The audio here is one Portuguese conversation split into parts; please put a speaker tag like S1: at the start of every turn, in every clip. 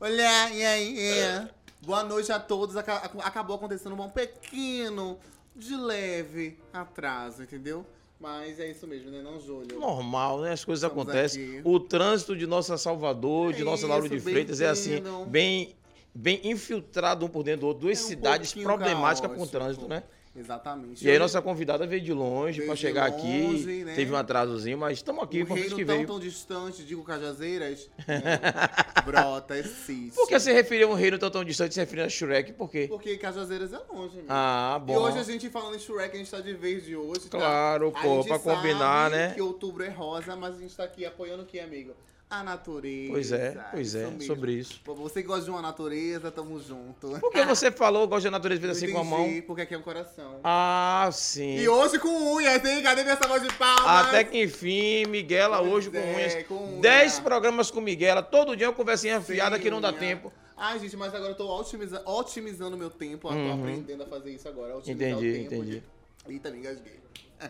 S1: Olha, e aí? É. Boa noite a todos. Aca- ac- Acabou acontecendo um pequeno, de leve atraso, entendeu? Mas é isso mesmo, né, não, Júlio?
S2: Normal, né? As coisas
S1: Estamos
S2: acontecem.
S1: aqui.
S2: O trânsito de Nossa Salvador, de
S1: É
S2: Nossa Lauro
S1: isso,
S2: de Freitas é assim,
S1: bem-vindo.
S2: bem, bem infiltrado um por dentro do outro. Duas
S1: É um
S2: cidades
S1: pouquinho
S2: problemáticas com o
S1: caótico.
S2: trânsito, né?
S1: Exatamente.
S2: E aí nossa convidada veio de longe
S1: Veio
S2: para
S1: de
S2: chegar
S1: longe,
S2: aqui.
S1: né?
S2: Teve um atrasozinho, mas estamos aqui
S1: o
S2: para
S1: reino
S2: que
S1: tão,
S2: veio.
S1: tão distante, digo Cajazeiras, é, brota, existe.
S2: Por que se referir a um reino tão, tão distante, se referir a Shrek? Por quê?
S1: Porque Cajazeiras é longe, amigo.
S2: Ah, bom.
S1: E hoje é a gente falando em Shrek, a gente tá de vez de hoje, tá?
S2: Claro,
S1: A
S2: pô,
S1: gente
S2: pra
S1: sabe
S2: combinar, né?
S1: que outubro é rosa, mas a gente tá aqui apoiando o que, amigo? A natureza.
S2: Pois é, pois é,
S1: mesmo.
S2: sobre isso.
S1: Pô, Você que gosta de uma natureza, tamo junto.
S2: Por que você falou, gosta da natureza fez
S1: Ah, Eu
S2: assim com a
S1: entendi,
S2: mão?
S1: Porque aqui é um coração.
S2: Ah, sim.
S1: E hoje com unhas, hein? Cadê minha salva de palmas?
S2: Até que enfim, Miguela
S1: Pois
S2: hoje com
S1: é,
S2: unhas.
S1: com unha.
S2: Dez programas com Miguela, todo dia uma conversinha afiada que não dá
S1: Sim, é.
S2: tempo.
S1: Ai, gente, mas agora eu tô otimiza otimizando meu tempo. Eu Tô
S2: Uhum.
S1: aprendendo a fazer isso agora. Otimizar
S2: Entendi,
S1: o tempo.
S2: entendi.
S1: E também engasguei.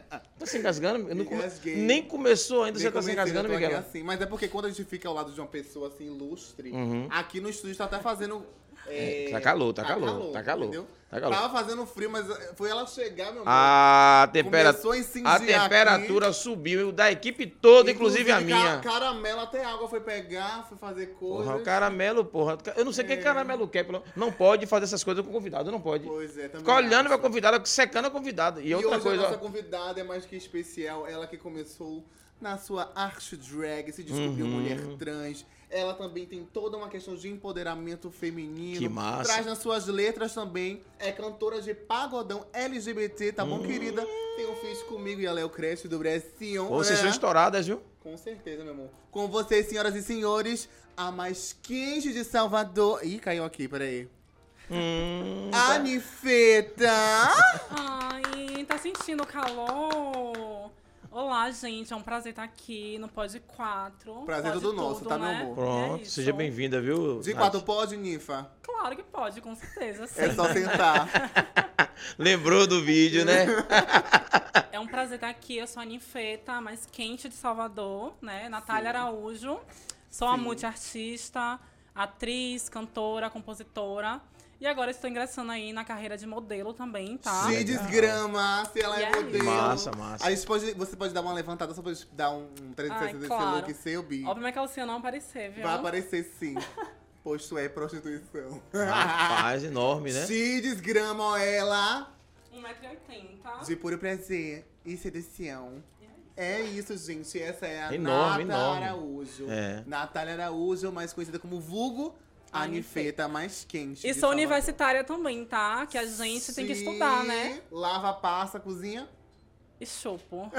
S2: Tá se engasgando? Eu não come-
S1: Engasguei.
S2: Nem começou ainda, você
S1: Nem
S2: tá se
S1: comecei,
S2: engasgando,
S1: eu tô aqui
S2: Miguela?
S1: Assim, mas é porque quando a gente fica ao lado de uma pessoa assim, ilustre,
S2: Uhum.
S1: aqui no estúdio tá até fazendo. é,
S2: Tá calor, tá calor, tá calor,
S1: entendeu?
S2: tá calor.
S1: Tava fazendo frio, mas eh, foi ela chegar, meu amor.
S2: A, Ah, tempera...
S1: Começou a incendiar
S2: a temperatura subiu da equipe toda,
S1: aqui.
S2: inclusive, a
S1: ca-
S2: minha.
S1: Caramelo, até água foi pegar, foi fazer coisa.
S2: Porra, o caramelo, porra. Eu não sei o
S1: É.
S2: que caramelo quer. pelo- Não pode fazer essas coisas com o convidado, não pode.
S1: Pois é, também.
S2: Ficar olhando pra
S1: acho.
S2: convidada, secando a convidada. E
S1: E
S2: outra
S1: hoje
S2: coisa.
S1: a nossa convidada é mais que especial, ela que começou na sua arte drag, se descobriu
S2: Uhum.
S1: mulher trans. Ela também tem toda uma questão de empoderamento feminino.
S2: Que massa.
S1: Traz nas suas letras também. É cantora de pagodão LGBT, tá bom,
S2: Hum.
S1: querida? Tem um feat comigo e ela é o creche do Brasil.
S2: Pô, vocês
S1: né?
S2: são estouradas, viu?
S1: Com certeza, meu amor. Com vocês, senhoras e senhores, a mais quente de Salvador. Ih, caiu aqui, peraí.
S2: Hum,
S1: Ah, é
S2: tá.
S1: Anifeta!
S3: Ai, tá sentindo o calor? Olá, gente, é um prazer estar aqui no Pod 4.
S1: Prazer
S3: Pode
S1: todo nosso, tá, meu amor?
S2: Pronto,
S3: É isso.
S2: seja bem-vinda, viu?
S1: De
S2: Nath?
S1: quatro pode, Nifa?
S3: Claro que pode, com certeza. sim.
S1: É só sentar.
S2: Lembrou do vídeo, né?
S3: É um prazer estar aqui, eu sou a Ninfeta, a mais quente de Salvador, né? Natália Araújo, sou a
S1: Sim.
S3: multiartista, atriz, cantora, compositora. E agora estou ingressando aí na carreira de modelo também, tá?
S1: Se
S2: Legal.
S1: desgrama, se ela é
S3: E aí?
S1: modelo.
S2: Massa, massa.
S1: Aí você pode, você pode dar uma levantada só pra gente dar um, um 360
S3: Ai,
S1: desse
S3: claro.
S1: look seu, Bi.
S3: Ó, pra minha calcinha não aparecer, viu?
S1: Vai aparecer sim. Pois tu é prostituição.
S2: Rapaz, enorme, né?
S1: Se desgramam ela
S3: 1,80m.
S1: de puro prazer e sedução. É isso, gente. Essa é a
S2: Enorme,
S1: Nata
S2: enorme.
S1: Araújo.
S2: É.
S1: Natália Araújo, mais conhecida como Vulgo, a
S3: Anifeta.
S1: Anifeta mais quente.
S3: E
S1: de
S3: sou
S1: Salvador.
S3: universitária também, tá? Que a gente tem que
S1: Sim.
S3: estudar, né?
S1: Lava, passa, cozinha.
S3: E chupo.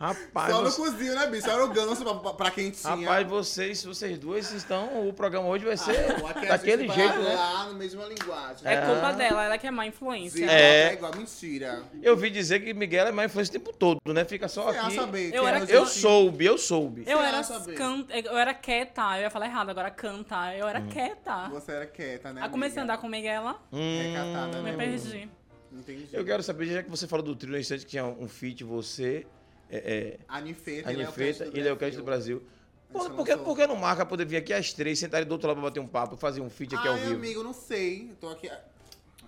S2: Rapaz,
S1: Só no
S2: você-
S1: cozinho, né, bicho? Era o ganso pra, pra- pra quem tinha.
S2: rapaz, vocês, vocês duas estão. O programa hoje vai ser
S1: Ah, não, aqui a
S2: daquele
S1: gente
S2: jeito,
S1: vai
S2: né?
S1: lá no "Ah, mesma linguagem.
S3: É
S2: Ah.
S3: culpa dela, ela que é má
S1: Sim,
S3: influência.
S2: É.
S1: é igual, mentira.
S2: Eu vi dizer que Miguel é má influência o tempo todo, né? Fica só
S1: Você
S2: aqui.
S1: acha bem?
S3: Eu
S1: que
S3: era-
S1: nós
S2: Eu
S1: aqui-
S2: soube, eu soube.
S3: Eu
S1: Você
S3: era,
S1: acha bem.
S3: can... eu era quieta, eu ia falar errado, agora canta. Eu era quieta.
S1: Você era quieta, né?
S3: Aí Ah, comecei a
S1: amiga?
S3: andar com Miguela,
S1: Recatada,
S2: Hum,
S1: né?
S3: me perdi.
S1: Entendi.
S2: Eu quero saber, já que você falou do trio, no instante que tinha um feat, você, é, é,
S1: Anifeta,
S2: a Nifeta e Leocast é do Brasil.
S1: Isso
S2: Por,
S1: eu
S2: por,
S1: não
S2: que,
S1: sou.
S2: por que não marca poder vir aqui às três, sentarem do outro lado pra bater um papo, fazer um feat aqui ao
S1: Ai,
S2: vivo?
S1: amigo, não sei. Tô aqui... ah,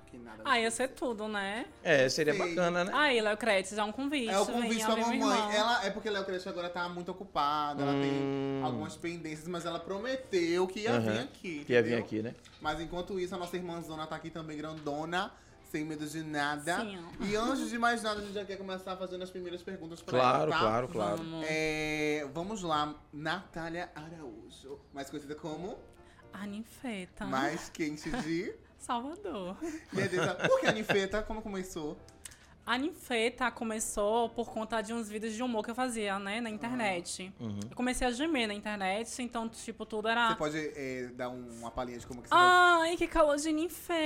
S1: Aqui nada.
S3: Ah, ia ser tudo, né?
S2: É, seria
S1: Sim.
S2: bacana,
S1: Ah,
S2: né?
S3: Aí, Léo Cretes, já é um convite.
S1: É o convite
S3: venha
S1: pra
S3: ver meu irmão.
S1: mamãe. Ela, é porque Léo Creche agora tá muito ocupada, ela tem algumas pendências, mas ela prometeu que ia vir
S2: Hum. Aham.
S1: aqui.
S2: Que ia vir
S1: entendeu?
S2: aqui, né?
S1: Mas enquanto isso, a nossa irmãzona tá aqui também, grandona, sem medo de nada.
S3: Sim, ó.
S1: E antes de mais nada, a gente já quer começar fazendo as primeiras perguntas pra
S2: Claro,
S1: ela, tá?
S2: claro, claro.
S3: Hum.
S1: É, vamos lá, Natália Araújo, mais conhecida como
S3: A Ninfeta.
S1: Mais Quente de...
S3: Salvador.
S1: E é dessa- Por que a Nifeta? Como começou?
S3: A ninfeta começou por conta de uns vídeos de humor que eu fazia, né,
S1: Ah.
S3: na internet. Eu comecei a gemer na internet, então, tipo, tudo
S1: Você
S3: era.
S1: pode é, dar uma palhinha de como que você
S3: Ai, que calor de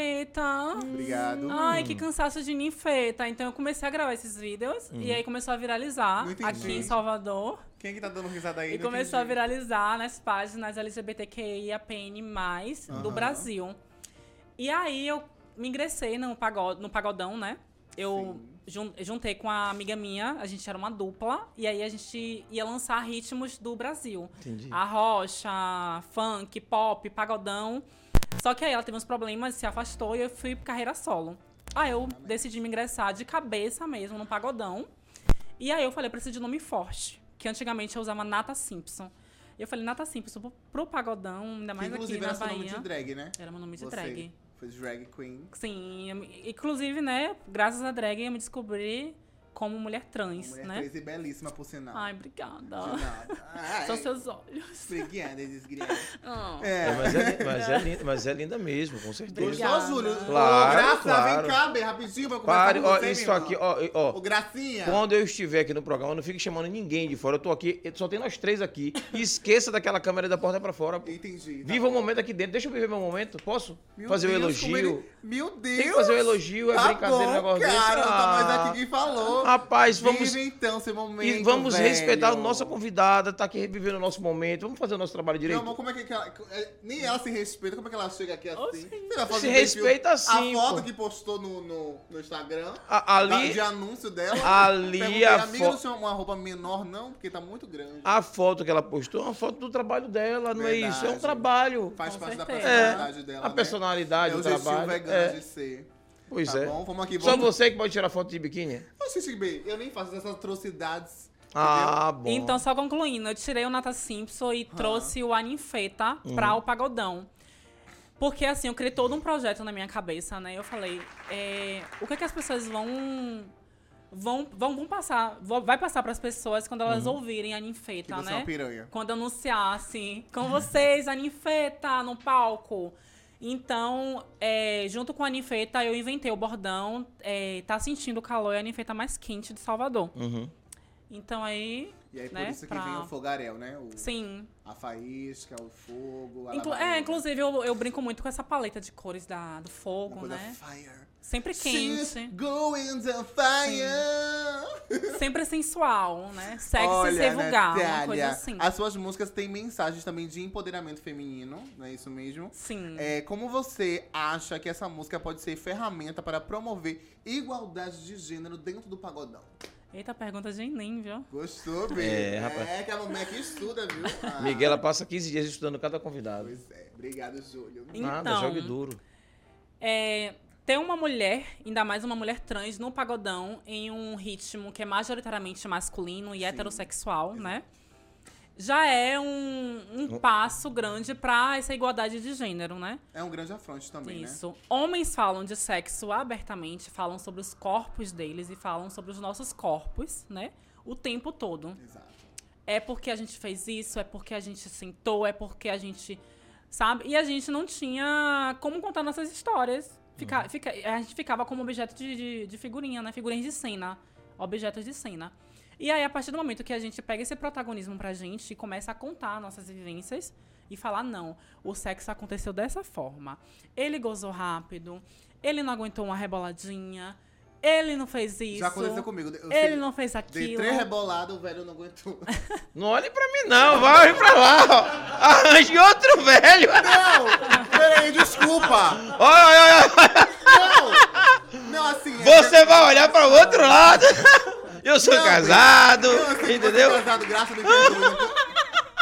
S3: ninfeta.
S1: faz? Obrigado.
S3: Ai, que cansaço de ninfeta. Então eu comecei a gravar esses vídeos e aí começou a viralizar
S1: Não entendi.
S3: aqui em Salvador.
S1: Quem é que tá dando risada aí?
S3: E
S1: Não
S3: começou a
S1: entendi.
S3: viralizar nas páginas LGBTQIAPN+, do
S1: Aham.
S3: Brasil. E aí eu me ingressei no, pagod- no pagodão, né? eu jun- juntei com a amiga minha, a gente era uma dupla, e aí a gente ia lançar ritmos do Brasil.
S2: Entendi.
S1: Ah,
S3: A rocha, funk, pop, pagodão. Só que aí ela teve uns problemas, se afastou e eu fui pra carreira solo. Aí eu decidi me ingressar de cabeça mesmo no pagodão. E aí eu falei, eu preciso de nome forte. Que antigamente eu usava Nata Simpson. E eu falei, Nata Simpson, pro, pro pagodão, ainda
S1: Que,
S3: mais aqui
S1: inclusive
S3: na
S1: era seu nome de
S3: Bahia.
S1: drag, né?
S3: Era meu nome de
S1: Você
S3: drag.
S1: Foi drag queen.
S3: Sim, eu me- inclusive, né, graças à drag eu me descobri como mulher trans,
S1: Mulher
S3: né?
S1: trans e belíssima, por sinal.
S3: Ai,
S1: De
S3: obrigada.
S1: nada. Ai,
S3: São seus olhos.
S1: Obrigada, desgraça.
S3: Ah.
S2: É,
S1: É.
S2: mas, é, li- mas, é linda, mas é linda mesmo, com certeza.
S3: Obrigada.
S1: Gostou, Júlio?
S2: Claro,
S1: Ô, Graça,
S2: claro.
S1: vem cá, bem rapidinho pra conversar
S2: Pare,
S1: com
S2: ó,
S1: você,
S2: isso
S1: meu irmão.
S2: aqui, ó, ó.
S1: Ô, Gracinha.
S2: Quando eu estiver aqui no programa, eu não fico chamando ninguém de fora. Eu tô aqui, só tem nós três aqui. E esqueça daquela câmera da porta pra fora. pô.
S1: Entendi. tá
S2: Viva o
S1: bom.
S2: momento aqui dentro. Deixa eu viver meu momento. Posso?
S1: Meu
S2: fazer o
S1: Deus, como
S2: elogio.
S1: ele- Meu Deus.
S2: Tem que fazer o elogio, é
S1: tá
S2: brincadeira,
S1: bom,
S2: um negócio desse.
S1: cara,
S2: Ah,
S1: tá mais aqui quem falou.
S2: Rapaz, vamos.
S1: Vive então seu momento,
S2: e vamos
S1: velho.
S2: respeitar a nossa convidada, tá aqui vivendo o nosso momento. Vamos fazer o nosso trabalho
S1: Meu
S2: direito.
S1: amor, como é que ela... é, Nem ela se respeita, como é que ela chega aqui
S3: Ô,
S1: assim?
S3: gente.
S1: Você vai fazer
S2: Se
S1: um perfil-
S2: respeita assim,
S1: A foto
S2: pô.
S1: que postou no, no, no Instagram,
S2: A-
S1: da-
S2: ali,
S1: de anúncio dela.
S2: ali
S1: Perguntei,
S2: a,
S1: amiga,
S2: fo- Ah,
S1: não tinha uma roupa menor não? Porque tá muito grande.
S2: a foto que ela postou é uma foto do trabalho dela, não é isso? É um
S1: Verdade.
S2: trabalho.
S1: Faz
S3: Com
S1: parte da
S3: certeza.
S1: personalidade
S2: É,
S1: dela,
S2: a
S1: né?
S2: personalidade,
S1: é
S2: o
S1: o jeitinho
S2: trabalho.
S1: vegano
S2: É,
S1: de ser.
S2: pois
S1: tá
S2: é.
S1: bom? Vamos aqui,
S2: Só
S1: vamos...
S2: você que pode tirar foto de biquíni?
S1: Oxe, Chico B, eu nem faço essas atrocidades.
S2: Ah, bom.
S3: Então, só concluindo, eu tirei o Nata Simpson e trouxe o Aninfeta pra o Pagodão. Porque, assim, eu criei todo um projeto na minha cabeça, né? Eu falei, é, o que, é que as pessoas vão... Vão, vão, vão passar, vão- vai passar pras pessoas quando elas ouvirem a
S1: Que
S3: Ninfeta,
S1: você é
S3: né?
S1: uma piranha.
S3: quando anunciar, assim, com vocês, a Ninfeta no palco. Então, é, junto com a Ninfeta, eu inventei o bordão. É, tá sentindo o calor e a Ninfeta mais quente de Salvador.
S2: Uhum.
S3: Então aí.
S1: E aí, por
S3: né,
S1: isso que
S3: pra-
S1: vem o fogaréu, né? O-
S3: Sim.
S1: A faísca, o fogo, a
S3: Inclu- é,
S1: labareda.
S3: inclusive, eu, eu brinco muito com essa paleta de cores da, do
S1: Uma
S3: fogo,
S1: coisa
S3: né?
S1: fire.
S3: Sempre quente,
S1: She's going to fire.
S3: sempre sensual, né? Sexy
S1: Olha,
S3: sem vulgar, uma
S1: Natália,
S3: coisa assim.
S1: As suas músicas têm mensagens também de empoderamento feminino, não é isso mesmo?
S3: Sim.
S1: É, como você acha que essa música pode ser ferramenta para promover igualdade de gênero dentro do pagodão?
S3: Eita, pergunta de Enem, viu?
S1: Gostou, Bi?
S2: É, rapaz.
S1: É, que a mulher que estuda, viu? Ah,
S2: Miguela passa 15 dias estudando cada convidado.
S1: Pois é. Obrigado, Júlio.
S2: Nada,
S3: Então-
S2: jogue duro.
S3: é, ter uma mulher, ainda mais uma mulher trans, no pagodão, em um ritmo que é majoritariamente masculino e heterossexual, né? Já é um, um passo grande para essa igualdade de gênero, né?
S1: É um grande afronte também, né?
S3: Isso. Homens falam de sexo abertamente, falam sobre os corpos deles e falam sobre os nossos corpos, né? O tempo todo
S1: Exato.
S3: é porque a gente fez isso, é porque a gente sentou, é porque a gente. Sabe? E a gente não tinha como contar nossas histórias. Fica,
S1: Uhum.
S3: fica- a gente ficava como objeto de, de- de figurinha, né? Figurinhas de cena. Objetos de cena. E aí, a partir do momento que a gente pega esse protagonismo pra gente e começa a contar nossas vivências e falar: não, o sexo aconteceu dessa forma. Ele gozou rápido, ele não aguentou uma reboladinha, ele não fez isso.
S1: Já aconteceu comigo. Eu
S3: Ele
S1: sei-
S3: não fez
S1: Dei
S3: aquilo.
S1: três reboladas, o velho não aguentou.
S2: Não olhe pra mim, não. Vai pra lá. ó. Arranje outro velho.
S1: Não! Peraí, desculpa!
S2: Olha, olha, olha.
S1: Não! Não, assim. é-
S2: Você vai olhar para o outro lado. Eu sou
S1: Não,
S2: casado,
S1: Não, assim,
S2: entendeu?
S1: você é casado, graças a Deus.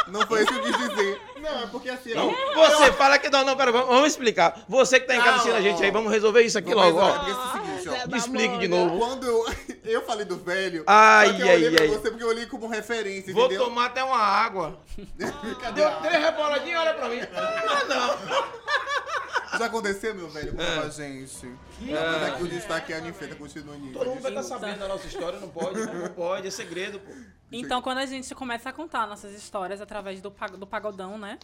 S1: Não foi isso que eu quis dizer. Não, é porque assim.
S2: Não,
S1: eu-
S2: você fala que não, não, pera, vamos, vamos explicar. Você que tá em casa assistindo a gente aí, vamos resolver isso aqui
S1: Vamos
S2: logo,
S1: resolver,
S2: ó.
S1: porque é o seguinte, ó.
S2: Me explique de novo.
S1: Quando eu, eu falei do velho,
S2: Ai,
S1: só que eu olhei
S2: ai,
S1: pra
S2: ai.
S1: você porque eu olhei como referência,
S2: Vou
S1: entendeu?
S2: tomar até uma água.
S1: Cadê
S2: Deu
S1: a-
S2: três reboladinhas, é olha pra mim. Ah, não.
S1: Já aconteceu, meu velho, com
S2: É.
S1: a gente. Não, mas aqui o destaque é a Ninfeta, continua nisso.
S2: Todo mundo vai estar sabendo da nossa história, não pode, né? não pode, é segredo, pô.
S3: Então, quando a gente começa a contar nossas histórias através do, pa- do pagodão, né?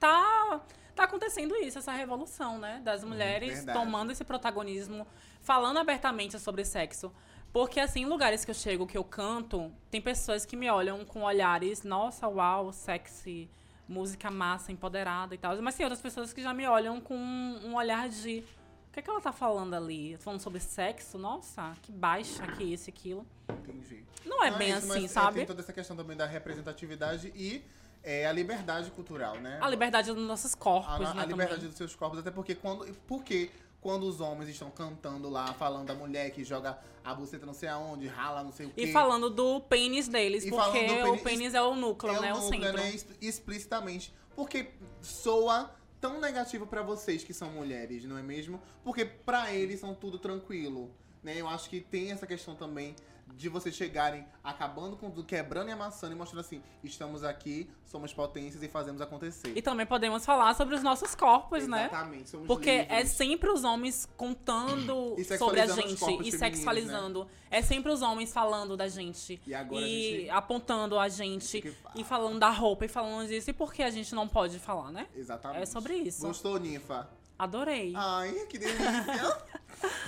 S3: Tá, tá acontecendo isso, essa revolução, né? Das mulheres
S1: verdade.
S3: tomando esse protagonismo, falando abertamente sobre sexo. Porque, assim, em lugares que eu chego, que eu canto, tem pessoas que me olham com olhares, nossa, uau, sexy, música massa, empoderada e tal. Mas tem outras pessoas que já me olham com um um olhar de. O que, é que ela tá falando ali? Falando sobre sexo? Nossa, que baixa que isso e aquilo.
S1: Entendi.
S3: Não é
S1: Não,
S3: bem
S1: isso, mas,
S3: assim,
S1: é,
S3: sabe?
S1: Tem toda essa questão também da representatividade e é, a liberdade cultural, né?
S3: A liberdade dos nossos corpos,
S1: A-
S3: né?
S1: a liberdade
S3: também.
S1: dos seus corpos, até porque quando. Porque Quando os homens estão cantando lá, falando da mulher que joga a buceta não sei aonde, rala não sei o quê.
S3: E falando do pênis deles,
S1: E
S3: porque
S1: falando do pênis-
S3: o pênis é o núcleo,
S1: é
S3: né?
S1: o
S3: O
S1: núcleo,
S3: centro.
S1: né? Ex- Explicitamente. Porque soa tão negativo pra vocês que são mulheres, não é mesmo? Porque pra eles são tudo tranquilo, né? Eu acho que tem essa questão também de vocês chegarem acabando com tudo, quebrando e amassando e mostrando assim, estamos aqui, somos potências e fazemos acontecer.
S3: E também podemos falar sobre os nossos corpos, né?
S1: Exatamente, somos
S3: Porque é
S1: livres.
S3: sempre os homens contando
S1: E
S3: sobre a
S1: sexualizando os
S3: gente
S1: corpos
S3: e
S1: femininos, né?
S3: sexualizando. É sempre os homens falando da gente.
S1: E agora a
S3: e
S1: gente-
S3: apontando a gente.
S1: Tem que-
S3: E falando da roupa e falando disso. E por que a gente não pode falar, né?
S1: Exatamente.
S3: é sobre isso.
S1: Gostou, Ninfa?
S3: Adorei.
S1: Ai, que delícia!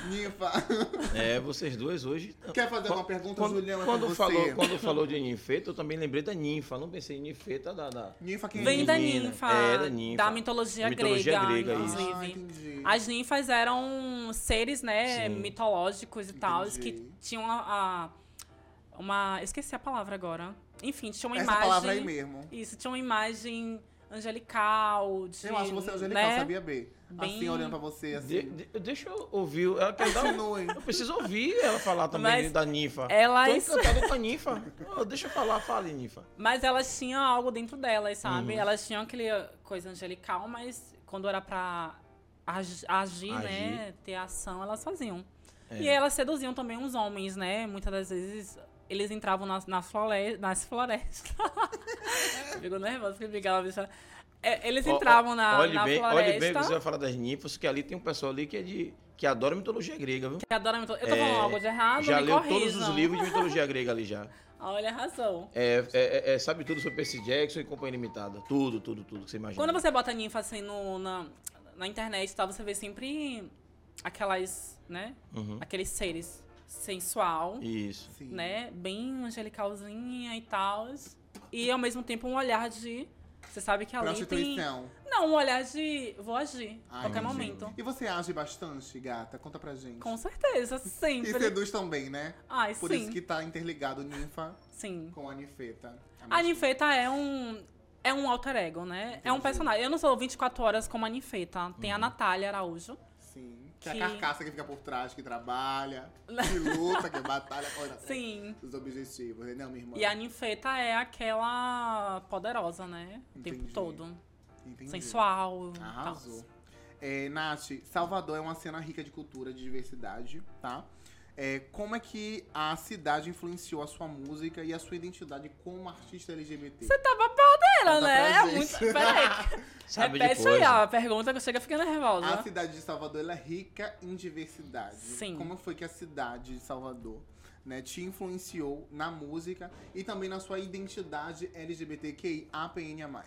S1: Ninfa,
S2: É, vocês dois hoje.
S1: quer fazer uma pergunta,
S2: Quando,
S1: Julião? é
S2: quando
S1: com você.
S2: falou, quando falou de ninfeta, eu também lembrei da ninfa. Não pensei em ninfeta da. da...
S1: Ninfa quem
S3: Vem da
S2: Menina,
S3: ninfa,
S2: é, da ninfa.
S3: mitologia,
S2: Mitologia grega,
S3: grega,
S2: isso.
S1: Ah,
S3: inclusive.
S1: entendi.
S3: As ninfas eram seres, né,
S2: Sim.
S3: mitológicos e tal,
S1: Entendi.
S3: que tinham a, a- uma, eu esqueci a palavra agora. Enfim, tinha é uma
S1: Essa
S3: imagem.
S1: palavra é aí mesmo.
S3: Isso, tinha uma imagem angelical, de,
S1: Eu acho você angelical,
S3: né?
S1: sabia, B? Assim,
S3: Bem-
S1: olhando pra você, assim.
S2: De- de- deixa eu ouvir. Ela quer dar um-
S1: Continue.
S2: Eu preciso ouvir ela falar também
S3: Mas é
S2: da ninfa. Tô
S3: Elas,
S2: encantado com a ninfa. Ô, deixa eu falar, fale, ninfa.
S3: mas elas tinham algo dentro delas, sabe?
S2: Uhum.
S3: Elas tinham aquele coisa angelical, mas quando era pra ag- agir, né, ter ação, elas faziam.
S2: É.
S3: E elas seduziam também os homens, né? Muitas das vezes eles entravam nas, nas, flore nas florestas. Ficou nervosa que brigava, bicha. É, eles
S2: Ó,
S3: entravam
S2: ó,
S3: na,
S2: olhe
S3: na
S2: bem,
S3: floresta.
S2: Olhe bem que você vai falar das ninfas, que ali tem um pessoal ali que, é de, que adora mitologia grega, viu?
S3: que adora mito- Eu tô falando
S2: É,
S3: algo de errado,
S2: já
S3: Ah, me
S2: leu todos
S3: corrijam.
S2: os livros de mitologia grega ali já.
S3: Olha a razão.
S2: É, é, é, é, sabe tudo sobre Percy Jackson e Companhia Limitada. Tudo, tudo, tudo que você imagina.
S3: Quando você bota ninfa assim no, na, na internet e tal, você vê sempre aquelas, né?
S2: Uhum.
S3: Aqueles seres sensual,
S2: Isso.
S1: Sim.
S3: né? Bem angelicalzinha e tal. E ao mesmo tempo um olhar de. Você sabe que ali tem.
S1: Prostituição.
S3: Não, um olhar de. Vou agir a
S1: Ai,
S3: qualquer
S1: entendi.
S3: momento.
S1: E você age bastante, gata? Conta pra gente.
S3: Com certeza,
S1: e
S3: sempre.
S1: seduz também, né?
S3: Ai,
S1: Por isso
S3: sim.
S1: que é tá interligado ninfa
S3: Sim.
S1: com a ninfeta.
S3: A Ninfeta é um. É um alter ego, né? É um
S1: Entendi. Uhum.
S3: personagem. Eu não sou 24 horas como a Ninfeta. Tem a Natália Araújo.
S1: Sim. Que é a
S3: que-
S1: carcaça que fica por trás, que trabalha, que luta, que batalha. Olha,
S3: Sim.
S1: Os objetivos, né? Não, minha irmã.
S3: E a Ninfeta é aquela poderosa, né? O tempo
S1: Entendi.
S3: todo.
S1: Entendi.
S3: Sensual. então. e
S1: Arrasou.
S3: tal.
S1: É, Nath, Salvador é uma cena rica de cultura, de diversidade, tá? É, como é que a cidade influenciou a sua música e a sua identidade como artista LGBT?
S3: Você tava
S1: Conta
S3: padeira, né?
S1: pra
S3: É
S1: gente.
S3: muito. Peraí.
S2: Sabe de
S3: Repete aí
S2: coisa.
S3: a pergunta que eu chego a ficar nervosa.
S1: A cidade de Salvador ela é rica em diversidade.
S3: Sim.
S1: Como foi que a cidade de Salvador né, te influenciou na música e também na sua identidade LGBTQIAPNA+.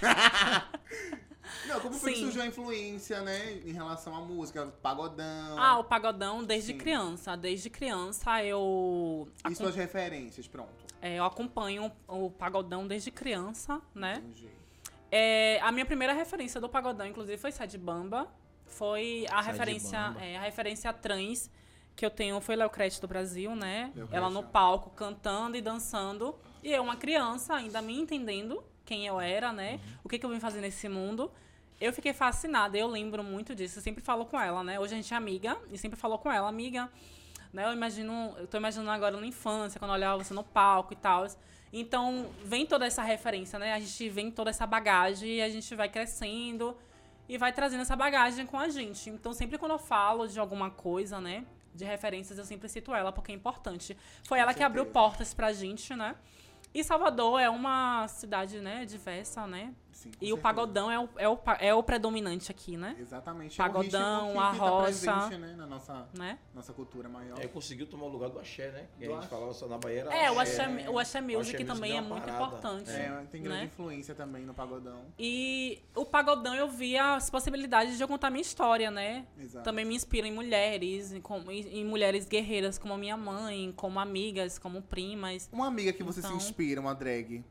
S1: Não, como foi que
S3: Sim.
S1: surgiu a influência, né, em relação à música, pagodão
S3: Ah, o pagodão desde
S1: Sim.
S3: criança. Desde criança eu,
S1: e suas referências, pronto.
S3: é, eu acompanho o pagodão desde criança, né?
S1: Entendi.
S3: É, a minha primeira referência do pagodão, inclusive, foi Sad Bamba. Foi a
S2: Sai de
S3: referência,
S2: Bamba.
S3: é, a referência trans que eu tenho foi Leocrete do Brasil, né?
S1: Léo Crete,
S3: Ela no
S1: ó.
S3: palco cantando e dançando. E eu, uma criança, ainda me entendendo quem eu era, né?
S2: Uhum.
S3: O que, que eu vim fazer nesse mundo. Eu fiquei fascinada, eu lembro muito disso. Eu sempre falo com ela, né? Hoje a gente é amiga e sempre falou com ela, amiga. Né? Eu imagino, eu tô imaginando agora na infância, quando eu olhava você no palco e tal. Então, vem toda essa referência, né? A gente vem toda essa bagagem e a gente vai crescendo e vai trazendo essa bagagem com a gente. Então, sempre quando eu falo de alguma coisa, né? De referências, eu sempre cito ela, porque é importante. Foi ela que abriu
S1: certeza.
S3: portas pra gente, né? E Salvador é uma cidade, né, diversa, né?
S1: Sim, com
S3: E o
S1: certeza.
S3: pagodão é o, é o, pa- é o predominante aqui, né?
S1: Exatamente.
S3: Pagodão,
S1: é um ritmo que
S3: a
S1: fica
S3: roça.
S1: presente, né, na nossa,
S3: né?
S1: nossa cultura maior.
S2: É, conseguiu tomar o lugar do axé, né? Que a
S1: Do
S2: gente
S1: axé.
S2: falava só na Bahia.
S3: É, o Axé, o axé
S2: O axé né?
S3: Music
S2: music
S3: também
S2: deu
S3: é
S2: uma
S3: muito
S2: parada.
S3: importante.
S1: É, tem grande
S3: né?
S1: influência também no pagodão.
S3: E o pagodão eu vi as possibilidades de eu contar minha história, né?
S1: Exato.
S3: Também me inspira em mulheres, em, como- em- em mulheres guerreiras como a minha mãe, como amigas, como primas,
S1: Uma amiga que você se
S3: Então-
S1: inspira, uma drag.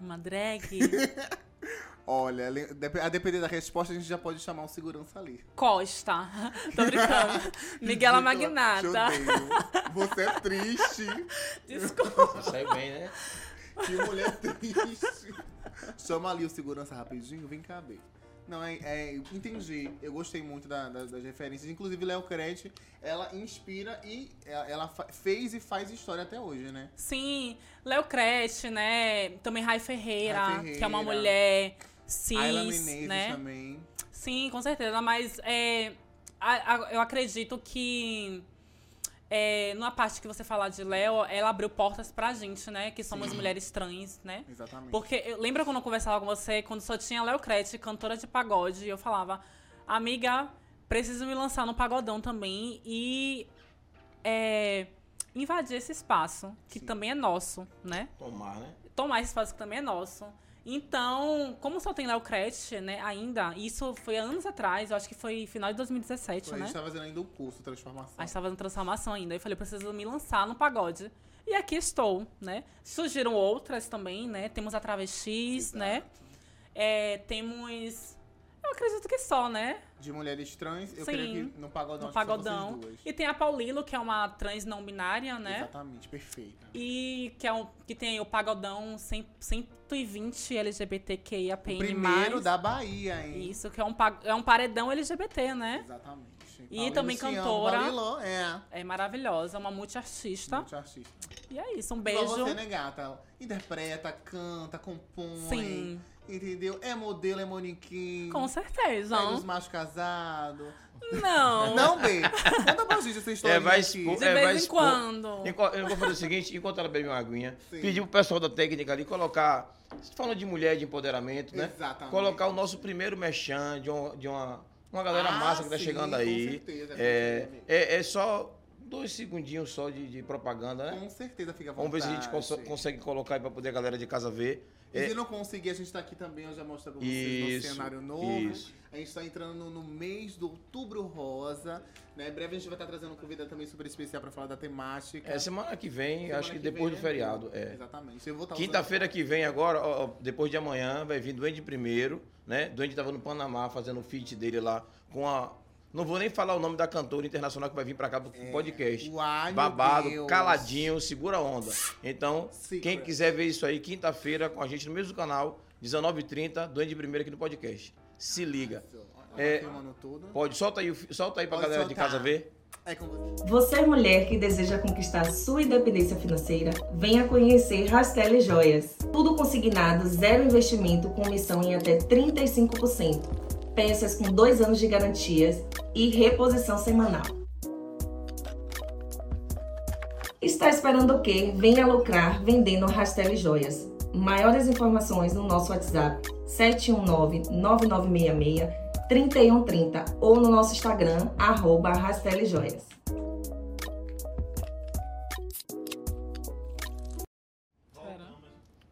S3: uma drag.
S1: Olha, le- dep- a depender da resposta, a gente já pode chamar um segurança ali.
S3: Costa. Tô brincando. Miguela
S1: Ridícula,
S3: Magnata.
S1: te odeio. Você é triste.
S3: Desculpa.
S2: Você saiu bem, né?
S1: Que mulher triste. Chama ali o segurança rapidinho. Vem cá, B. Não, é, é, entendi. Eu gostei muito da- da- das referências. Inclusive, Léo Crete, ela inspira e ela, ela fa- fez e faz história até hoje, né?
S3: Sim, Léo Crest, né? Também Rai Ferreira,
S1: Rai Ferreira.
S3: que é uma mulher
S1: Ayla
S3: cis,
S1: Menezes
S3: né?
S1: também.
S3: Sim, com certeza, mas é, a- a- eu acredito que é, numa parte que você falar de Léo, ela abriu portas pra gente, né? Que somos mulheres trans, né?
S1: Exatamente.
S3: Porque eu, lembra quando eu conversava com você, quando só tinha Léo Crete, cantora de pagode, e eu falava, amiga, preciso me lançar no pagodão também e é, invadir esse espaço, que
S1: Sim.
S3: também é nosso, né?
S2: Tomar, né?
S3: tomar esse espaço que também é nosso. Então, como só tem Léo Crete, né, ainda, isso foi anos atrás, eu acho que foi final de 2017,
S1: Pô, a
S3: né?
S1: gente tá fazendo ainda o curso Transformação.
S3: A gente tava fazendo transformação ainda. Eu falei, eu preciso me lançar no pagode. E aqui estou, né? Surgiram outras também, né? Temos a Travestis,
S1: Exato.
S3: né? É, temos. Eu acredito que só, né?
S1: De mulheres trans, eu
S3: Sim.
S1: creio que no pagodão
S3: no
S1: acho que só
S3: pagodão.
S1: vocês duas.
S3: E tem a Paulilo, que é uma trans não binária, né?
S1: Exatamente, perfeita.
S3: E que, é um, que tem aí o pagodão 100, 120 LGBTQIAPN+.
S1: O primeiro da Bahia, hein?
S3: Isso, que é um, pa- é um paredão LGBT, né?
S1: Exatamente.
S3: E também
S1: Luciano
S3: cantora.
S1: Bariló, é.
S3: É maravilhosa, uma multiartista.
S1: Muito artista.
S3: E é isso, um
S1: Igual
S3: beijo.
S1: você, né, gata? Interpreta, canta, compõe.
S3: Sim,
S1: Entendeu? É modelo, é manequim.
S3: com certeza. Então,
S1: Pega os machos casados.
S3: Não,
S1: Não, B. Conta pra gente essa história.
S2: É, vai
S1: aqui.
S2: expor.
S3: de
S2: É, vai
S3: vez em
S2: expor.
S3: quando.
S2: Enqu- Eu vou fazer o seguinte, enquanto ela bebe uma aguinha,
S1: Sim.
S2: pedir pro pessoal da técnica ali colocar, falando de mulher, de empoderamento, né?
S1: Exatamente.
S2: Colocar o nosso primeiro merchan de, um- de uma, uma galera
S1: Ah,
S2: massa que tá
S1: sim,
S2: chegando
S1: com
S2: aí.
S1: certeza,
S2: é,
S1: com certeza.
S2: é, é só dois segundinhos só de, de propaganda, né?
S1: Com certeza fica à vontade.
S2: Vamos ver se a gente cons- consegue colocar aí pra poder a galera de casa ver.
S1: E se não conseguir, a gente tá aqui também, eu já mostro pra vocês
S2: Isso,
S1: no cenário novo.
S2: isso.
S1: A gente tá entrando no, no mês do outubro rosa. Né? Em breve a gente vai estar trazendo um convidado também super especial pra falar da temática.
S2: É semana que vem,
S1: Semana
S2: acho que, depois
S1: vem Tá
S2: do
S1: é
S2: feriado.
S1: tudo.
S2: É.
S1: Exatamente. Eu vou estar
S2: Quinta-feira que vem agora, ó, ó, depois de amanhã, vai vir Duende primeiro, né? Duende tava no Panamá fazendo o feat dele lá com a. Não vou nem falar o nome da cantora internacional que vai vir pra cá pro podcast.
S1: É, Uai, meu
S2: é Babado,
S1: Deus.
S2: caladinho, segura a onda. Então,
S1: Secret.
S2: quem quiser ver isso aí, quinta-feira, com a gente no mesmo canal, 19h30, Duende primeiro aqui no podcast. Se liga. É,
S1: É, filmando tudo.
S2: Pode, solta aí, o fi- solta aí pra
S1: Pode
S2: galera de
S1: soltar.
S2: casa ver.
S1: É com você.
S4: Você é mulher que deseja conquistar sua independência financeira? Venha conhecer Rastelli Joias. Tudo consignado, zero investimento, com comissão em até 35%. Peças com dois anos de garantias e reposição semanal. Está esperando o quê? Venha lucrar vendendo Rastelli Joias. Maiores informações no nosso WhatsApp 719 9966 3130 ou no nosso Instagram, arroba Rastelli Joias.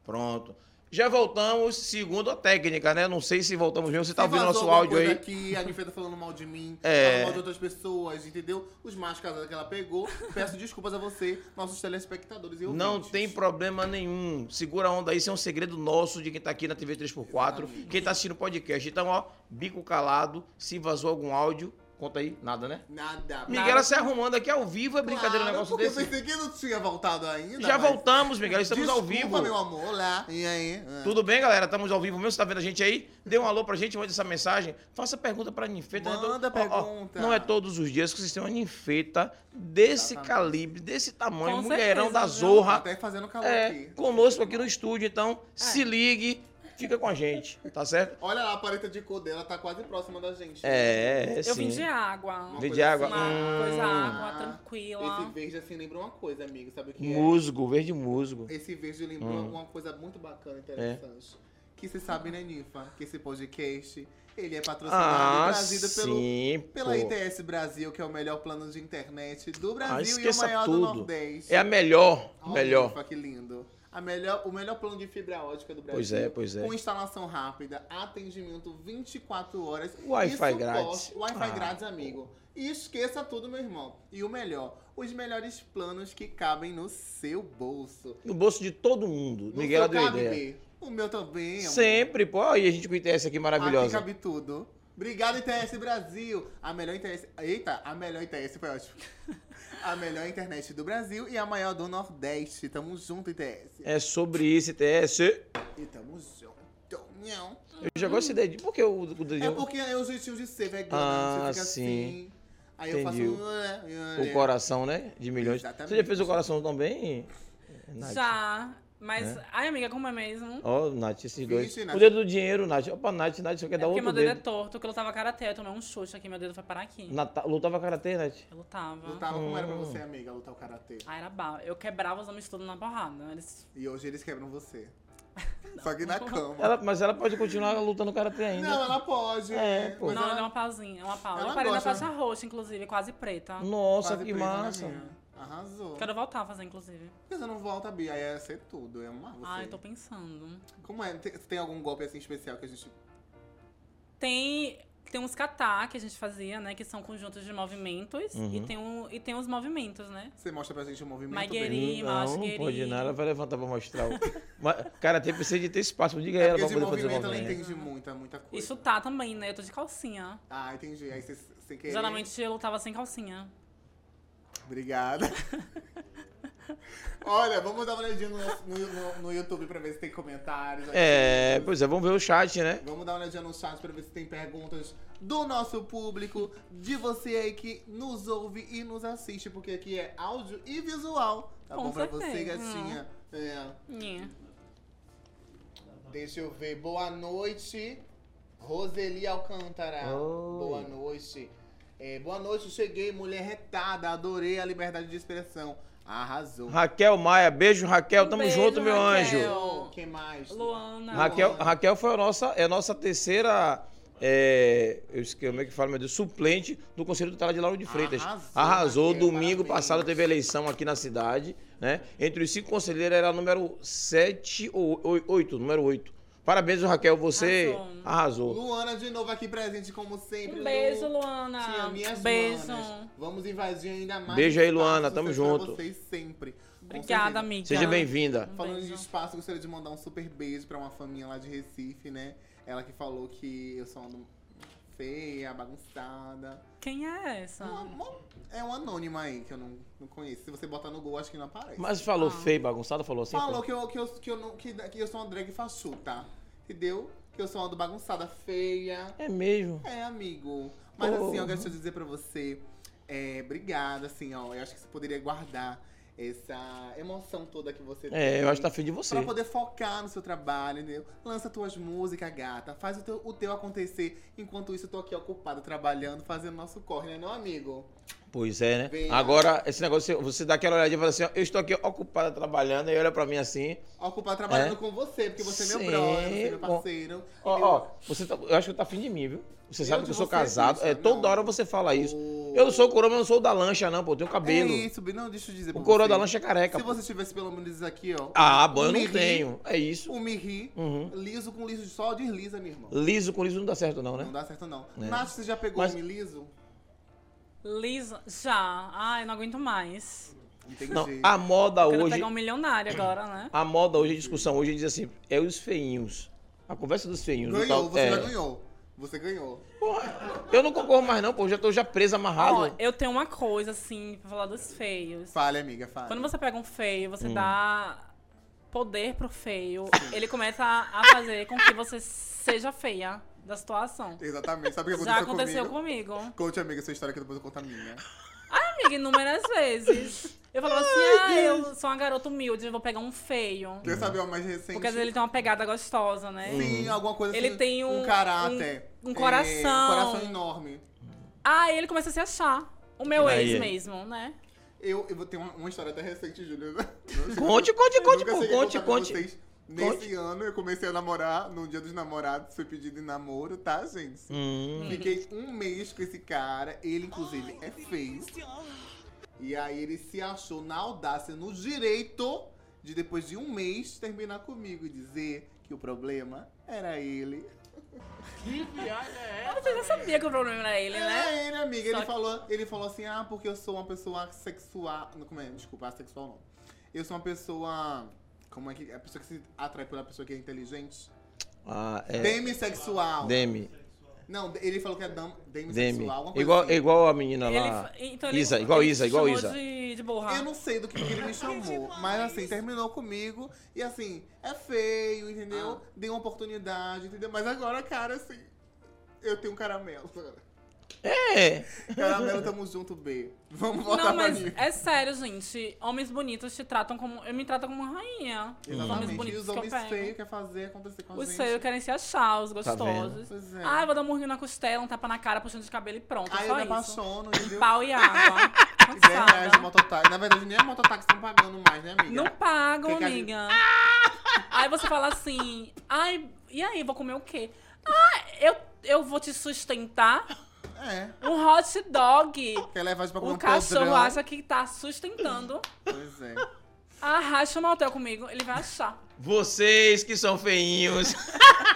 S2: Pronto. Já voltamos, segundo a técnica, né? Não sei se voltamos mesmo, você tá
S1: Se
S2: ouvindo
S1: vazou
S2: nosso
S1: alguma
S2: áudio
S1: coisa
S2: aí.
S1: Aqui, a Nifeta falando mal de mim,
S2: É.
S1: falando mal de outras pessoas, entendeu? Os mais casados que ela pegou. Peço desculpas a você, nossos telespectadores e ouvintes.
S2: Não tem problema nenhum. Segura a onda aí, isso é um segredo nosso de quem tá aqui na TV 3x4,
S1: Exatamente.
S2: quem tá assistindo o podcast. Então, ó, bico calado, se vazou algum áudio, conta aí, nada, né?
S1: Nada.
S2: Miguel se arrumando aqui ao vivo, é brincadeira um
S1: Claro,
S2: negócio
S1: porque
S2: desse.
S1: Eu pensei que não tinha voltado ainda.
S2: Já
S1: mas-
S2: voltamos, Miguel, estamos ao
S1: Desculpa,
S2: vivo.
S1: meu amor. Olá. E aí? Ah.
S2: Tudo bem, galera? Estamos ao vivo mesmo. Você tá vendo a gente aí? Dê um alô pra gente, mande essa mensagem. Faça pergunta pra ninfeta.
S1: Manda
S2: Ó, ó,
S1: pergunta.
S2: não é todos os dias que vocês têm uma ninfeta desse
S1: Exatamente.
S2: calibre, desse tamanho,
S3: Com
S2: mulherão
S3: certeza,
S2: da
S3: viu?
S1: Tá
S2: zorra.
S1: até fazendo calor
S2: É,
S1: aqui.
S2: conosco aqui no estúdio, então
S3: É.
S2: se ligue, fica com a gente, tá certo?
S1: Olha lá, a paleta de cor dela tá quase próxima da gente.
S2: É,
S3: eu vim
S2: sim.
S3: de água.
S2: Vim de
S1: coisa
S2: água.
S3: Uma coisa
S2: Hum,
S3: água,
S1: Esse
S3: tranquila.
S1: verde assim lembra uma coisa, amigo. Sabe o que é?
S2: musgo, verde musgo.
S1: Esse verde lembrou
S2: Hum. É.
S1: uma coisa muito bacana, interessante. Que você sabe, né, Nifa? Que esse podcast, ele é patrocinado
S2: Ah,
S1: e trazido pelo,
S2: sim,
S1: pela
S2: pô. Ah,
S1: ITS Brasil, que é o melhor plano de internet do Brasil e o
S2: esqueça
S1: maior do
S2: tudo.
S1: Nordeste.
S2: É a melhor,
S1: Olha,
S2: melhor.
S1: Nifa, que lindo. A melhor, o melhor plano de fibra ótica do Brasil.
S2: Pois é, pois é.
S1: Com instalação rápida, atendimento 24 horas. e
S2: Wi-Fi
S1: suporte.
S2: grátis.
S1: Wi-Fi
S2: Ah.
S1: grátis, amigo. E esqueça tudo, meu irmão. E o melhor, os melhores planos que cabem no seu bolso.
S2: No bolso de todo mundo.
S1: No né?
S2: Miguel
S1: seu
S2: deu
S1: cabe,
S2: ideia.
S1: Bê. O meu também. amor.
S2: Sempre, pô. Aí a gente com ITS aqui
S1: Aqui
S2: maravilhosa.
S1: cabe tudo. Obrigado, ITS Brasil. A melhor ITS... Eita, a melhor ITS foi ótimo. a melhor internet do Brasil e a maior do Nordeste. Tamo junto, ITS.
S2: É sobre isso, ITS.
S1: E tamo junto. Não.
S2: Eu já gosto de dedinho. Por que o, o
S1: Então, É
S2: dedinho?
S1: porque é o jeitinho de ser vegano.
S2: Ah,
S1: você fica
S2: sim.
S1: assim. Aí eu
S2: Entendi.
S1: faço. um-
S2: O coração, né? De milhões. Você já
S1: Exatamente.
S2: fez o coração também? Nath?
S3: Já. Mas, ai, amiga, como é mesmo?
S2: Ó, Nath, esses dois.
S1: Vixe, Nath.
S2: O dedo do dinheiro, Nath. Opa, Nath, Nath, você quer
S3: É
S2: dar
S3: porque
S2: outro
S3: meu dedo é
S2: dedo?
S3: torto, porque eu lutava karatê, eu tomei um chute aqui, meu dedo foi parar aqui.
S2: Nata- Lutava karatê, Nath?
S3: Eu lutava.
S1: Lutava como
S2: Ah.
S1: era pra você, amiga, lutar o karatê.
S3: Ah, era bala. Eu quebrava os homens todos na porrada. Eles...
S1: E hoje eles quebram você. Só que na cama.
S2: Ela- mas ela pode continuar lutando karatê ainda.
S1: Não, ela pode.
S2: É, pô.
S1: Mas
S3: não,
S1: ela-
S3: ela deu uma pausinha, uma pausa.
S1: Ela
S3: eu parei
S1: gosta.
S3: na faixa roxa, inclusive, quase preta.
S2: Nossa,
S1: quase
S2: que
S1: presa na
S2: massa.
S1: minha. Arrasou.
S3: Quero voltar a fazer, inclusive.
S1: Mas eu não volta, Bia. Aí ia ser tudo. Eu amar você.
S3: Ah, eu tô pensando.
S1: Como é? Tem, tem algum golpe assim especial que a gente.
S3: Tem, tem uns katar que a gente fazia, né? Que são conjuntos de movimentos. E,
S2: Uhum.
S3: tem um, e tem os movimentos, né?
S1: Você mostra pra gente o movimento
S3: Magueirinha.
S1: dele?
S3: Ih, macho,
S2: não, não pode
S3: querido.
S2: nada. Ela vai levantar pra mostrar. O... Mas, karatê precisa de ter espaço. Diga a
S1: É
S2: ela
S1: porque de
S2: pra poder fazer o
S1: movimento ela
S2: movimento.
S1: entende muita, muita coisa.
S3: E chutar também, né? Eu tô de calcinha.
S1: Ah, entendi. Aí você sem querer.
S3: Geralmente eu lutava sem calcinha.
S1: Obrigada. Olha, vamos dar uma olhadinha no, no- no- no YouTube pra ver se tem comentários. aqui.
S2: É, pois é, vamos ver o chat, né?
S1: Vamos dar uma olhadinha no chat pra ver se tem perguntas do nosso público, de você aí que nos ouve e nos assiste, porque aqui é áudio e visual. Tá
S3: Com
S1: bom pra você,
S3: certeza.
S1: gatinha? É.
S3: Nhe.
S1: Deixa eu ver. Boa noite, Roseli Alcântara.
S2: Oi.
S1: Boa noite. É, boa noite, cheguei, mulher retada. Adorei a liberdade de expressão. Arrasou.
S2: Raquel Maia, beijo, Raquel.
S1: Um
S2: Tamo
S3: Beijo,
S2: junto, meu
S3: Raquel.
S2: anjo.
S1: Quem mais?
S3: Luana.
S2: Raquel, Raquel foi a nossa, é a nossa terceira. É, eu esqueci como é que fala, meu Deus, suplente do Conselho Tutelar de Lauro de Freitas.
S1: Arrasou,
S2: Arrasou,
S1: Raquel,
S2: domingo
S1: parabéns.
S2: passado teve eleição aqui na cidade, né? Entre os cinco conselheiros era a número 7 ou 8, número 8. Parabéns, Raquel, você
S3: Arrasou.
S2: arrasou.
S1: Luana de novo aqui presente, como sempre.
S3: Um beijo,
S1: Lu.
S3: Luana.
S1: Tinha minhas
S3: beijo.
S1: manas. Vamos invadir ainda mais.
S2: Beijo aí,
S1: espaços
S2: Luana, tamo
S1: pra
S2: junto.
S1: vocês sempre. Com
S3: Obrigada,
S1: certeza.
S3: amiga.
S2: Seja bem-vinda.
S3: Um
S1: Falando de
S3: beijo.
S1: espaço, gostaria de mandar um super beijo pra uma faminha lá de Recife, né? Ela que falou que eu sou uma feia, bagunçada.
S3: Quem é essa?
S1: Uma- uma- é um anônimo aí que eu não, não conheço. Se você botar no Google, acho que não aparece.
S2: Mas falou
S3: Ah.
S2: feio, bagunçado, falou assim?
S1: Falou
S2: foi?
S1: que eu, que, eu, que, eu não, que, que eu sou uma drag fachuta. Entendeu? Que eu sou uma bagunçada feia.
S2: É mesmo.
S1: É, amigo. Mas
S2: Oh.
S1: assim, ó, deixa eu dizer pra você. É, obrigada, assim, ó. Eu acho que você poderia guardar essa emoção toda que você
S2: É, eu acho que tá afim de você.
S1: Pra poder focar no seu trabalho, entendeu? Lança tuas músicas, gata. Faz o teu, o teu acontecer. Enquanto isso, eu tô aqui ocupada, trabalhando, fazendo nosso corre, né, não, amigo?
S2: Pois é, né?
S1: Vem.
S2: Agora, esse negócio, você- você dá aquela olhadinha e fala assim, ó, eu estou aqui ocupada trabalhando, e olha pra mim assim,
S1: Ocupada trabalhando
S2: É.
S1: com você, porque você é meu
S2: Sim,
S1: brother, você é meu
S2: bom.
S1: parceiro.
S2: Ó,
S1: entendeu?
S2: ó, você tá, eu acho que tá afim de mim, viu? Você
S1: Eu
S2: sabe
S1: de
S2: que eu sou
S1: você,
S2: casado.
S1: bicha,
S2: é, toda
S1: não.
S2: hora você fala isso.
S1: O-
S2: Eu não sou o coroa, mas eu não sou o da lancha, não, pô. Eu tenho cabelo.
S1: É isso, Bi, não, deixa eu dizer pra
S2: o coroa
S1: você.
S2: da lancha é careca.
S1: Se
S2: pô.
S1: você tivesse pelo menos aqui, ó.
S2: Ah, bom, eu
S1: um
S2: não
S1: mirri,
S2: tenho. É isso.
S1: Um mirri,
S2: Uhum.
S1: liso com liso, só desliza, meu irmão.
S2: Liso com liso não dá certo, não,
S1: Não
S2: né?
S1: dá certo, não.
S2: É.
S1: Nath, você já pegou
S2: Mas-
S1: um liso?
S3: Lisa. Já. Ai, não aguento mais.
S1: Entendi.
S2: Não,
S3: Ah,
S2: a moda
S3: Quero
S2: hoje.
S3: pegar um milionário agora, né?
S2: A moda hoje, a discussão hoje diz assim: é os feinhos. A conversa dos feinhos. o
S1: Ganhou,
S2: tal-
S1: você
S2: é.
S1: já ganhou. Você ganhou.
S2: Porra, eu não concordo mais, não, pô. Eu já tô já preso,
S3: Ó,
S2: amarrado.
S3: eu tenho uma coisa, assim, pra falar dos feios.
S1: Fale, amiga, fale.
S3: Quando você pega um feio,
S2: Hum.
S3: você dá poder pro feio. Ele começa a a fazer com que você seja feia da situação.
S1: Exatamente. Sabe o que
S3: Já
S1: aconteceu,
S3: aconteceu
S1: comigo?
S3: comigo.
S1: Conte, amiga, sua história que depois eu conto a minha.
S3: Amiga, inúmeras vezes. Eu falava assim, ah, eu sou uma garota humilde, eu vou pegar um feio.
S2: Uhum.
S1: Quer saber o mais recente?
S3: Porque às vezes ele tem uma pegada gostosa, né?
S1: Sim, alguma coisa
S3: Ele
S1: assim,
S3: tem um-
S1: caráter.
S3: um- um
S1: É,
S3: coração.
S1: um coração enorme.
S3: Aí ele começa a se achar. O meu
S2: Aí,
S3: ex
S2: aí.
S3: mesmo, né?
S1: Eu, eu vou ter uma, uma história até recente, Júlia.
S2: Conte, conte,
S1: Eu
S2: conte,
S1: nunca
S2: pô.
S1: cheguei a
S2: Conte,
S1: contar pra
S2: conte.
S1: vocês. Nesse ano, eu comecei a namorar, no dia dos namorados, fui pedido em namoro, tá, gente?
S2: Hum.
S1: Fiquei um mês com esse cara, ele inclusive é feio. E aí ele se achou na audácia, no direito de depois de um mês terminar comigo e dizer que o problema era ele.
S3: Mas Você já sabia que o problema era ele, né?
S1: Era ele, amiga.
S3: Só
S1: Ele
S3: que-
S1: falou, ele falou assim: "Ah, porque eu sou uma pessoa sexual, não como é? Desculpa, assexual não. Eu sou uma pessoa como é que é a pessoa que se atrai pela pessoa que é inteligente?
S2: Ah, é.
S1: Demissexual.
S2: Demi.
S1: Não, ele falou que é dam-
S2: Demi.
S1: demisexual, alguma coisa
S2: Igual,
S1: assim.
S2: igual a menina
S3: Ele
S2: lá.
S3: fa- então ele-
S2: Isa, igual
S3: ele
S2: Isa, igual
S3: chamou
S2: Isa.
S3: De, de borra.
S1: Eu não sei do que, que ele me chamou, mas assim, terminou comigo e assim, é feio, entendeu?
S3: Ah.
S1: Dei uma oportunidade, entendeu? Mas agora, cara, assim, eu tenho um caramelo.
S2: É.
S1: Caramelo, tamo junto, B. Vamos voltar
S3: Não,
S1: pra
S3: mas
S1: mim.
S3: é sério, gente. Homens bonitos te tratam como. Eu me tratam como uma rainha. Os homens
S1: Exatamente. E
S3: bonitos
S1: os
S3: que eu
S1: homens feios
S3: pego.
S1: querem fazer acontecer com a
S3: Os
S1: gente.
S3: feios querem se achar, os
S2: Tá vendo?
S3: gostosos.
S1: Pois é.
S3: Ah, eu vou dar um murrinho na costela, um tapa na cara, puxando de cabelo e pronto.
S1: Aí eu
S3: só
S1: me
S3: isso.
S1: apaixono, entendeu?
S3: Pau e água.
S1: 10 reais de
S3: Cansada.
S1: mototáxi. Na verdade, nem a mototáxi estão pagando mais, né, amiga?
S3: Não pagam,
S1: Que que a gente-
S3: amiga. Aí você fala assim, ai, e aí, vou comer o quê? Ah, eu, eu vou te sustentar
S1: É.
S3: um hot dog.
S1: Quer levar isso pra comer
S3: O
S1: um
S3: cachorro
S1: podrão.
S3: acha que tá sustentando.
S1: Pois é.
S3: Arrasta o motel comigo, ele vai achar.
S2: Vocês que são feinhos.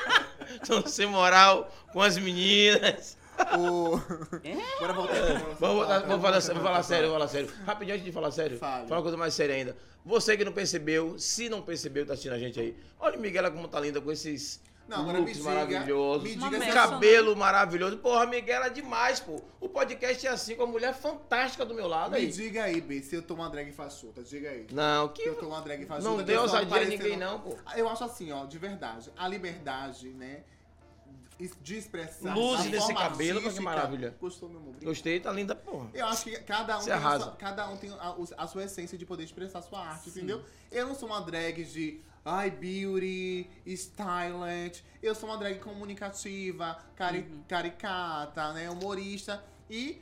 S2: Estão sem moral com as meninas.
S1: O...
S3: É?
S1: Bora voltar aqui. bora
S2: Vamos,
S1: voltar,
S2: voltar-
S1: tá?
S2: vou, falar, vou falar sério, vou falar sério. Rapidinho, antes de falar sério,
S1: Fale.
S2: falar uma coisa mais séria ainda. Você que não percebeu, se não percebeu, tá assistindo a gente aí. Olha, Miguela, como tá linda com esses
S1: Não, agora me
S2: looks
S1: diga-
S2: maravilhosos.
S1: me
S3: diga
S2: um
S3: se ela-
S2: cabelo maravilhoso. Porra, Miguela é demais, pô. O podcast é assim, com a mulher fantástica do meu lado
S1: Me
S2: aí.
S1: diga aí, B, se eu tô uma drag fachuta, diga aí.
S2: Não,
S1: Se
S2: que.
S1: eu tô uma drag fachuta.
S2: Não
S1: eu
S2: deu
S1: tô só
S2: ousadia a
S1: parecendo-
S2: ninguém, não, pô.
S1: Eu acho assim, ó, de verdade, a liberdade, né, de expressar.
S2: Luz
S1: a
S2: nesse
S1: forma
S2: cabelo, que
S1: artística-
S2: maravilha.
S1: Gostou, meu amor? Obrigado.
S2: Gostei, tá linda, porra.
S1: Eu acho que cada um,
S2: Você
S1: tem a,
S2: arrasa.
S1: sua, cada um tem a, o- a sua essência de poder expressar sua arte, entendeu? Eu não sou uma drag de ai, beauty, stylant. Eu sou uma drag comunicativa, cari-
S2: Uhum.
S1: caricata, né? Humorista. E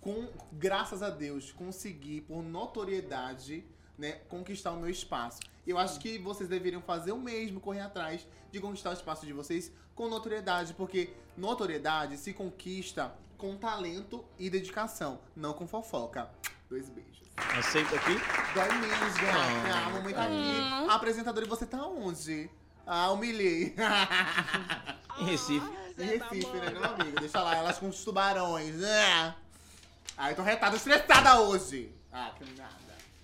S1: com, graças a Deus, consegui, por notoriedade, né, conquistar o meu espaço. E Eu acho que vocês deveriam fazer o mesmo, correr atrás de conquistar o espaço de vocês com notoriedade, porque notoriedade se conquista com talento e dedicação, não com fofoca. Dois beijos.
S2: Aceita aqui.
S1: Dói menos, né? gata.
S2: Ah,
S1: A mamãe tá
S3: hum.
S1: aqui. Apresentadora, e você tá onde? Ah, humilhei.
S2: Em Recife.
S1: em
S3: tá
S1: Recife, né, meu amigo? Deixa lá, elas com os tubarões, né? Ah, eu tô retada, estressada hoje. Ah, que nada.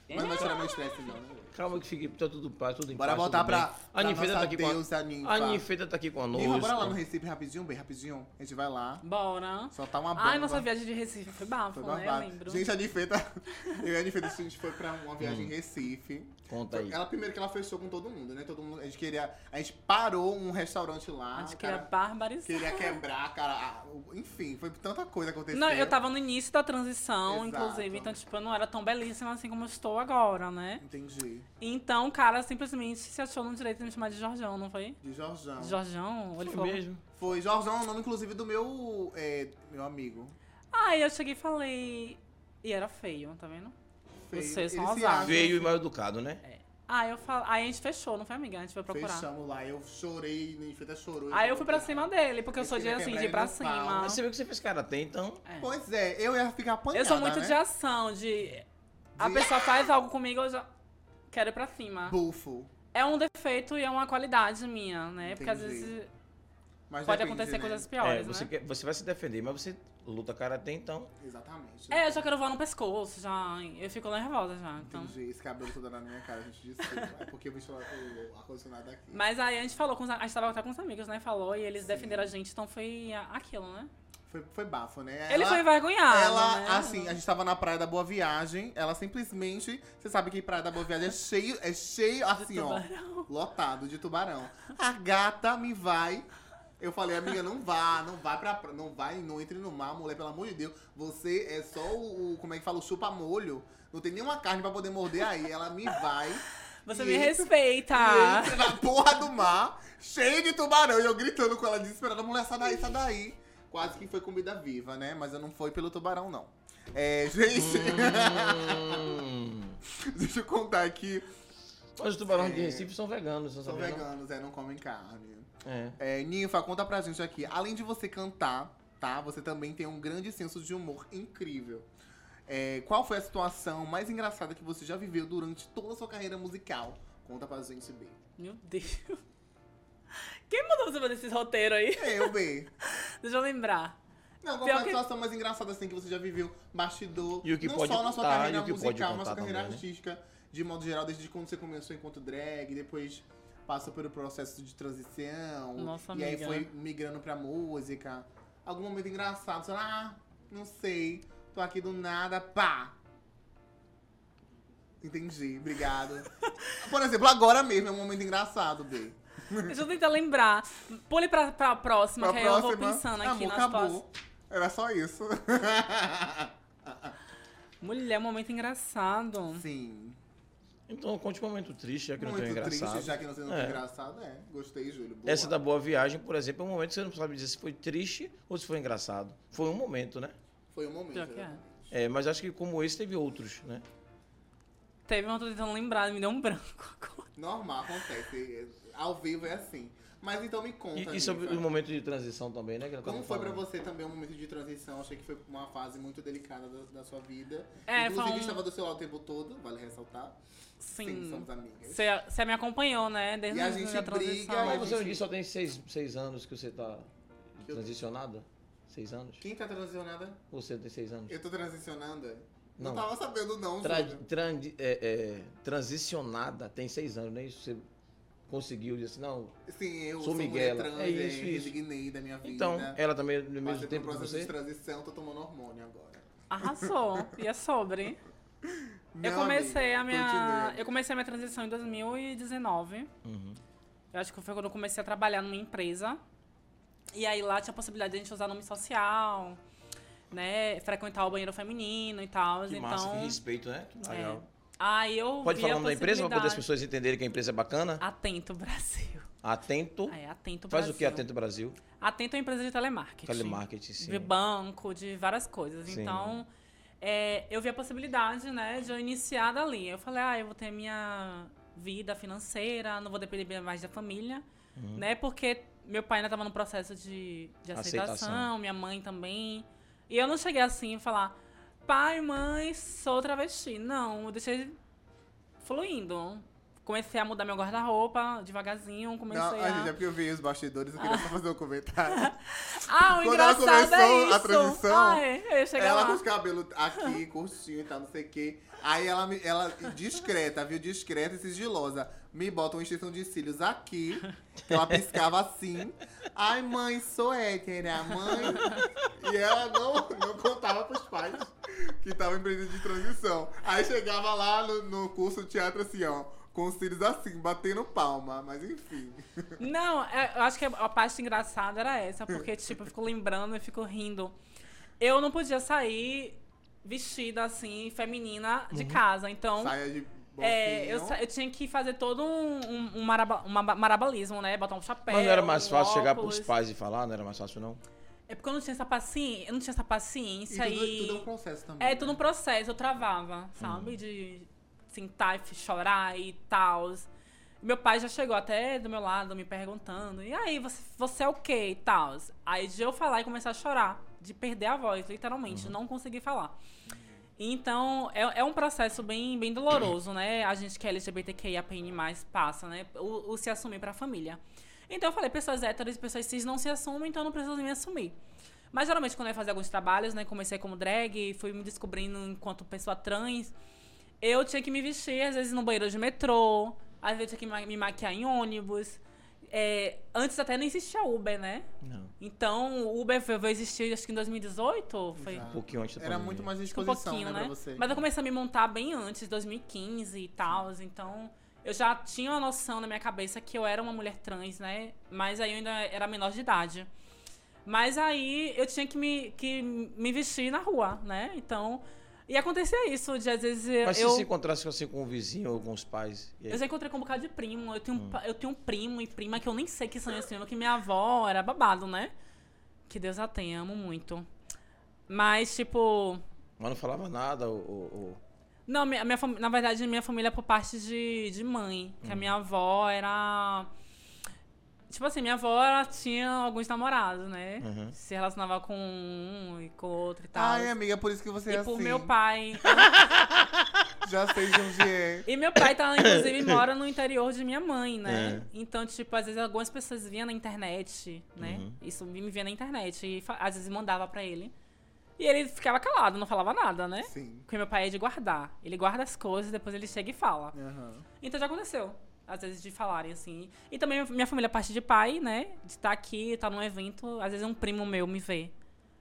S3: É?
S1: Mas não vai tirar meu estresse, não, né?
S2: Calma que fique tá tudo paz, tudo em
S1: Bora
S2: paz.
S1: voltar
S2: tudo bem.
S1: pra- pra
S2: A Ninfeta
S1: nossa
S2: tá aqui com
S1: deusa,
S2: a
S1: Ninfa.
S2: A Ninfeta tá aqui conosco.
S1: Niva, bora lá no Recife rapidinho, bem rapidinho. A gente vai lá.
S3: Bora.
S1: Soltar uma bomba.
S3: Ai, nossa viagem de Recife foi
S1: Foi
S3: bafo, né?
S1: babado.
S3: Eu lembro.
S1: Gente, a Nifeta. Eu e a Nifeta, a gente foi pra uma viagem em Recife.
S2: Conta aí.
S1: Ela primeiro que ela fechou com todo mundo, né? Todo mundo. A gente queria. A gente parou um restaurante lá.
S3: A gente
S1: o
S3: queria
S1: cara
S3: barbarizar.
S1: queria quebrar, cara. ah, o- Enfim, foi tanta coisa acontecendo.
S3: Não, eu tava no início da transição,
S1: Exato.
S3: inclusive, então, tipo, eu não era tão belíssima assim como eu estou agora, né?
S1: Entendi.
S3: Então, o cara simplesmente se achou no direito de me chamar de Jorjão, não foi?
S1: De Jorjão.
S3: Jorjão? Ele
S2: Foi
S3: falou.
S2: mesmo.
S1: Foi. Jorjão é o nome, inclusive, do meu. é, meu amigo.
S3: Aí eu cheguei e falei. E era feio, tá vendo?
S1: Feio.
S3: Vocês são
S1: Ele se
S3: ousados.
S1: acha-
S2: Veio e mal educado, né?
S1: É.
S3: Aí eu falo. Aí a gente fechou, não foi, amiga? A gente foi procurar.
S1: Fechamos lá, eu chorei, Nifeta chorou.
S3: Aí eu fui pra
S1: chorei.
S3: cima dele, porque eu
S1: Ele
S3: sou de
S1: queria
S3: assim,
S1: quebrar
S3: de ir
S1: ele
S3: pra
S1: no um pau.
S3: cima.
S2: Mas Ah, você viu que você fez karatê, então.
S3: É.
S1: Pois é, eu ia ficar apanhada,
S3: Eu sou muito
S1: né?
S3: de ação, de. A
S1: De-
S3: pessoa faz algo comigo, eu já quero ir pra cima.
S1: Bufo.
S3: É um defeito e é uma qualidade minha, né? Porque às
S1: Entendi.
S3: vezes
S1: Mas
S3: pode
S1: depende,
S3: acontecer
S1: né?
S3: coisas
S2: É,
S3: piores,
S2: você,
S3: né?
S2: quer- você vai se defender, mas você luta karatê, então.
S1: Exatamente.
S3: É, eu já quero voar no pescoço, já. Eu fico nervosa já, então.
S1: Entendi. Esse cabelo todo na minha cara, a gente desculpa. É porque eu vou instalar o ar-condicionado aqui.
S3: Mas aí a gente falou com os, a gente tava até com os amigos, né? Falou e eles defenderam a gente, então foi a- aquilo, né?
S1: Foi, foi bafo, né?
S3: Ele
S1: Ela-
S3: foi envergonhado.
S1: Ela,
S3: né?
S1: assim, a gente tava na Praia da Boa Viagem, ela simplesmente. Você sabe que Praia da Boa Viagem é cheio, é cheio, assim, ó.
S3: tubarão.
S1: Lotado de tubarão. A gata me vai. Eu falei, amiga, não vá, não vai pra. pra- Não vai, não entre no mar, mulher, pelo amor de Deus. Você é só o. o- como é que fala? O chupa-molho. Não tem nenhuma carne pra poder morder aí. Ela me vai.
S3: Você
S1: e
S3: me
S1: entra-
S3: respeita.
S1: E entra na porra do mar, cheio de tubarão. E eu gritando com ela, desesperada, mulher, sai daí, sai daí. Quase que foi comida viva, né? Mas eu não fui pelo tubarão, não. É, gente,
S2: Hum.
S1: deixa eu contar aqui.
S2: Mas os tubarões de
S1: É.
S2: Recife são veganos, você
S1: São
S2: sabia, não?
S1: veganos, é, não comem carne.
S2: É.
S1: É, Ninfa, conta pra gente aqui. Além de você cantar, tá? Você também tem um grande senso de humor incrível. É, qual foi a situação mais engraçada que você já viveu durante toda a sua carreira musical? Conta pra gente, B.
S3: Meu Deus. Quem mandou você fazer esse roteiro aí?
S1: Eu, B.
S3: Deixa eu lembrar.
S1: Não, qual
S3: Pior
S1: foi a
S3: que-
S1: situação mais engraçada assim que você já viveu? Bastidor.
S2: E o que
S1: não
S2: pode
S1: só na sua
S2: contar, e
S1: carreira
S2: o que pode
S1: musical,
S2: contar
S1: mas na sua carreira
S2: também, né?
S1: artística, de modo geral, desde quando você começou enquanto drag, depois passa pelo processo de transição.
S3: Nossa,
S1: e aí
S3: amiga.
S1: foi migrando pra música. algum momento engraçado. Você fala, ah, não sei, tô aqui do nada, pá. Entendi, obrigado. Por exemplo, agora mesmo é um momento engraçado, B.
S3: Deixa eu tentar lembrar. Pule pra, pra próxima,
S1: Pra
S3: que aí é, eu vou pensando aqui
S1: amor,
S3: nas próximas.
S1: acabou. Era só isso.
S3: Mulher, é um momento engraçado.
S1: Sim.
S2: Então, conte um momento triste, já que não
S1: Muito
S2: tem engraçado.
S1: triste, já que não sei não
S2: É.
S1: é. engraçado, é. Gostei, Júlio. Boa.
S2: Essa da boa viagem, por exemplo, é um momento que você não sabe dizer se foi triste ou se foi engraçado. Foi um momento, né?
S1: Foi um momento.
S3: Pior que é.
S1: exatamente.
S2: É, mas acho que como esse teve outros, né?
S3: Teve uma, eu tô tentando lembrar, me deu um branco agora.
S1: Normal, acontece. Ao vivo é assim. Mas então me conta.
S2: E, e
S1: Nifa,
S2: sobre o momento de transição também, né? que ela
S1: Como
S2: tava
S1: foi pra
S2: falando.
S1: você também o momento de transição? Achei que foi uma fase muito delicada da, da sua vida.
S3: É,
S1: Inclusive,
S3: foi um-
S1: estava do seu lado o tempo todo, vale ressaltar. Sim,
S3: Sim.
S1: somos amigas.
S3: Você me acompanhou, né? Desde
S1: E a
S3: o início
S1: gente
S3: da
S1: briga,
S3: transição.
S1: a
S2: Mas você
S1: gente-
S2: hoje só tem seis, seis anos que você tá
S1: Eu-
S2: transicionada? Seis anos?
S1: Quem tá transicionada?
S2: Você tem seis anos?
S1: Eu tô transicionando? Não,
S2: Não.
S1: tava sabendo, não,
S2: Tra-
S1: Júlio.
S2: tran- é, é, transicionada tem seis anos, não é isso? Você conseguiu dizer assim, não.
S1: Sim, eu
S2: Sou
S1: sou mulher
S2: Miguela.
S1: trans,
S2: É isso,
S1: é,
S2: isso.
S1: resignei da minha vida.
S2: Então, ela também no mesmo
S1: Passei por né? um
S2: tempo que
S1: processo de
S2: você.
S1: transição, tô tomando hormônio agora.
S3: Arrasou. E é sobre.
S1: Não,
S3: eu comecei
S1: amiga,
S3: a
S1: continue,
S3: minha.
S1: amiga.
S3: Eu comecei a minha transição em 2019.
S2: Uhum.
S3: Eu acho que foi quando eu comecei a trabalhar numa empresa. E aí lá tinha a possibilidade de a gente usar nome social, né? Frequentar o banheiro feminino e tal.
S2: Que
S3: então.
S2: massa, que respeito, né? Que
S3: é.
S2: Legal.
S3: Aí eu.
S2: Pode
S3: vi
S2: falar o
S3: a
S2: nome da empresa para poder as
S3: possibilidade.
S2: pessoas entenderem que a empresa é bacana?
S3: Atento Brasil.
S2: Atento.
S3: É, Atento
S2: Faz
S3: Brasil.
S2: o que Atento Brasil?
S3: Atento é uma empresa de telemarketing.
S2: Telemarketing, sim.
S3: De banco, de várias coisas.
S2: Sim.
S3: Então, é, eu vi a possibilidade, né, de eu iniciar dali. Eu falei, ah, eu vou ter minha vida financeira, não vou depender mais da família,
S2: Uhum.
S3: né? Porque meu pai ainda tava no processo de, de aceitação,
S2: Aceitação.
S3: minha mãe também. E eu não cheguei assim e falar, pai, mãe, sou travesti. Não, eu deixei fluindo. Comecei a mudar meu guarda-roupa devagarzinho, comecei
S1: Não,
S3: a...
S1: a gente, é porque eu vi os bastidores, eu queria só fazer um comentário.
S3: Ah, o
S1: Quando ela
S3: engraçado é
S1: começou
S3: isso.
S1: a transição,
S3: Ah, é, eu cheguei
S1: Ela
S3: lá.
S1: com os cabelos aqui, curtinho e tal, não sei o quê. Aí ela, me- ela discreta, viu? Discreta e sigilosa. Me bota uma extensão de cílios aqui, que ela piscava assim. Ai, mãe, sou hétera, mãe. E ela não, não contava pros pais que tava em período de transição. Aí chegava lá no, no curso de teatro assim, ó. Com os cílios assim, batendo palma, mas enfim.
S3: Não, é, eu acho que a parte engraçada era
S2: Hum.
S3: essa, porque, tipo, eu fico lembrando e fico rindo. Eu não podia sair vestida assim, feminina, de
S2: Uhum.
S3: casa. Então,
S1: Saia de
S3: é,
S1: bolsinho.
S3: eu, sa- eu tinha que fazer todo um, um- um maraba- um maba- marabalismo, né? Botar um chapéu.
S2: Mas não era mais
S3: um
S2: fácil chegar
S3: óculos.
S2: pros pais e falar? Não era mais fácil, não?
S3: É porque eu não tinha essa paciência. Eu não tinha essa
S1: E
S3: paciência
S1: tudo,
S3: e.
S1: tudo é um processo também.
S3: É,
S1: né?
S3: tudo um processo, eu travava, sabe? De sentar e chorar e tal. Meu pai já chegou até do meu lado me perguntando: e aí, você, você é o quê e tal? Aí de eu falar e começar a chorar, de perder a voz, literalmente, não conseguir falar. Então, é, é um processo bem, bem doloroso, né? A gente que é LGBTQIAPN+, passa, né? O, o se assumir pra família. Então, eu falei, pessoas héteras e pessoas cis não se assumem, então eu não preciso me assumir. Mas, geralmente, quando eu ia fazer alguns trabalhos, né? Comecei como drag, fui me descobrindo enquanto pessoa trans. Eu tinha que me vestir, às vezes, no banheiro de metrô. Às vezes, eu tinha que ma- me maquiar em ônibus. É, antes até não existia Uber, né?
S2: Não.
S3: Então, o Uber veio veio existir, acho que em 2018. Foi...
S1: Já.
S2: Um pouquinho antes da
S1: Era
S2: pandemia.
S1: muito mais
S3: Acho que um
S1: disposição,
S3: pouquinho,
S1: né,
S3: né?
S1: pra você.
S3: Mas eu comecei a me montar bem antes, 2015 e tal, então eu já tinha uma noção na minha cabeça que eu era uma mulher trans, né? Mas aí eu ainda era menor de idade. Mas aí eu tinha que me, que me vestir na rua, né? Então. E acontecia isso, de às vezes eu.
S2: Mas se se encontrasse assim, com o vizinho ou com os pais. e aí?
S3: Eu já encontrei com um bocado de primo. Eu tenho,
S2: Hum.
S3: um pa- eu tenho um primo e prima que eu nem sei que são esse primo, que minha avó era babado, né? Que Deus a tenha, amo muito. Mas, tipo,
S2: Mas não falava nada, ou, ou- ou-
S3: Não, minha, minha fam- na verdade, minha família é por parte de, de mãe. Que a
S2: Hum.
S3: minha avó era. Tipo assim, minha avó ela tinha alguns namorados, né?
S2: Uhum.
S3: Se relacionava com um e com outro e tal.
S1: Ai, amiga, por isso que você
S3: e
S1: é assim.
S3: por Tipo, meu pai.
S1: Já sei de onde é.
S3: E meu pai, tá, inclusive, mora no interior de minha mãe, né?
S2: É.
S3: Então, tipo, às vezes algumas pessoas vinham na internet, né?
S2: Uhum.
S3: Isso me via na internet. E fa- às vezes mandava pra ele. E ele ficava calado, não falava nada, né?
S1: Sim.
S3: Porque meu pai é de guardar. Ele guarda as coisas, depois ele chega e fala.
S1: Aham.
S3: Então já aconteceu, às vezes, de falarem assim. tá E também minha família parte de pai, né? De estar aqui, estar num evento. Às vezes um primo meu me vê.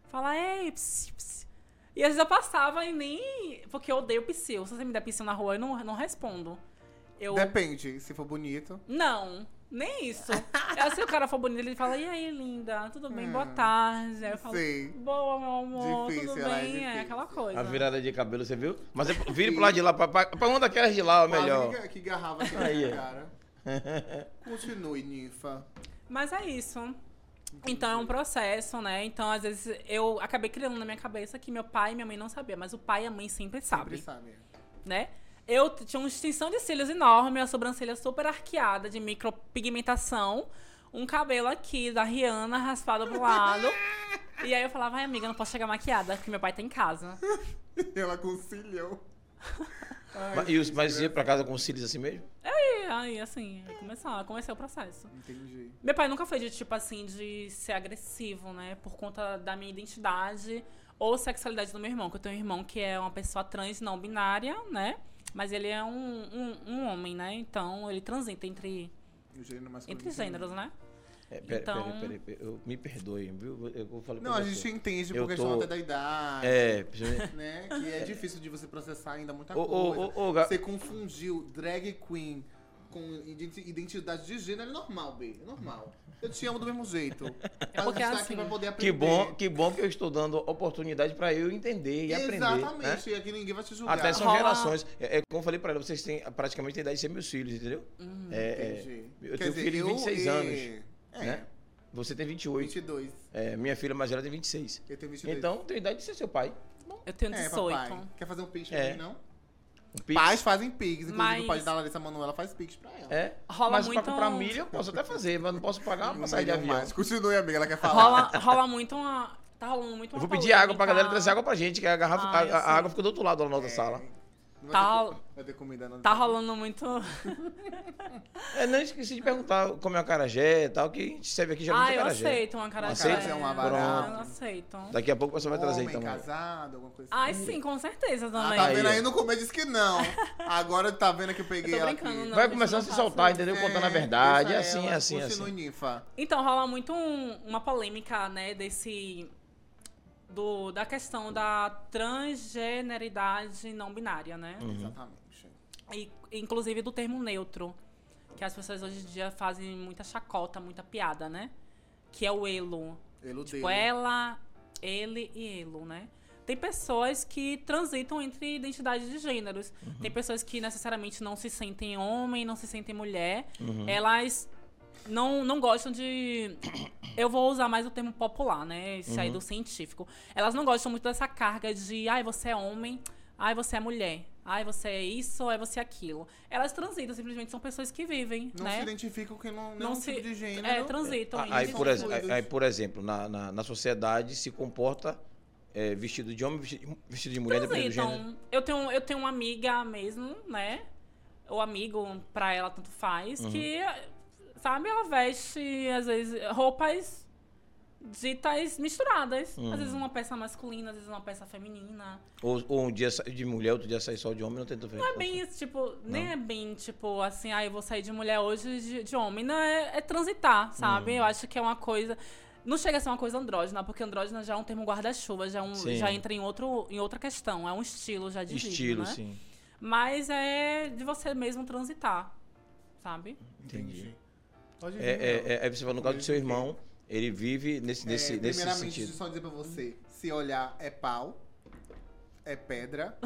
S3: Fala, ei, ps, ps. E às vezes eu passava e nem. Porque eu odeio psil. Se você me der psil na rua, eu não, não respondo. Eu.
S1: Depende, se for bonito.
S3: Não, nem isso. Eu, se o cara for bonito, ele fala, e aí, linda? Tudo bem? Boa tarde. Aí eu falo,
S1: Sei.
S3: boa, meu amor,
S1: Hum. Difícil,
S3: tudo
S1: ela é
S3: bem? É,
S1: difícil.
S3: aquela coisa.
S2: A virada de cabelo, você viu? Mas é- vire pro lado de lá, pra, pra, pra uma daquelas de lá, é
S1: Quase
S2: melhor.
S1: Que, que garrava aqui
S2: Aí,
S1: na
S2: ó.
S1: cara. Continue, ninfa.
S3: Mas é isso. Então é um processo, né? Então, às vezes, eu acabei criando na minha cabeça que meu pai e minha mãe não sabiam, mas o pai e a mãe sempre
S1: Sempre
S3: sabem,
S1: sabe.
S3: né? Eu t- tinha uma extensão de cílios enorme, a sobrancelha super arqueada, de micropigmentação, um cabelo aqui da Rihanna raspado pro lado. e aí eu falava, ai amiga, não posso chegar maquiada, porque meu pai tá em casa.
S1: Ela com cilhão. Ai,
S2: Mas, e os- mas você ia pra casa com os cílios assim mesmo?
S3: E aí, assim, começou, comecei o processo.
S1: Entendi.
S3: Meu pai nunca foi de tipo assim, de ser agressivo, né? Por conta da minha identidade ou sexualidade do meu irmão. Que eu tenho um irmão que é uma pessoa trans não binária, né? Mas ele é um, um, um homem, né? Então ele transita entre,
S1: O gênero masculino.
S3: entre gêneros, né?
S2: É, pera,
S3: Então-
S2: pera, pera, pera, eu, me perdoem, viu? Eu vou falar
S1: Não, a gente entende por
S2: Eu
S1: questão
S2: tô-
S1: até da idade.
S2: É, principalmente-
S1: Né? Que é difícil de você processar ainda muita
S2: Ô, ô,
S1: coisa.
S2: ô, ô, Ga-
S1: Tá Você confundiu drag queen com identi- identidade de gênero é normal, B. É normal. Eu te amo do mesmo jeito. Mas
S3: porque
S1: a gente tá
S3: é
S1: aqui
S3: assim.
S1: pra poder aprender.
S2: que, bom, que bom que eu estou dando oportunidade pra eu entender e aprender. né?
S1: Exatamente. E aqui ninguém vai te julgar.
S2: Até são
S3: Rola-
S2: gerações. É, é como eu falei pra ela, vocês têm praticamente têm idade de ser meus filhos, entendeu? é, é,
S1: Entendi.
S2: eu tenho filho de 26
S1: e-
S2: anos,
S1: É,
S2: né? Você tem 28.
S1: 22.
S2: É, minha filha mais velha tem 26.
S1: Eu tenho 22.
S2: Então, tem idade de ser seu pai.
S3: Eu tenho
S1: é,
S3: 18.
S1: papai. Quer fazer um pix pra
S2: É.
S1: mim, não?
S2: Um pix.
S1: Pais fazem pix. Inclusive
S3: Mas-
S1: o pai da Larissa Manoela faz pix pra ela.
S2: É.
S3: Rola
S2: mas
S3: muito-
S2: pra comprar milho eu posso até fazer, mas é não posso pagar uma passagem de
S1: Não,
S2: avião.
S1: mas Continue, amiga. Ela quer falar.
S3: rola, rola muito uma. Tá rolando muito uma
S2: Eu vou pedir água pra
S3: polêmica.
S2: galera trazer água pra gente, que a garrafa,
S3: Ah, eu
S2: a, a
S3: sei.
S2: água fica do outro lado lá na
S1: É.
S2: outra sala.
S1: Não vai
S3: Tá-
S1: ter co- Vai ter comida, não.
S3: Tá rolando muito.
S2: É, não esqueci de perguntar como é o acarajé e tal, que a gente serve aqui já
S3: ah,
S2: muito
S3: eu
S2: acarajé.
S3: aceito uma cara
S2: é
S3: Ah,
S2: Aceita?
S1: Uma barata.
S3: Eu aceito.
S2: Daqui a pouco você vai trazer
S1: Homem,
S2: então. Maria.
S1: casado, alguma coisa
S3: Ai,
S1: assim.
S3: sim, com certeza
S1: Ah,
S3: também.
S1: tá
S2: Aí,
S1: vendo
S2: ó.
S1: aí no começo disse que não. Agora tá vendo que eu peguei
S3: Eu tô
S1: ela
S3: brincando,
S1: aqui.
S3: não.
S2: vai
S3: isso
S2: começando a se
S3: faço.
S2: soltar, entendeu? Contando a verdade, é assim, é assim, é
S1: Continue,
S2: assim.
S1: ninfa.
S3: Então, rola muito um- uma polêmica, né, desse. Do, da questão da transgeneridade não binária, né?
S1: Uhum.
S2: Uhum.
S1: Exatamente.
S3: E, inclusive do termo neutro, que as pessoas hoje em dia fazem muita chacota, muita piada, né? Que é o elo.
S1: Eludeu.
S3: Tipo, ela, ele e elo, né? Tem pessoas que transitam entre identidades de gêneros.
S2: Uhum.
S3: Tem pessoas que necessariamente não se sentem homem, não se sentem mulher.
S2: Uhum.
S3: Elas não, não gostam de. Eu vou usar mais o termo popular, né? Isso
S2: Uhum.
S3: aí do científico. Elas não gostam muito dessa carga de, ai, você é homem, ai, você é mulher, ai, você é isso, ai, você é aquilo. Elas transitam, simplesmente são pessoas que vivem,
S1: Não se
S3: né?
S1: identificam com nenhum
S3: Não se-
S1: tipo de gênero.
S3: é, transitam.
S2: Ah, Aí,
S3: entre-
S2: por,
S1: são
S2: ex-
S1: fluidos.
S2: aí, por exemplo, na, na, na sociedade se comporta é, vestido de homem, vestido, vestido de mulher, dependendo do gênero.
S3: Então, eu tenho, eu tenho uma amiga mesmo, né? Ou amigo, pra ela tanto faz,
S2: Uhum.
S3: que, sabe, ela veste, às vezes, roupas ditas misturadas. Às
S2: Uhum.
S3: vezes uma peça masculina, às vezes uma peça feminina.
S2: Ou, ou um dia sai de mulher, outro dia sai só de homem, não tem diferença.
S3: Não é bem isso, tipo, nem é bem, tipo, assim, ah, eu vou sair de mulher hoje de, de homem. Não, é, é transitar, sabe?
S2: Uhum.
S3: Eu acho que é uma coisa. Não chega a ser uma coisa andrógena, porque andrógena já é um termo guarda-chuva, já, é um-
S2: Sim.
S3: já entra em, outro, em outra questão. É um estilo já de vida,
S2: Estilo,
S3: né?
S2: sim.
S3: Mas é de você mesmo transitar, sabe?
S2: Entendi.
S1: Pode
S2: É, é, é, aí você fala, no caso do seu
S1: Entendi.
S2: irmão, ele vive nesse, nesse,
S1: É,
S2: nesse
S1: primeiramente, deixa eu
S2: sentido.
S1: só dizer pra você: se olhar é pau, é pedra,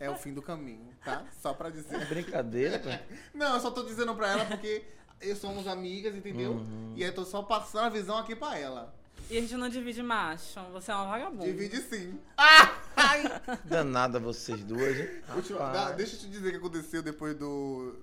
S1: é o fim do caminho, tá? Só pra dizer.
S2: É Brincadeira, cara.
S1: Não, eu só tô dizendo pra ela porque eu somos amigas, entendeu?
S2: Uhum.
S1: E aí tô só passando a visão aqui pra ela.
S3: E a gente não divide macho, você é uma vagabunda.
S1: Divide sim.
S2: Danada vocês duas, hein?
S1: Última- dá-
S2: Rapaz.
S1: deixa eu te dizer o que aconteceu depois do.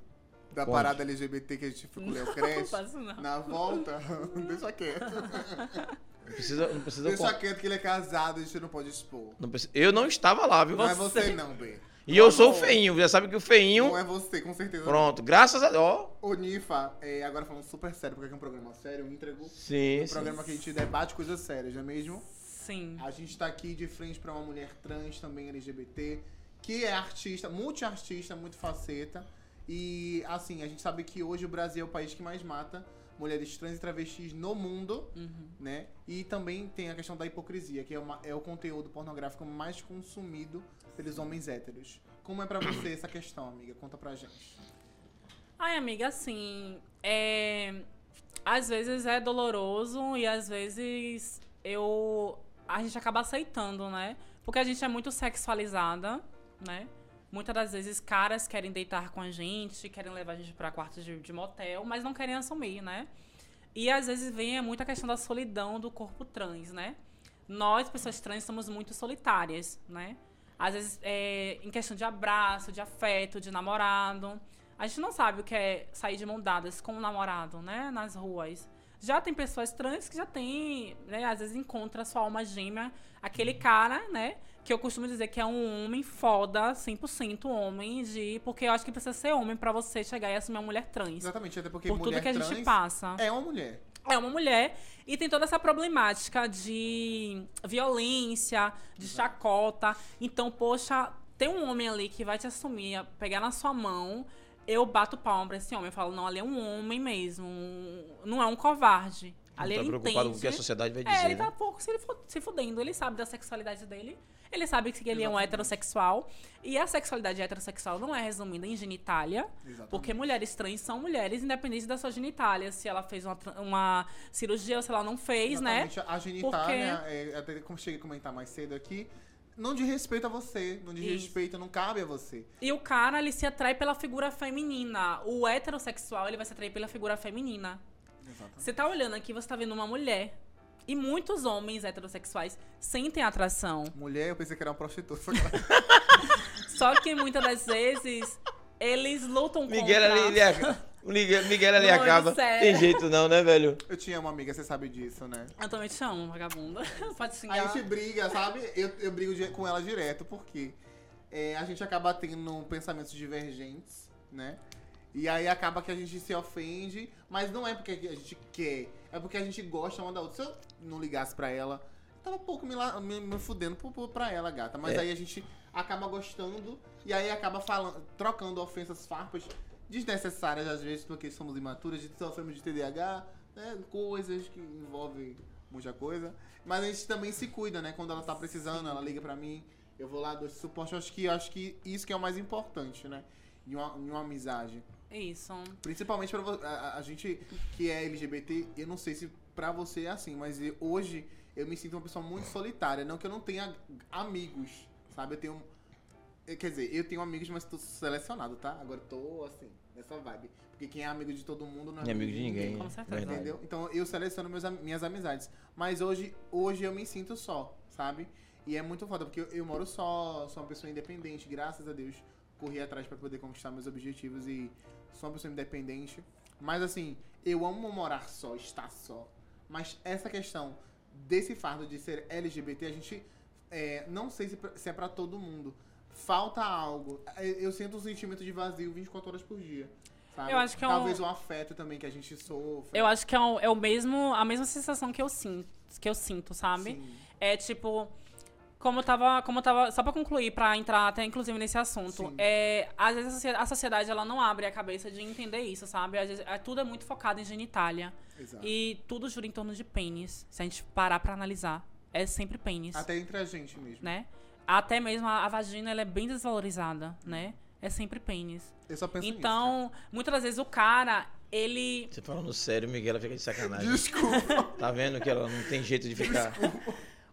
S1: Da
S2: Conte.
S1: parada LGBT que a gente ficou Léo Creche.
S3: faço não.
S1: Na volta, deixa quieto.
S2: Não precisa, não precisa
S1: Deixa
S2: con-
S1: quieto que ele é casado, a gente não pode expor.
S2: não precisa- Eu não estava lá, viu?
S1: Não é você não, B.
S2: E eu sou o feinho, já sabe que o feinho.
S1: Não é você, com certeza. não.
S2: Pronto, graças a Deus. Ó,
S1: Ô, Nifa, é, agora falando super sério, porque aqui é um programa sério, um entrego.
S2: Sim,
S1: Um
S2: sim.
S1: programa que a gente debate coisas sérias, não é mesmo?
S3: Sim.
S1: A gente tá aqui de frente pra uma mulher trans, também LGBT, que é artista, multiartista, muito faceta. E, assim, a gente sabe que hoje o Brasil é o país que mais mata mulheres trans e travestis no mundo,
S3: Uhum.
S1: né? E também tem a questão da hipocrisia, que é, uma- é o conteúdo pornográfico mais consumido pelos homens héteros. Como é pra você essa questão, amiga? Conta pra gente.
S3: Ai, amiga, assim, é... às vezes é doloroso e às vezes eu a gente acaba aceitando, né? Porque a gente é muito sexualizada, né? Muitas das vezes caras querem deitar com a gente, querem levar a gente pra quartos de, de motel, mas não querem assumir, né? E às vezes vem é muito a questão da solidão do corpo trans, né? Nós, pessoas trans, somos muito solitárias, né? Às vezes, é, em questão de abraço, de afeto, de namorado. A gente não sabe o que é sair de mão dadas com o namorado, né? Nas ruas. Já tem pessoas trans que já tem, né? Às vezes encontra sua alma gêmea, aquele cara, né? Que eu costumo dizer que é um homem foda, 100% homem, de. Porque eu acho que precisa ser homem pra você chegar e assumir uma mulher trans.
S1: Exatamente, até porque
S3: Por
S1: mulher
S3: tudo que a
S1: trans
S3: gente passa.
S1: é uma mulher.
S3: É uma mulher e tem toda essa problemática de violência, de
S2: Uhum.
S3: chacota. Então, poxa, tem um homem ali que vai te assumir, pegar na sua mão. Eu bato palma pra esse homem. Eu falo, não, ali é um homem mesmo. um- Não é um covarde. Ali
S2: tá
S3: ele
S2: preocupado
S3: entende.
S2: com o que a sociedade vai
S3: É,
S2: dizer,
S3: ele tá
S2: né?
S3: pouco se, ele fu- se fudendo. Ele sabe da sexualidade dele. Ele sabe que ele é um
S1: Exatamente.
S3: heterossexual. E a sexualidade heterossexual não é resumida em genitália.
S1: Exatamente.
S3: Porque mulheres trans são mulheres, independente da sua genitália. Se ela fez uma, tra- uma cirurgia ou se ela não fez, né?
S1: Exatamente, A genitália,
S3: Porque-
S1: é, até como cheguei a comentar mais cedo aqui, não diz respeito a você, não diz
S3: Isso.
S1: respeito, não cabe a você.
S3: E o cara, ele se atrai pela figura feminina. O heterossexual, ele vai se atrair pela figura feminina.
S1: Exatamente.
S3: Você tá olhando aqui, você tá vendo uma mulher. E muitos homens heterossexuais sentem atração.
S1: Mulher, eu pensei que era uma prostituta.
S3: Só que muitas das vezes, eles lutam contra...
S2: Miguel ali, ele é- ac- o Miguel, Miguel ali
S3: Mano,
S2: acaba.
S3: sério.
S2: Tem jeito não, né, velho?
S1: Eu tinha uma amiga, você sabe disso, né?
S3: Eu também te amo, vagabunda. Pode
S1: Aí a
S3: xingar.
S1: gente briga, sabe? Eu, eu brigo di- com ela direto, porque é, a gente acaba tendo pensamentos divergentes, né? E aí acaba que a gente se ofende, mas não é porque a gente quer, é porque a gente gosta uma da outra. Se eu não ligasse pra ela, eu tava um pouco me, la- me, me fudendo pro- pro- pra ela, gata. Mas
S2: É.
S1: aí a gente acaba gostando e aí acaba falando, trocando ofensas farpas desnecessárias às vezes, porque somos imaturas, a gente sofremos de TDAH, né? Coisas que envolvem muita coisa. Mas a gente também se cuida, né? Quando ela tá precisando, ela liga pra mim, eu vou lá, dou esse suporte. Eu acho que, eu acho que isso que é o mais importante, né? Em uma, em uma amizade.
S3: Isso.
S1: Principalmente pra vo- a, a- a gente que é LGBT, eu não sei se pra você é assim, mas eu- hoje eu me sinto uma pessoa muito solitária. Não que eu não tenha amigos, sabe? Eu tenho. eh, Quer dizer, eu tenho amigos, mas tô selecionado, tá? Agora eu tô assim, nessa vibe. Porque quem é amigo de todo mundo não é
S2: Não é amigo de ninguém.
S3: Com certeza.
S2: verdade.
S1: Entendeu? Então eu seleciono meus am- minhas amizades. Mas hoje, hoje eu me sinto só, sabe? E é muito foda, porque eu, eu moro só, sou uma pessoa independente, graças a Deus. Corri atrás pra poder conquistar meus objetivos e sou uma pessoa independente. Mas assim, eu amo morar só, estar só. Mas essa questão desse fardo de ser LGBT, a gente é, não sei se, pra- se é pra todo mundo. Falta algo. Eu, eu sinto um sentimento de vazio 24 horas por dia. Sabe?
S3: Eu acho que é um-
S1: Talvez o afeto também que a gente sofre.
S3: Eu acho que é, o, é o mesmo, a mesma sensação que eu sinto, que eu sinto, sabe?
S1: Sim.
S3: É tipo, como eu tava, como eu tava, só pra concluir, pra entrar até inclusive nesse assunto,
S1: Sim.
S3: é, às vezes a socie- a sociedade ela não abre a cabeça de entender isso, sabe? Às vezes, é, tudo é muito focado em genitália
S1: Exato.
S3: e tudo gira em torno de pênis. Se a gente parar pra analisar, é sempre pênis
S1: Até entre a gente mesmo.
S3: né? Até mesmo a, a vagina, ela é bem desvalorizada, né? É sempre pênis.
S1: Eu só penso Uhum. nisso. né?
S3: Então, muitas das vezes o cara, ele
S2: Você falando sério, Miguel, ela fica de sacanagem.
S1: Desculpa.
S2: Tá vendo que ela não tem jeito de ficar.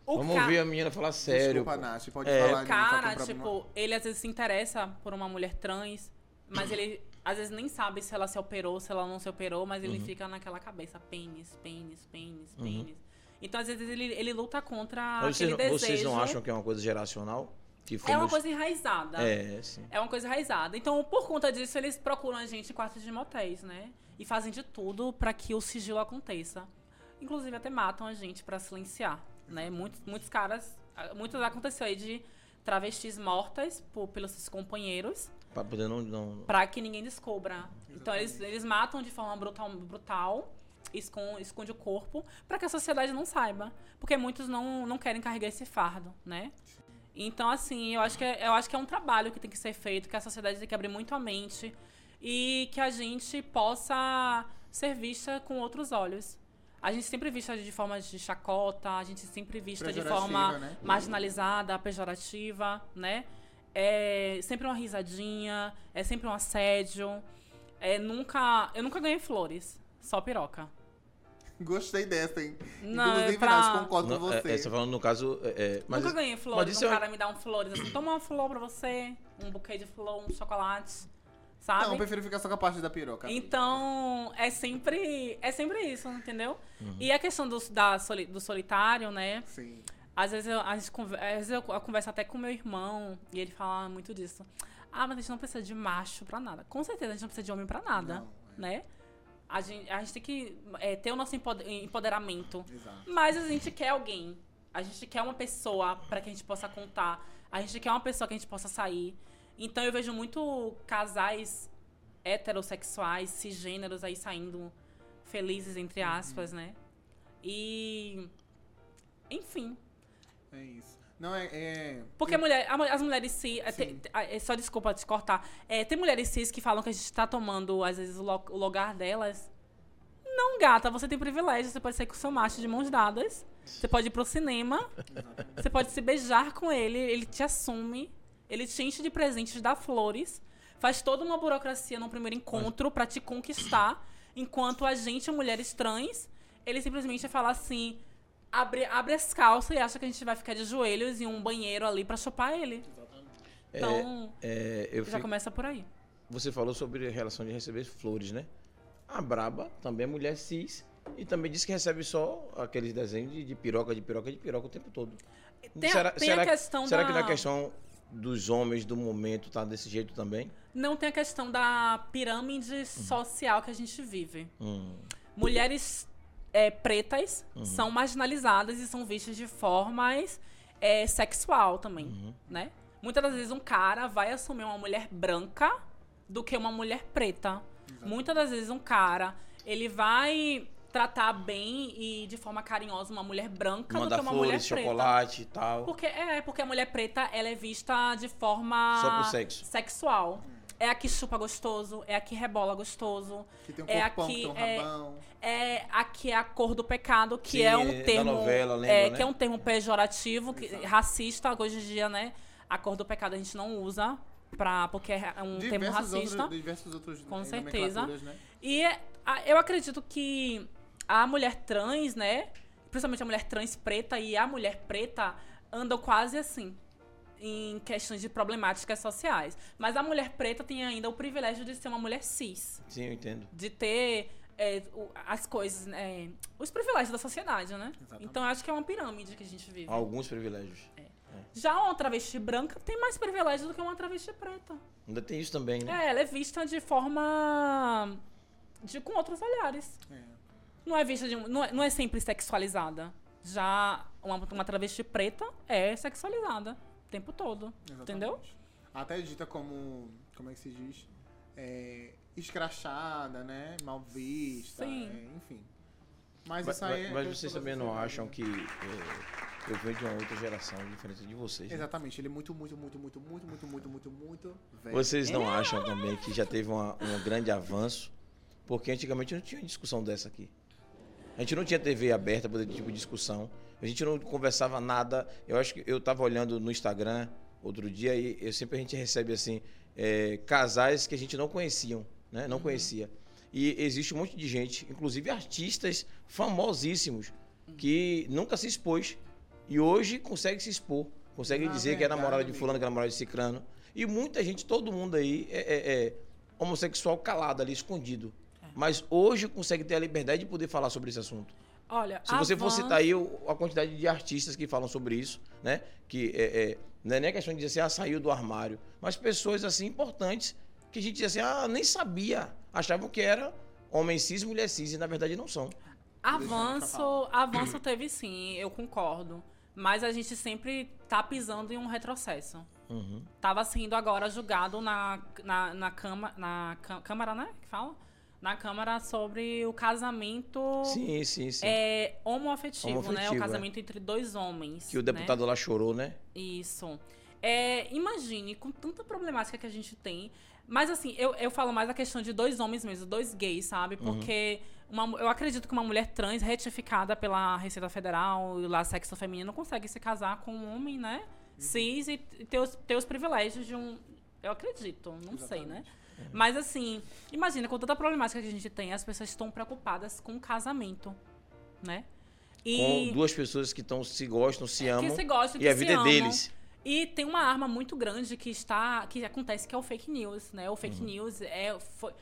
S3: o
S2: Vamos
S3: ca-
S2: ouvir a menina falar sério.
S1: Desculpa,
S2: pô.
S1: Nath. Pode
S2: É.
S1: falar.
S3: o
S1: ninguém
S3: cara,
S1: tá com problema.
S3: tipo, ele às vezes se interessa por uma mulher trans, mas ele às vezes nem sabe se ela se operou, se ela não se operou, mas
S2: Uhum.
S3: ele fica naquela cabeça, pênis, pênis, pênis, pênis. Então, às vezes, ele, ele luta contra
S2: Mas vocês,
S3: Ah, aquele
S2: não,
S3: desejo.
S2: vocês não acham que é uma coisa geracional? Que
S3: É uma
S2: fomos-
S3: coisa enraizada.
S2: É, sim.
S3: É uma coisa enraizada. Então, por conta disso, eles procuram a gente em quartos de motéis, né? E fazem de tudo pra que o sigilo aconteça. Inclusive, até matam a gente pra silenciar, né? Muitos, muitos caras... ah, Muitos aconteceu aí de travestis mortas por- pelos seus companheiros
S2: Pra poder não. não...
S3: pra que ninguém descubra. Então, eles, eles matam de forma brutal, brutal esconde, esconde o corpo pra que a sociedade não saiba. Porque muitos não, não querem carregar esse fardo, né? Então, assim, eu acho, que é, eu acho que é um trabalho que tem que ser feito, que a sociedade tem que abrir muito a mente e que a gente possa ser vista com outros olhos. A gente sempre vista de forma de chacota, a gente sempre vista de
S1: Pejorativa,
S3: forma
S1: né?
S3: marginalizada, pejorativa, né? É sempre uma risadinha, é sempre um assédio. É nunca, eu nunca ganhei flores, só piroca.
S1: Gostei dessa, hein?
S3: Não,
S1: Inclusive,
S3: é pra-
S1: Nath, concordo com
S2: Não, é,
S1: você.
S2: é, você falando no caso. é, é, mas,
S3: nunca ganhei flores,
S2: isso
S3: um
S2: é-
S3: cara me dá um flores, assim, toma uma flor pra você, um buquê de flor, um chocolate, sabe?
S1: Não, eu prefiro ficar só com a parte da piroca.
S3: Então, é sempre, é sempre isso, entendeu?
S2: Uhum.
S3: E a questão do, da soli- do solitário, né?
S1: Sim.
S3: Às vezes, eu, às, conver- às vezes eu converso até com meu irmão e ele fala muito disso. Ah, mas a gente não precisa de macho pra nada. Com certeza a gente não precisa de homem pra nada,
S1: Não, é.
S3: né? A gente, a gente tem que é, ter o nosso empoder- empoderamento.
S1: é, Exato.
S3: Mas a gente quer alguém. A gente quer uma pessoa pra que a gente possa contar. A gente quer uma pessoa que a gente possa sair. Então eu vejo muito casais heterossexuais, cisgêneros aí saindo felizes, entre aspas, né? E. Enfim.
S1: É isso. Não, é. é...
S3: Porque a mulher, a mu- as mulheres cis. é, te-
S1: Sim.
S3: te- ah, é, só desculpa te cortar. É, tem mulheres cis que falam que a gente tá tomando, às vezes, o, lo- o lugar delas. Não, gata, você tem privilégio. Você pode sair com seu macho de mãos dadas. Você pode ir pro cinema. Você pode se beijar com ele. Ele te assume. Ele te enche de presentes, te dá flores. Faz toda uma burocracia no primeiro encontro pra te conquistar. Enquanto a gente, mulheres trans, ele simplesmente fala assim. Abre, abre as calças e acha que a gente vai ficar de joelhos em um banheiro ali pra chupar ele.
S2: é,
S3: Então,
S2: é, eu
S3: já
S2: fico-
S3: começa por aí.
S2: Você falou sobre a relação de receber flores, né? A Braba também é mulher cis e também diz que recebe só aqueles desenhos de, de piroca, de piroca, de piroca o tempo todo.
S3: Tem a- tem a questão
S2: será
S3: da-
S2: que na questão dos homens do momento tá desse jeito também?
S3: Não tem a questão da
S2: Uhum.
S3: pirâmide social que a gente vive.
S2: Hum.
S3: Mulheres é, pretas
S2: Uhum.
S3: são marginalizadas e são vistas de formas é, sexual também,
S2: Uhum.
S3: né? Muitas das vezes um cara vai assumir uma mulher branca do que uma mulher preta. Muitas das vezes um cara, ele vai tratar bem e de forma carinhosa uma mulher branca do
S2: um Mandar
S3: que é uma mulher
S2: flores,
S3: preta.
S2: chocolate e tal.
S3: Porque é, porque a mulher preta, ela é vista de forma
S2: Só por sexo.
S3: sexual. É a que chupa gostoso, é a que rebola gostoso,
S1: Que tem um
S3: é
S1: corpão, que
S3: aqui,
S1: tem um
S3: é-
S1: rabão.
S3: é a que é a cor do pecado, que
S2: Sim,
S3: é
S2: da
S3: um termo
S2: novela, lembra,
S3: é,
S2: né?
S3: que é um termo pejorativo, que, racista hoje em dia, né? A cor do pecado a gente não usa pra, porque é um termo
S1: diversos,
S3: racista.
S1: outros, diversos outros
S3: Com
S1: eh,
S3: certeza.
S1: nomenclaturas, Né?
S3: E a- eu acredito que a mulher trans, né? Principalmente a mulher trans preta e a mulher preta andam quase assim em questões de problemáticas sociais. Mas a mulher preta tem ainda o privilégio de ser uma mulher cis,
S2: Sim, eu entendo.
S3: de ter é, o- as coisas, né, os privilégios da sociedade, né?
S1: Exatamente.
S3: Então eu acho que é uma pirâmide que a gente vive.
S2: Alguns privilégios.
S3: Já uma travesti branca tem mais privilégio do que uma travesti preta.
S2: Ainda tem isso também, né?
S3: É, ela é vista de forma de com outros olhares.
S1: É.
S3: não é vista de um- não é, não é sempre sexualizada. Já uma, uma travesti preta é sexualizada o tempo todo,
S1: Exatamente.
S3: entendeu?
S1: Até dita como. Como é que se diz? É, escrachada, né? Mal vista.
S3: Sim.
S1: é, enfim. Mas,
S2: Mas,
S1: isso aí é
S2: mas
S1: coisa
S2: vocês
S1: toda
S2: também não
S1: sociedade,
S2: acham
S1: né?
S2: que é, eu venho de uma outra geração diferente de vocês. né?
S1: Exatamente, ele é muito, muito, muito, muito, muito, muito, muito, muito, muito velho.
S2: Vocês
S1: É.
S2: não acham também que já teve uma- um grande avanço? Porque antigamente não tinha discussão dessa aqui. A gente não tinha TV aberta para esse tipo de discussão. A gente não conversava nada. Eu acho que eu estava olhando no Instagram outro dia e eu sempre a gente recebe assim é, casais que a gente não conheciam, né?
S1: Uhum.
S2: Não conhecia. E existe um monte de gente, inclusive artistas famosíssimos, que nunca se expôs e hoje consegue se expor, consegue
S1: Na
S2: dizer que é
S1: verdade,
S2: namorada de
S1: amigo.
S2: fulano, que é namorada de ciclano. E muita gente, todo mundo aí é, é- é homossexual calado ali, escondido.
S1: É.
S2: Mas hoje consegue ter a liberdade de poder falar sobre esse assunto.
S3: Olha,
S2: Se você for
S3: avanço-
S2: citar aí o- a quantidade de artistas que falam sobre isso, né? Que é, é, não é nem questão de dizer assim, ah, saiu do armário. Mas pessoas assim importantes que a gente dizia assim, ah, nem sabia. Achavam que era homem cis, mulher cis, e na verdade não são.
S3: Avanço, avanço teve sim, eu concordo. Mas a gente sempre tá pisando em um retrocesso.
S2: Uhum.
S3: Tava sendo agora julgado na, na, na, cama, na cam- Câmara, né? Que fala? Na Câmara sobre o casamento
S2: Sim, sim, sim.
S3: Oh. é, homoafetivo, né?
S2: Homoafetivo,
S3: O
S2: é.
S3: casamento entre dois homens.
S2: que o
S3: né?
S2: deputado lá chorou, né?
S3: Isso. É, imagine, com tanta problemática que a gente tem, Mas assim, eu, eu falo mais a questão de dois homens mesmo, dois gays, sabe?
S2: Uhum.
S3: Porque uma, eu acredito que uma mulher trans retificada pela Receita Federal e lá sexo feminino consegue se casar com um homem, né?
S2: Uhum.
S3: Cis e ter os, ter os privilégios de um. Eu acredito, não sei, né?
S2: É.
S3: Mas assim, imagina, com toda a problemática que a gente tem, as pessoas estão preocupadas com o casamento, né?
S2: Com duas pessoas que tão, se gostam, se amam.
S3: É que se gostam,
S2: e
S3: que
S2: a
S3: se
S2: vida é
S3: amam.
S2: deles.
S3: E tem uma arma muito grande que está. que acontece, que é o fake news, né? O fake news é. Foi,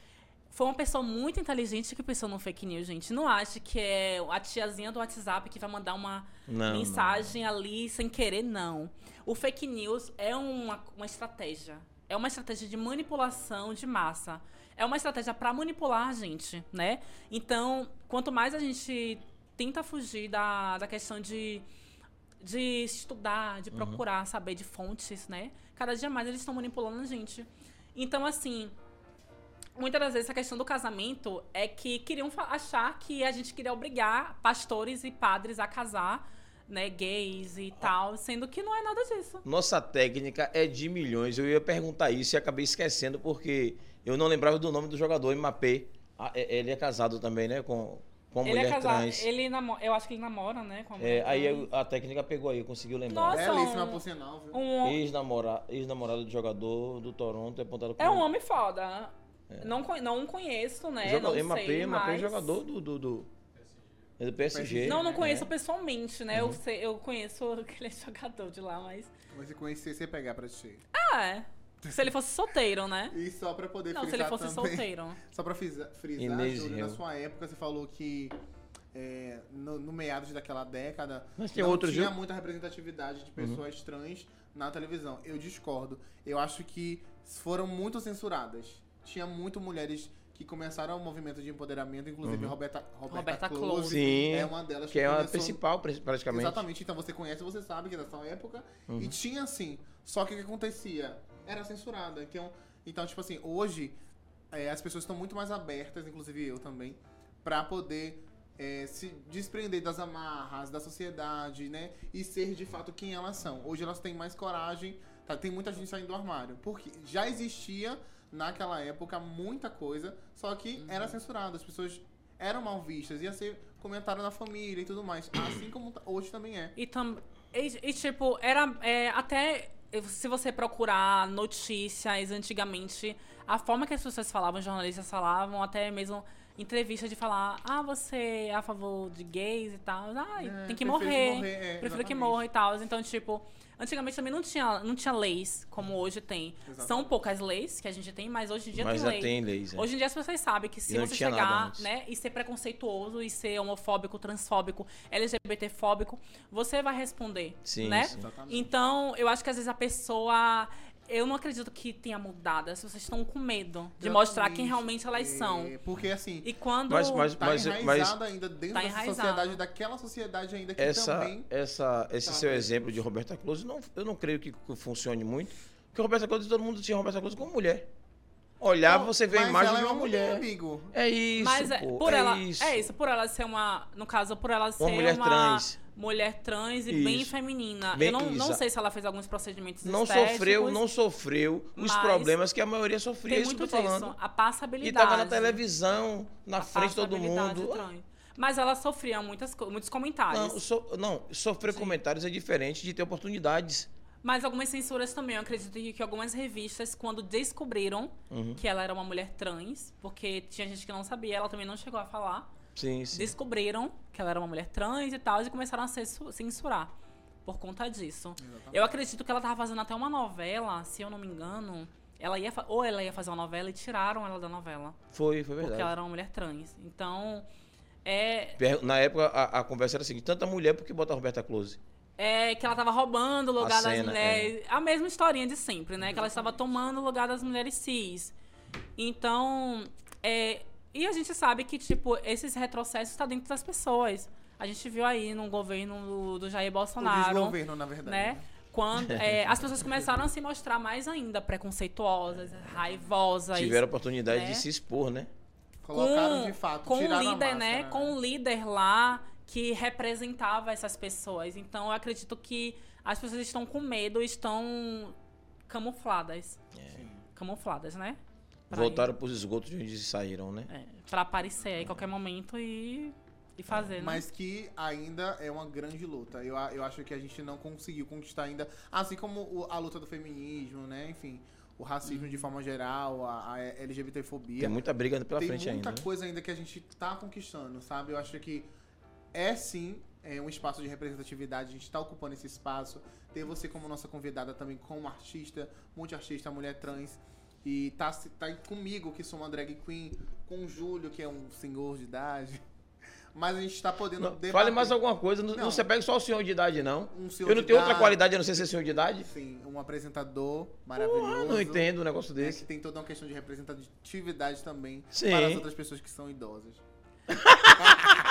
S3: foi uma pessoa muito inteligente que pensou no fake news, gente. Não acha que é a tiazinha do WhatsApp que vai mandar uma
S2: Não, não.
S3: mensagem ali sem querer, não. O fake news é uma, uma estratégia. É uma estratégia de manipulação de massa. É uma estratégia para manipular a gente, né? Então, quanto mais a gente tenta fugir da, da questão de, de estudar,
S2: Uhum.
S3: de procurar, saber de fontes, né? Cada dia mais eles estão manipulando a gente. Então, assim, muitas das vezes a questão do casamento é que queriam fa- achar que a gente queria obrigar pastores e padres a casar, né, gays e tal, sendo que não é nada disso.
S2: Nossa técnica é de milhões. Eu ia perguntar isso e acabei esquecendo porque eu não lembrava do nome do jogador Mbappé. Ah, é- ele é casado também, né? Com, com uma
S3: ele
S2: mulher
S3: é casado,
S2: trans.
S3: ele namo- eu acho que ele namora, né, com a
S2: É,
S3: mulher
S2: aí
S3: trans.
S2: eu- a técnica pegou aí, conseguiu lembrar.
S3: Nossa.
S1: Belíssima
S3: um-
S1: por sinal, viu?
S3: um,
S2: Ex-namora- Ex-namorado do jogador do Toronto é apontado como
S3: é um homem foda. Não, con- não conheço, né,
S2: É. Joga-
S3: não
S2: Mbappé,
S3: sei,
S2: Mbappé é
S3: mas...
S2: jogador do, do, do- é do PSG.
S3: Não, não
S2: né? Uhum.
S3: conheço
S1: É.
S3: pessoalmente, né? Eu, sei- eu conheço que ele é jogador de lá, mas.
S1: Mas se conhecer, você pegar pra ti.
S3: Ah, é. Se ele fosse solteiro, né?
S1: E só pra poder
S3: Não, se
S1: frisar
S3: ele fosse
S1: também,
S3: solteiro.
S1: Só pra frisa- frisar,
S2: Inês
S1: Júlio,
S2: Hill.
S1: na sua época você falou que é, no, no meados daquela década
S2: Mas tem
S1: não
S2: outros,
S1: tinha
S2: viu?
S1: muita representatividade
S2: Uhum.
S1: de pessoas trans na televisão. Eu discordo. Eu acho que foram muito censuradas. Tinha muito mulheres que começaram o movimento de empoderamento, inclusive Roberta, Roberta,
S3: Roberta
S1: Close,
S3: Close.
S2: Uhum. Sim,
S1: é uma delas
S2: Que é a
S1: começou-
S2: principal, pr- praticamente.
S1: Exatamente, então você conhece, você sabe que é dessa época. E tinha assim. Só que o que acontecia? Era censurada. Então, então tipo assim, hoje é, as pessoas estão muito mais abertas, inclusive eu também, pra poder é, se desprender das amarras, da sociedade, né? E ser de fato quem elas são. Hoje elas têm mais coragem, tá? Tem muita gente saindo do armário. Porque já existia naquela época muita coisa, só que era censurado. As pessoas eram mal vistas, ia ser comentário na família e tudo mais. Assim como tá- hoje também é.
S3: E, tam, e, e, tipo, era é, até se você procurar notícias antigamente, a forma que as pessoas falavam, os jornalistas falavam, até mesmo entrevista de falar, ah, você é a favor de gays e tal, ah,
S1: É,
S3: tem que
S1: prefiro
S3: morrer,
S1: morrer, é,
S3: prefiro que
S1: exatamente.
S3: morra e tal. Então, tipo, antigamente também não tinha, não tinha leis como hoje tem. São
S1: Exatamente.
S3: poucas leis que a gente tem, mas hoje em dia
S2: Mas
S3: tem
S2: já
S3: lei.
S2: tem leis. é.
S3: Hoje em dia as pessoas sabem que se
S2: E não
S3: você
S2: tinha nada
S3: chegar,
S2: antes.
S3: né, e ser preconceituoso e ser homofóbico, transfóbico, LGBTfóbico, você vai responder,
S2: Sim,
S3: né?
S2: sim.
S1: Exatamente.
S3: Então, eu acho que às vezes a pessoa eu não acredito que tenha mudado. As pessoas estão com medo de mostrar quem
S1: Exatamente.
S3: realmente elas são.
S1: É, porque assim,
S3: E quando
S2: Mas- mas-
S1: tá
S2: mas-
S1: enraizado ainda dentro
S3: Tá
S1: dessa
S3: enraizado.
S1: sociedade, daquela sociedade ainda que
S2: essa,
S1: também.
S2: essa, esse
S1: Tá.
S2: seu exemplo de Roberta Close, não, eu não creio que funcione muito. Porque Roberta Close, todo mundo tinha Roberta Close como mulher. Olhar, você vê a
S1: Mas
S2: imagem
S1: ela
S2: de
S1: é
S2: uma mulher.
S1: amigo.
S2: É isso,
S3: Mas é-
S2: pô,
S3: por
S2: é
S3: ela
S2: isso.
S3: é isso, por ela ser uma, no caso, por ela ser
S2: mulher trans.
S3: mulher trans e
S2: Isso.
S3: bem feminina.
S2: Bem-
S3: eu não, não
S2: isso.
S3: sei se ela fez alguns procedimentos
S2: Não
S3: estéticos.
S2: sofreu, não sofreu os
S3: mas
S2: problemas que a maioria sofria, é
S3: Tem
S2: isso que
S3: muito
S2: eu tô falando.
S3: disso, né? a
S2: E
S3: passabilidade.
S2: tava na televisão, na frente de todo
S3: Passabilidade
S2: mundo.
S3: trans. Mas ela sofria muitas, co- muitos comentários.
S2: Não, so- não, sofrer comentários é diferente de ter oportunidades.
S3: Mas algumas censuras também. Eu acredito que que algumas revistas, quando descobriram
S1: Uhum.
S3: que ela era uma mulher trans, porque tinha gente que não sabia, ela também não chegou a falar,
S2: Sim, sim.
S3: descobriram que ela era uma mulher trans e tal, e começaram a censu- censurar por conta disso. Eu acredito que ela tava fazendo até uma novela, se eu não me engano. Ela ia fa- ou ela ia fazer uma novela e tiraram ela da novela.
S2: Foi, foi
S3: Porque
S2: verdade.
S3: ela era uma mulher trans. Então, é,
S2: Per- Na época, a, a conversa era a seguinte: tanta mulher, por que bota a Roberta Close?
S3: É, que ela tava roubando o lugar
S2: A
S3: das
S2: cena, é.
S3: mulheres. A mesma historinha de sempre, né? Que ela estava tomando o lugar das mulheres cis. Então, é, e a gente sabe que, tipo, esses retrocessos estão dentro das pessoas. A gente viu aí no governo do, do Jair
S1: O
S3: Bolsonaro,
S1: desgoverno, na verdade.
S3: né? Quando é, as pessoas começaram a se mostrar mais ainda preconceituosas, raivosas.
S2: Tiveram a oportunidade
S3: né?
S2: de se expor, né?
S1: Colocaram de fato,
S3: com um
S1: tiraram
S3: líder,
S1: a máscara,
S3: né? Com um líder lá que representava essas pessoas. Então eu acredito que as pessoas estão com medo, estão camufladas. Camufladas, né? Pra
S2: É. Voltaram pros esgotos de onde saíram, né?
S3: É, pra aparecer aí a qualquer momento e, e fazer, né?
S1: Mas que ainda é uma grande luta. Eu, a- eu acho que a gente não conseguiu conquistar ainda. Assim como o- a luta do feminismo, né? Enfim, o racismo de forma geral, a, a LGBTfobia.
S2: Tem muita briga pela
S1: Tem
S2: frente
S1: muita
S2: ainda. né?
S1: coisa ainda que a gente tá conquistando, sabe? Eu acho que é sim é um espaço de representatividade, a gente tá ocupando esse espaço. Ter você como nossa convidada também, como artista, multiartista, mulher trans. E tá, se- tá aí comigo, que sou uma drag queen, com o Júlio, que é um senhor de idade. Mas a gente tá podendo
S2: Não,
S1: debater.
S2: fale mais alguma coisa, não,
S1: Não.
S2: não se pegue só o senhor de idade, não.
S1: Um senhor
S2: Eu não
S1: de
S2: tenho
S1: idade,
S2: outra qualidade a não ser ser senhor de idade.
S1: Sim, um apresentador maravilhoso.
S2: Ah, não entendo um negócio
S1: né,
S2: desse.
S1: que tem toda uma questão de representatividade também
S2: Sim.
S1: para as outras pessoas que são idosas.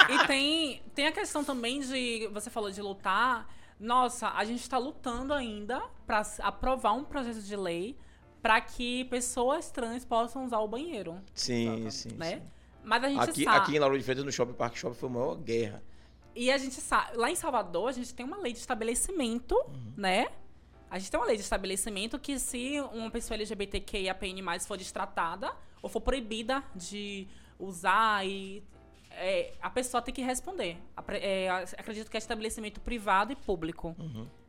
S3: E tem, tem a questão também de. Você falou de lutar. Nossa, a gente tá lutando ainda pra s- aprovar um projeto de lei pra que pessoas trans possam usar o banheiro,
S2: Sim, sim.
S3: né?
S2: sim.
S3: Mas a gente
S2: Aqui,
S3: sabe.
S2: aqui em Lauro de Freitas, no Shopping Parque Shopping, foi a maior guerra.
S3: E a gente sabe. Lá em Salvador, a gente tem uma lei de estabelecimento,
S2: Uhum.
S3: né? A gente tem uma lei de estabelecimento que se uma pessoa LGBTQIAPN+, for destratada ou for proibida de usar e... é, a pessoa tem que responder. A pre- é, a- acredito que é estabelecimento privado e público.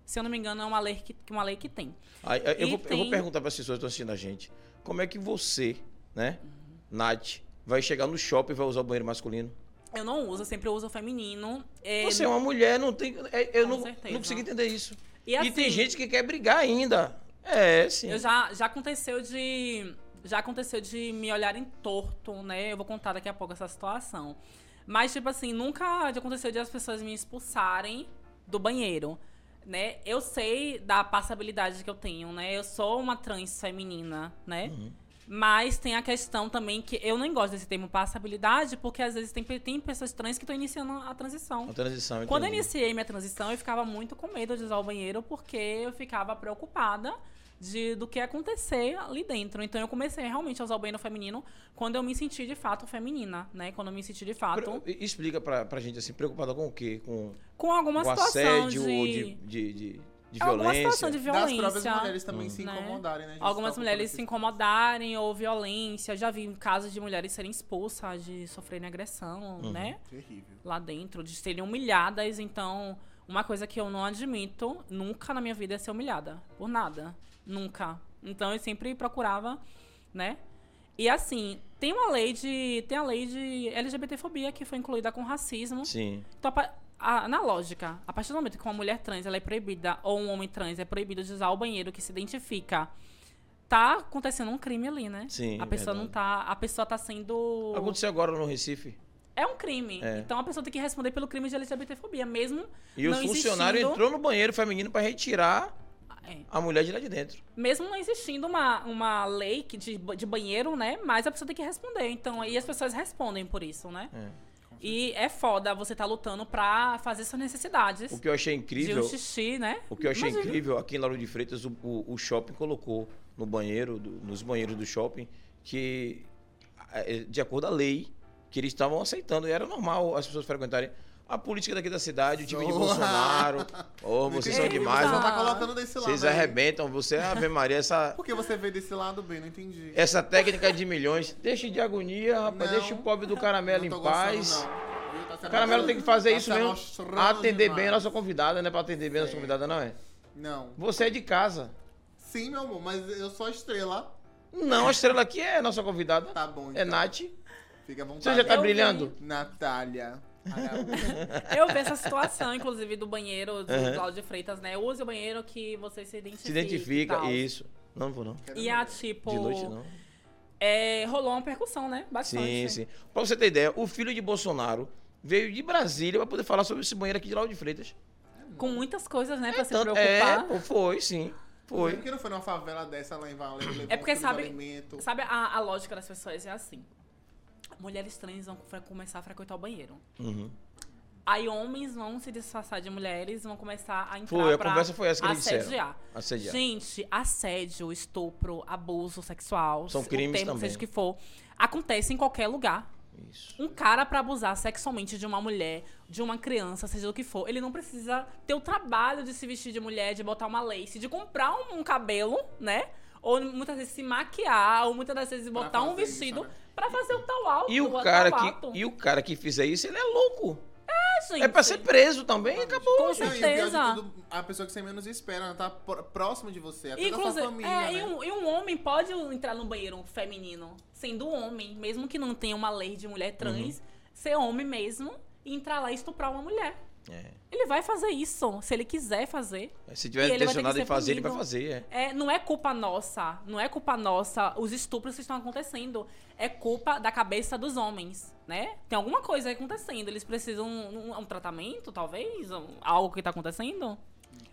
S3: Se eu não me engano, é uma lei que, que uma lei que tem.
S2: Uhum. Aí, aí eu,
S3: E
S2: vou, eu vou
S3: tem-
S2: perguntar para as pessoas que estão assistindo a gente: como é que você, né,
S3: Uhum.
S2: Nath, vai chegar no shopping e vai usar o banheiro masculino?
S3: Eu não uso, eu sempre uso o feminino. É,
S2: Você é uma mulher, não tem. é- Eu
S3: Com
S2: não,
S3: certeza.
S2: não consigo entender isso.
S3: E assim-
S2: tem gente que quer brigar ainda. É, sim.
S3: Eu já, já aconteceu de. Já aconteceu de me olharem torto, né? Eu vou contar daqui a pouco essa situação. Mas, tipo assim, nunca já aconteceu de as pessoas me expulsarem do banheiro, né? Eu sei da passabilidade que eu tenho, né? Eu sou uma trans feminina, né? Mas tem a questão também que eu nem gosto desse termo passabilidade, porque às vezes tem, pe- tem pessoas trans que estão iniciando a transição.
S2: Uma transição.
S3: Quando eu
S2: entendi.
S3: iniciei minha transição, eu ficava muito com medo de usar o banheiro, porque eu ficava preocupada de, do que ia acontecer ali dentro. Então eu comecei realmente a usar o banheiro feminino quando eu me senti de fato feminina, né? Quando eu me senti de fato
S2: Pre- Explica pra, pra gente assim, preocupada com o quê? Com,
S3: com alguma
S2: com
S3: situação
S2: assédio
S3: de... É
S2: ou de, de, de, de
S3: Alguma situação
S2: violência?
S3: de
S1: Das próprias
S3: violência.
S1: mulheres também se
S3: né?
S1: incomodarem, né? gente?
S3: Algumas
S1: Tá
S3: mulheres
S1: ocupando
S3: se
S1: esse
S3: incomodarem ou violência. Já vi casos de mulheres serem expulsas, de sofrerem agressão,
S2: Uhum.
S3: né?
S1: Terrível.
S3: lá dentro, de serem humilhadas. Então, uma coisa que eu não admito nunca na minha vida é ser humilhada. Por nada. Nunca. Então, eu sempre procurava, né? E assim, tem uma lei de. Tem a lei de LGBTfobia que foi incluída com racismo.
S2: Sim.
S3: Então, a pa- a- na lógica, a partir do momento que uma mulher trans ela é proibida, ou um homem trans é proibido de usar o banheiro que se identifica, tá acontecendo um crime ali, né?
S2: Sim, é
S3: A pessoa não tá. A pessoa tá sendo.
S2: Aconteceu agora no Recife.
S3: É um crime.
S2: É.
S3: Então a pessoa tem que responder pelo crime de LGBTfobia, mesmo.
S2: E
S3: não
S2: o funcionário
S3: existindo,
S2: entrou no banheiro feminino pra retirar
S3: é,
S2: a mulher de lá de dentro.
S3: mesmo não existindo uma, uma lei que de, ba- de banheiro, né? Mas a pessoa tem que responder. Então, aí as pessoas respondem por isso, né?
S2: É.
S3: E é foda você tá lutando pra fazer suas necessidades.
S2: O que eu achei
S3: de um
S2: incrível.
S3: xixi, né?
S2: O que eu achei
S3: Imagina.
S2: incrível, aqui em Lauro de Freitas, o, o- o shopping colocou no banheiro, do- nos banheiros do shopping, que eh, de acordo à lei, que eles estavam aceitando. E era normal as pessoas frequentarem a política daqui da cidade, o time de
S1: Zoa.
S2: Bolsonaro. Oh, vocês são
S1: Entendi,
S2: demais.
S1: Você não
S2: ó.
S1: tá colocando desse lado.
S2: Vocês
S1: aí.
S2: arrebentam, você é Ave Maria, essa,
S1: Por que você veio desse lado bem? Não entendi.
S2: essa técnica de milhões. Deixa de agonia, rapaz,
S1: Não.
S2: deixa o pobre do caramelo
S1: Não tô
S2: em
S1: gostando,
S2: paz.
S1: não. Viu? Tá se
S2: O caramelo tem que fazer
S1: tá
S2: isso
S1: se
S2: mesmo.
S1: amostrando
S2: Atender
S1: demais.
S2: bem a nossa convidada, não é pra atender bem a nossa
S1: Certo.
S2: convidada, não é?
S1: Não.
S2: Você é de casa.
S1: Sim, meu amor, mas eu sou a estrela.
S2: Não, a estrela aqui é a nossa convidada.
S1: Tá bom, então.
S2: É Nath.
S1: Fica à
S2: Você
S1: vontade.
S2: já tá
S3: Eu
S2: brilhando?
S1: Natália. a garota.
S3: Eu vi essa situação, inclusive, do banheiro do
S2: Aham.
S3: Cláudio Freitas, né? Use o banheiro que você se identifica.
S2: Se identifica,
S3: e
S2: isso. Não vou não. De
S3: E a, tipo,
S2: noite não.
S3: é, rolou uma percussão, né? Bastante.
S2: Sim, sim. Pra você ter ideia, o filho de Bolsonaro veio de Brasília pra poder falar sobre esse banheiro aqui de Lauro de Freitas.
S3: Com muitas coisas, né? Pra se
S2: Tanto-
S3: preocupar.
S2: é, pô, foi, sim.
S1: Por
S2: Foi.
S1: que não foi numa favela dessa lá em um Valer?
S3: É porque sabe-
S1: Alimento.
S3: Sabe, a, a lógica das pessoas é assim. Mulheres trans vão fre- começar a frequentar o banheiro.
S2: Uhum.
S3: Aí homens vão se disfarçar de mulheres e vão começar a entrar
S2: Foi, é a
S3: pra
S2: conversa foi essa que eles disseram.
S3: assediar.
S2: Assediar.
S3: Gente, assédio, estupro, abuso sexual,
S2: São
S3: se-
S2: crimes
S3: o termo
S2: também.
S3: seja que for, acontece em qualquer lugar.
S2: Isso.
S3: Um cara pra abusar sexualmente de uma mulher, de uma criança, seja do que for, ele não precisa ter o trabalho de se vestir de mulher, de botar uma lace, de comprar um, um cabelo, né? Ou muitas vezes se maquiar, ou muitas das vezes
S1: Pra
S3: botar um
S1: fazer isso,
S3: vestido
S1: né?
S3: pra fazer o tal alto. um
S2: E o
S3: tal
S2: cara
S3: ato.
S2: que, e o cara que fizer isso, ele é louco.
S3: É, gente.
S2: É pra ser preso também, acabou.
S3: Com
S1: Não, e o pior de
S3: certeza.
S1: tudo, a pessoa que você menos espera, ela tá por- próxima de você, até da sua
S3: Inclusive,
S1: família.
S3: é,
S1: né?
S3: e, um, e um homem pode entrar no banheiro feminino, sendo um homem, mesmo que não tenha uma lei de mulher
S2: Uhum.
S3: trans, ser homem mesmo e entrar lá e estuprar uma mulher.
S2: É.
S3: Ele vai fazer isso, se ele quiser fazer.
S2: Se
S3: E
S2: tiver
S3: ele vai ter
S2: intencionado
S3: que
S2: em
S3: ser
S2: fazer, ele vai
S3: punido.
S2: fazer, é.
S3: É, não é culpa nossa, não é culpa nossa os estupros que estão acontecendo. É culpa da cabeça dos homens, né? Tem alguma coisa aí acontecendo, eles precisam um, um tratamento, talvez? Um- algo que tá acontecendo?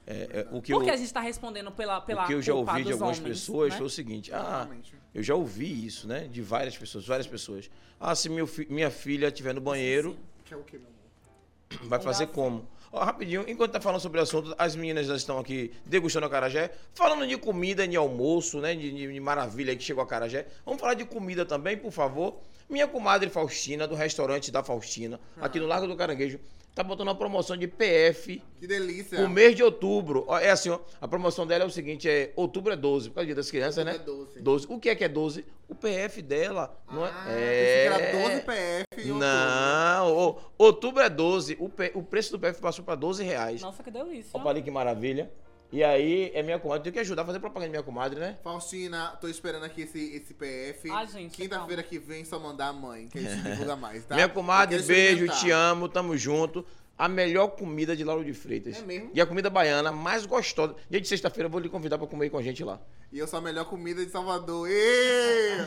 S2: É, é, o que
S3: Por que
S2: eu,
S3: a gente tá respondendo pela, pela
S2: o que eu já
S3: culpa
S2: ouvi de
S3: dos
S2: algumas
S3: homens,
S2: pessoas
S3: né?
S2: foi o seguinte: ah,
S1: Exatamente.
S2: eu já ouvi isso, né? De várias pessoas, várias pessoas. Ah, se meu fi- minha filha estiver no banheiro,
S1: Que é o que, meu amor?
S2: vai fazer
S3: Engraçado.
S2: como? Ó, rapidinho, enquanto tá falando sobre o assunto, as meninas já estão aqui degustando a carajé, falando de comida, de almoço, né? De, de- de maravilha aí que chegou a carajé. Vamos falar de comida também, por favor. Minha comadre Faustina, do restaurante da Faustina,
S3: Ah.
S2: aqui no Largo do Caranguejo, tá botando uma promoção de PF
S1: Que delícia.
S2: O mês de outubro, ó, é assim, ó, a promoção dela é o seguinte, é outubro é 12, por causa do dia das crianças, né?
S1: É 12.
S2: 12. O que é que é 12? O PF dela, não é?
S1: Ah,
S2: é...
S1: pensei que era 12 PF. e outubro.
S2: Não, ô, outubro é 12, o, P- o preço do PF passou pra 12 reais.
S3: Nossa, que delícia.
S2: Opa ali que maravilha. E aí, é minha comadre, tem que ajudar a fazer propaganda de minha comadre, né?
S1: Faustina, tô esperando aqui esse, esse PF.
S3: Ah, gente,
S1: Quinta-feira que vem, só mandar a mãe, que a gente divulga mais, tá?
S2: Minha comadre,
S1: Eu quero
S2: beijo,
S1: experimentar.
S2: te amo, tamo junto. A melhor comida de Lauro de Freitas.
S1: É mesmo?
S2: E a comida baiana mais gostosa. Dia de sexta-feira eu vou lhe convidar pra comer com a gente lá.
S1: E eu sou a melhor comida de Salvador. Ê!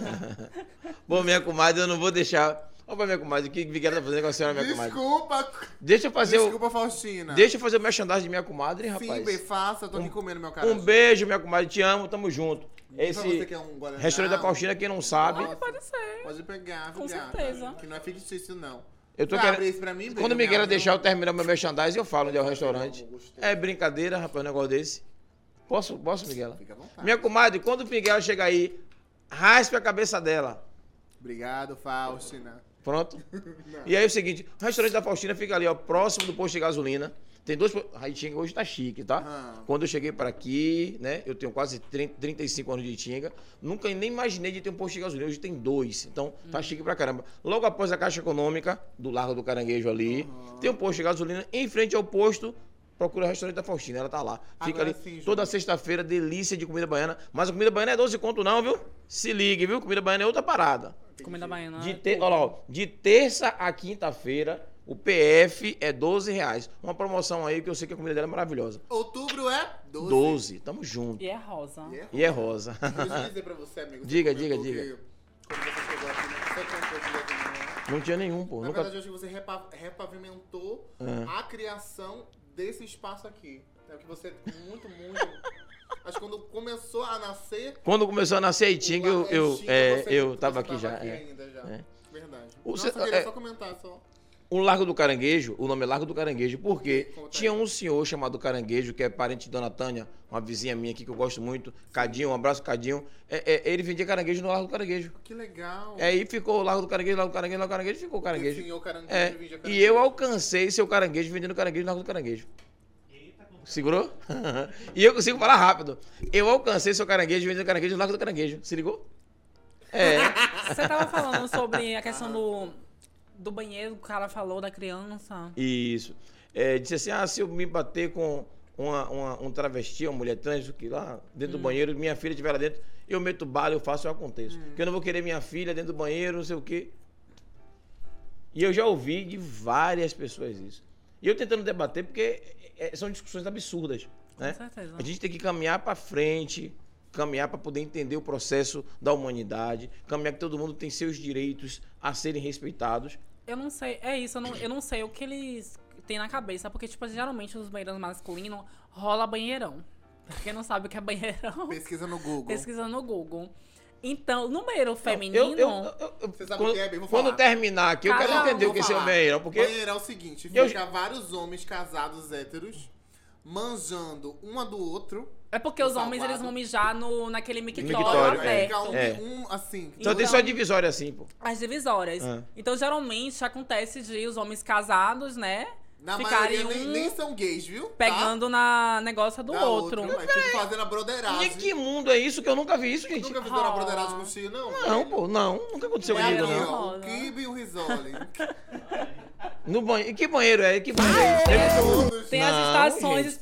S2: Bom, minha comadre, eu não vou deixar. Ó, pra minha comadre, o que que ela tá fazendo com a senhora, minha comadre?
S1: Desculpa,
S2: Deixa eu fazer o.
S1: desculpa, Faustina.
S2: Deixa eu fazer o merchandising de minha comadre,
S1: Sim,
S2: rapaz.
S1: bem, faça, tô aqui
S2: Um-
S1: comendo meu cara.
S2: um beijo, minha comadre, te amo, tamo junto.
S1: Pra você
S2: Esse
S1: que é um Guaraná,
S2: restaurante da Faustina, quem não sabe,
S3: Ah, pode ser.
S1: Pode pegar,
S3: Com
S1: viu, gata?
S3: certeza.
S1: Que não é fictício, não.
S2: eu tô
S1: Vai abrir
S2: querendo.
S1: isso pra mim, né? beijo,
S2: Quando me
S1: minha
S2: queira
S1: amor.
S2: deixar eu terminar meu merchandising, eu falo onde é o restaurante.
S1: Gostei.
S2: É brincadeira, rapaz, um negócio desse. Posso, posso, Miguela?
S1: Fica à vontade.
S2: Minha comadre, quando o Miguel chegar aí, raspe a cabeça dela.
S1: Obrigado, né? Faustina.
S2: Pronto? E aí é o seguinte, o restaurante da Faustina fica ali, ó, próximo do posto de gasolina. Tem dois. po- Aí Tinga hoje tá chique, tá?
S1: Ah.
S2: Quando eu cheguei para aqui, né? Eu tenho quase 30, 35 anos de Tinga. Nunca nem imaginei de ter um posto de gasolina. Hoje tem dois. Então,
S1: Hum.
S2: tá chique pra caramba. Logo após a Caixa Econômica, do Largo do Caranguejo ali, tem um posto de gasolina. Em frente ao posto, procura o restaurante da Faustina. Ela tá lá. Fica
S1: Agora
S2: ali
S1: sim, Júlio.
S2: toda sexta-feira, delícia de comida baiana. Mas a comida baiana é 12 conto, não, viu? Se ligue, viu? Comida baiana é outra parada.
S3: Comida baiana.
S1: é
S3: é
S2: De, ter, olha lá, ó, de terça a quinta-feira, o PF é 12 reais. Uma promoção aí que eu sei que a comida dela é maravilhosa.
S1: Outubro é 12.
S2: 12, tamo junto.
S3: E é rosa.
S1: Yeah.
S2: E é rosa.
S1: Deixa eu dizer pra você, amigo. você
S2: Diga,
S1: comentou
S2: diga,
S1: que Quando você chegou aqui, né, você contou que você não-
S2: Não tinha nenhum, pô.
S1: Na
S2: Nunca... É.
S1: verdade, hoje você repa- repavimentou a criação desse espaço aqui. É o que você muito, muito... Acho que quando começou a nascer...
S2: Quando começou a nascer a Itinga, eu,
S1: o
S2: eu,
S1: Laranjinha,
S2: é,
S1: você-
S2: eu
S1: você
S2: tava aqui já. é.
S1: ainda, já. Verdade.
S2: O
S1: Nossa,
S2: cê-
S1: eu queria
S2: é-
S1: só comentar, só.
S2: O Um Largo do Caranguejo, o nome é Largo do Caranguejo, porque
S1: Conta aí.
S2: tinha um senhor chamado Caranguejo, que é parente de Dona Tânia, uma vizinha minha aqui que eu gosto muito, Cadinho, um abraço, Cadinho. É, é, ele vendia caranguejo no Largo do Caranguejo.
S1: Que legal.
S2: E Aí ficou o Largo do Caranguejo, Largo do Caranguejo, Largo do Caranguejo, ficou o É, Caranguejo.
S1: Desenhou caranguejo,
S2: É,
S1: vídeo
S2: e
S1: caranguejo.
S2: eu alcancei seu caranguejo vendendo caranguejo no Largo do Caranguejo. Segurou? e eu consigo falar rápido. Eu alcancei seu caranguejo vendendo caranguejo no Largo do Caranguejo. Se ligou? É.
S3: Você tava falando sobre a
S1: Ah.
S3: questão do, do banheiro, o cara falou da criança.
S2: Isso. É, disse assim: ah, se eu me bater com uma, uma- um travesti, uma mulher trans, o que lá, dentro do banheiro, minha filha estiver lá dentro, eu meto bala, eu faço, eu aconteço. Porque eu não vou querer minha filha dentro do banheiro, não sei o quê. E eu já ouvi de várias pessoas isso. E eu tentando debater, porque é, são discussões absurdas. né?
S3: certeza.
S2: A gente tem que caminhar para frente, caminhar para poder entender o processo da humanidade, caminhar que todo mundo tem seus direitos a serem respeitados.
S3: Eu não sei, é isso, eu não, eu não sei o que eles têm na cabeça, porque, tipo, geralmente os banheiros masculinos rola banheirão. Quem não sabe o que é banheirão,
S1: Pesquisa no Google.
S3: pesquisa no Google. Então, no banheiro feminino,
S2: Eu- eu- eu- eu-
S1: Você sabe
S2: quando,
S1: o que é, bem? Vou
S2: quando
S1: falar.
S2: terminar aqui, eu quero
S3: Casal,
S2: entender o
S1: vou
S2: que é ser
S1: falar.
S2: banheiro, porque
S1: Banheiro é o seguinte,
S2: Eu-
S1: fica vários homens casados héteros manjando uma do outro.
S3: é porque os homens
S1: Salvado.
S3: eles vão mijar no, naquele mictório,
S2: mictório, é.
S3: aberto.
S1: Fica um,
S2: É.
S1: um assim.
S2: só tem só divisória assim, pô.
S3: As divisórias.
S2: Ah.
S3: Então, geralmente, acontece de os homens casados, né?
S1: Na
S3: Ficarem
S1: maioria nem,
S3: um
S1: nem são gays, viu? Tá?
S3: Pegando na negócio do
S1: Da
S3: outro.
S1: outra, mas fica fazendo a broderagem.
S2: E que mundo é isso que eu nunca vi isso, gente?
S1: Nunca fizeram a
S3: Ah.
S1: broderagem contigo, não?
S2: Não, pô, não. Nunca aconteceu
S1: É
S2: comigo,
S1: aqui,
S2: não.
S1: ó,
S3: não.
S1: o Kibe e o Risoli.
S2: No banheiro. E que banheiro é? Que banheiro é? esse? Deve-
S1: Todos.
S3: Tem
S2: Não,
S3: as estações
S2: gente.
S1: A do,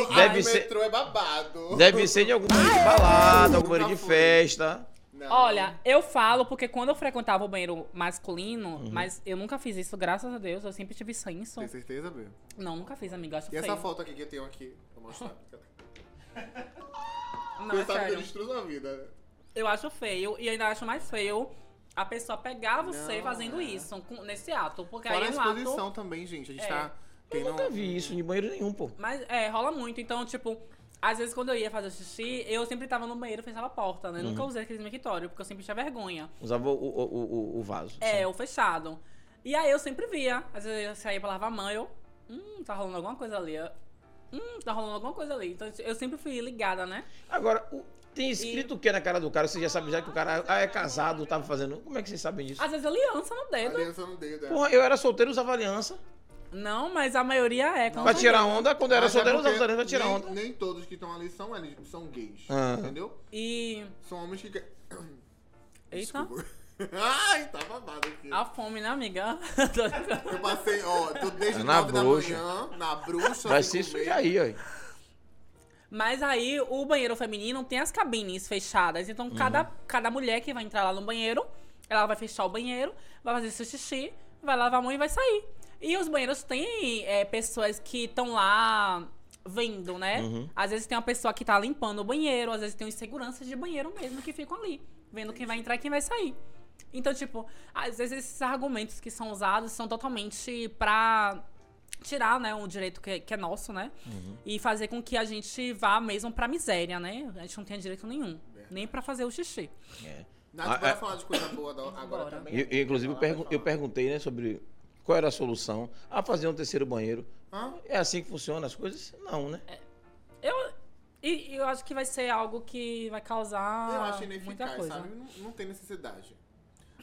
S3: específicas.
S1: a
S2: Deve
S1: do
S2: ser-
S1: metrô é babado.
S2: um- Deve ser de algum banheiro de balada, algum
S1: Nunca
S2: banheiro de
S1: fui.
S2: festa.
S1: Não.
S3: Olha, eu falo porque quando eu frequentava o banheiro masculino,
S2: Uhum.
S3: mas eu nunca fiz isso, graças a Deus, eu sempre tive senso.
S1: Tem certeza, Bia?
S3: Não, nunca fiz, amiga, acho
S1: E essa
S3: feio.
S1: foto aqui que eu tenho aqui? Vou mostrar.
S3: Não,
S1: Você sabe
S3: é
S1: que eu
S3: sério.
S1: destruo sua vida.
S3: Eu acho feio e ainda acho mais feio a pessoa pegar você
S1: Não,
S3: fazendo
S1: é.
S3: isso, com- nesse ato. Porque
S1: Fora a
S3: aí é um ato...
S1: exposição também, gente. A gente
S3: É.
S1: tá... Quem
S2: Eu nunca
S1: não...
S2: vi isso de banheiro nenhum, pô.
S3: Mas é, rola muito. Então, tipo, às vezes quando eu ia fazer xixi, eu sempre tava no banheiro e fechava a porta, né? Nunca usei aquele mictório, porque eu sempre tinha vergonha.
S2: Usava o, o, o, o- o vaso.
S3: É, o fechado. E aí eu sempre via. Às vezes eu saía pra lavar a mão e eu. Hum, tá rolando alguma coisa ali. Eu, Hum, tá rolando alguma coisa ali. Então eu sempre fui ligada, né?
S2: Agora, o- tem escrito o que na cara do cara? Você já sabe já que o cara ah, é casado, tava fazendo. Como é que vocês sabem disso?
S3: Às vezes aliança no dedo.
S1: Aliança no dedo, é.
S2: Porra, eu era solteiro, usava aliança.
S3: Não, mas a maioria é. com
S2: pra
S3: certeza.
S2: tirar onda, quando eu era
S1: Mas é
S2: solteiro, eu usava
S1: porque
S2: aliança pra tirar
S1: nem,
S2: onda.
S1: Nem todos que estão ali são, ali- são gays,
S2: Ah.
S1: entendeu?
S3: E.
S1: São homens que... que-
S3: Eita,
S1: Desculpa. Ai, tá babado aqui.
S3: a fome, né, amiga?
S1: Eu passei, ó, tô desde
S2: É Na
S1: 9 da
S2: bruxa.
S1: manhã, na bruxa.
S2: Vai
S1: sem
S2: ser
S1: comer.
S2: isso aí, ó.
S3: Mas aí o banheiro feminino tem as cabines fechadas. Então cada, cada mulher que vai entrar lá no banheiro, ela vai fechar o banheiro, vai fazer seu xixi, vai lavar a mão e vai sair. E os banheiros têm é, pessoas que estão lá vendo, né? Às vezes tem uma pessoa que tá limpando o banheiro, às vezes tem os seguranças de banheiro mesmo que ficam ali, vendo quem vai entrar e quem vai sair. Então, tipo, às vezes esses argumentos que são usados são totalmente pra tirar, né, um direito que, que é nosso, né?
S1: Uhum.
S3: E fazer com que a gente vá mesmo pra miséria, né? A gente não tem direito nenhum.
S1: É.
S3: Nem pra fazer o xixi.
S2: É.
S1: Nath,
S2: Ah,
S1: bora
S2: é.
S1: falar de coisa boa da- agora
S3: Bora.
S1: também.
S2: E- e, inclusive, eu,
S1: Vai
S2: pergun-
S1: falar,
S2: eu
S1: vai
S2: perguntei, né, sobre qual era a solução. Ah, fazer um terceiro banheiro.
S1: falar. Hã?
S2: É assim que funcionam as coisas? Não,
S3: É.
S2: né?
S3: E, e eu acho que vai ser algo que vai causar
S1: Eu acho
S3: Ah, muita
S1: ineficaz,
S3: coisa.
S1: sabe? Não, não tem necessidade.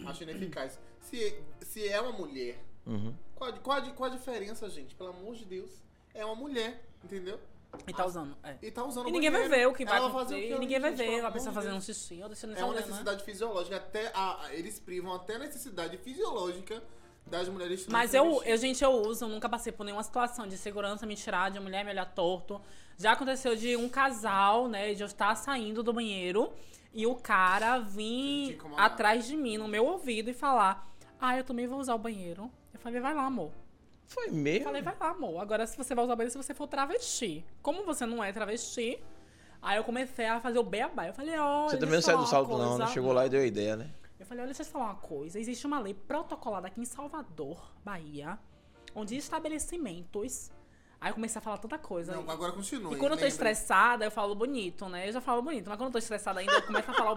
S1: Acho ineficaz. Se, se é uma mulher,
S2: Uhum.
S1: qual, a- qual, a- qual a diferença, gente? Pelo amor de Deus. É uma mulher, entendeu?
S3: E tá usando. é.
S1: E tá usando
S3: E ninguém vai
S1: banheiro.
S3: ver o que vai
S1: Ela fazer o
S3: acontecer.
S1: que
S3: E
S1: ela-
S3: ninguém vai
S1: gente, pelo
S3: ver a
S1: amor
S3: pessoa
S1: de
S3: fazendo um
S1: Deus.
S3: xixi ou deixando
S1: É uma
S3: isso né?
S1: necessidade fisiológica. Até a- a- eles privam até a necessidade fisiológica das mulheres trans
S3: Mas eu,
S1: travestis.
S3: eu, gente, eu uso, nunca passei por nenhuma situação de segurança me tirar, de mulher me olhar torto. Já aconteceu de um casal, né, de eu estar saindo do banheiro e o cara
S1: Te
S3: vir
S1: incomodar.
S3: atrás de mim, no meu ouvido, e falar: Ah, eu também vou usar o banheiro. Eu falei: Vai lá, amor.
S2: Foi
S3: Eu
S2: meio.
S3: falei: Vai lá, amor. Agora, se você vai usar o banheiro, se você for travesti. Como você não é travesti. Aí eu comecei a fazer o beabá. Eu falei, olha.
S2: Você também
S3: deixa
S2: não
S3: eu
S2: saiu do
S3: falar uma
S2: salto, não, né?
S3: coisa."
S2: Chegou lá e deu a ideia, né?
S3: Eu falei, olha, deixa eu te falar uma coisa. Existe uma lei protocolada aqui em Salvador, Bahia, onde estabelecimentos... Aí eu comecei a falar tanta coisa.
S1: Não, agora continua.
S3: e quando eu tô
S1: lembra.
S3: estressada, eu falo bonito, né? Eu já falo bonito, mas quando eu tô estressada ainda, eu começo a falar o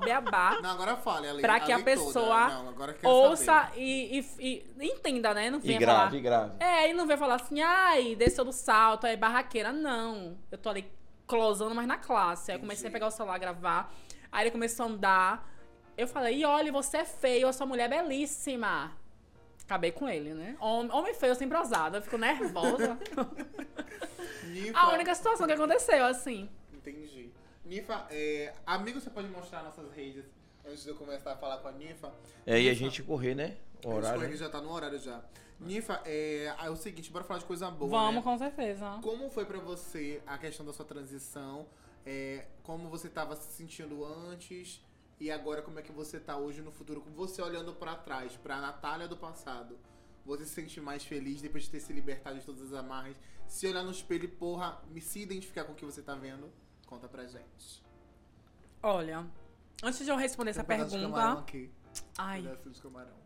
S3: beabá.
S1: Não, agora fale, Ale.
S3: Pra que a
S1: Ale toda.
S3: pessoa
S1: Não, agora eu quero saber.
S3: Ouça e, e- e entenda, né? Não
S2: E
S3: venha falar.
S2: grave, e grave.
S3: É, e não vai falar assim, ai, desceu do salto, aí barraqueira. Não. Eu tô ali closando, mas na classe. Aí eu comecei a pegar o celular, gravar. Aí ele começou a andar. Eu falei, e olha, você é feio, a sua mulher é belíssima. Acabei com ele, né? Homem, homem feio, eu sempre ousada, eu fico nervosa.
S1: Nifa,
S3: a única situação que aconteceu, assim.
S1: Entendi. Nifa, é... amigo, você pode mostrar nossas redes antes de eu começar a falar com a Nifa?
S2: É, e a gente correr, né? O
S1: Horário.
S2: horário. né?
S1: já tá no horário já. Nifa, é, ah, é o seguinte, bora falar de coisa boa,
S3: Vamos,
S1: né?
S3: com certeza.
S1: Como foi pra você a questão da sua transição? É, como você tava se sentindo antes? E agora como é que você tá hoje no futuro? Com você olhando pra trás, pra Natália do passado. Você se sente mais feliz depois de ter se libertado de todas as amarras? Se olhar no espelho e, porra, me se identificar com o que você tá vendo? Conta pra gente.
S3: Olha, antes de eu responder essa
S1: Tem um pedaço de camarão
S3: pergunta...
S1: aqui.
S3: Ai,
S1: Pedaço de camarão.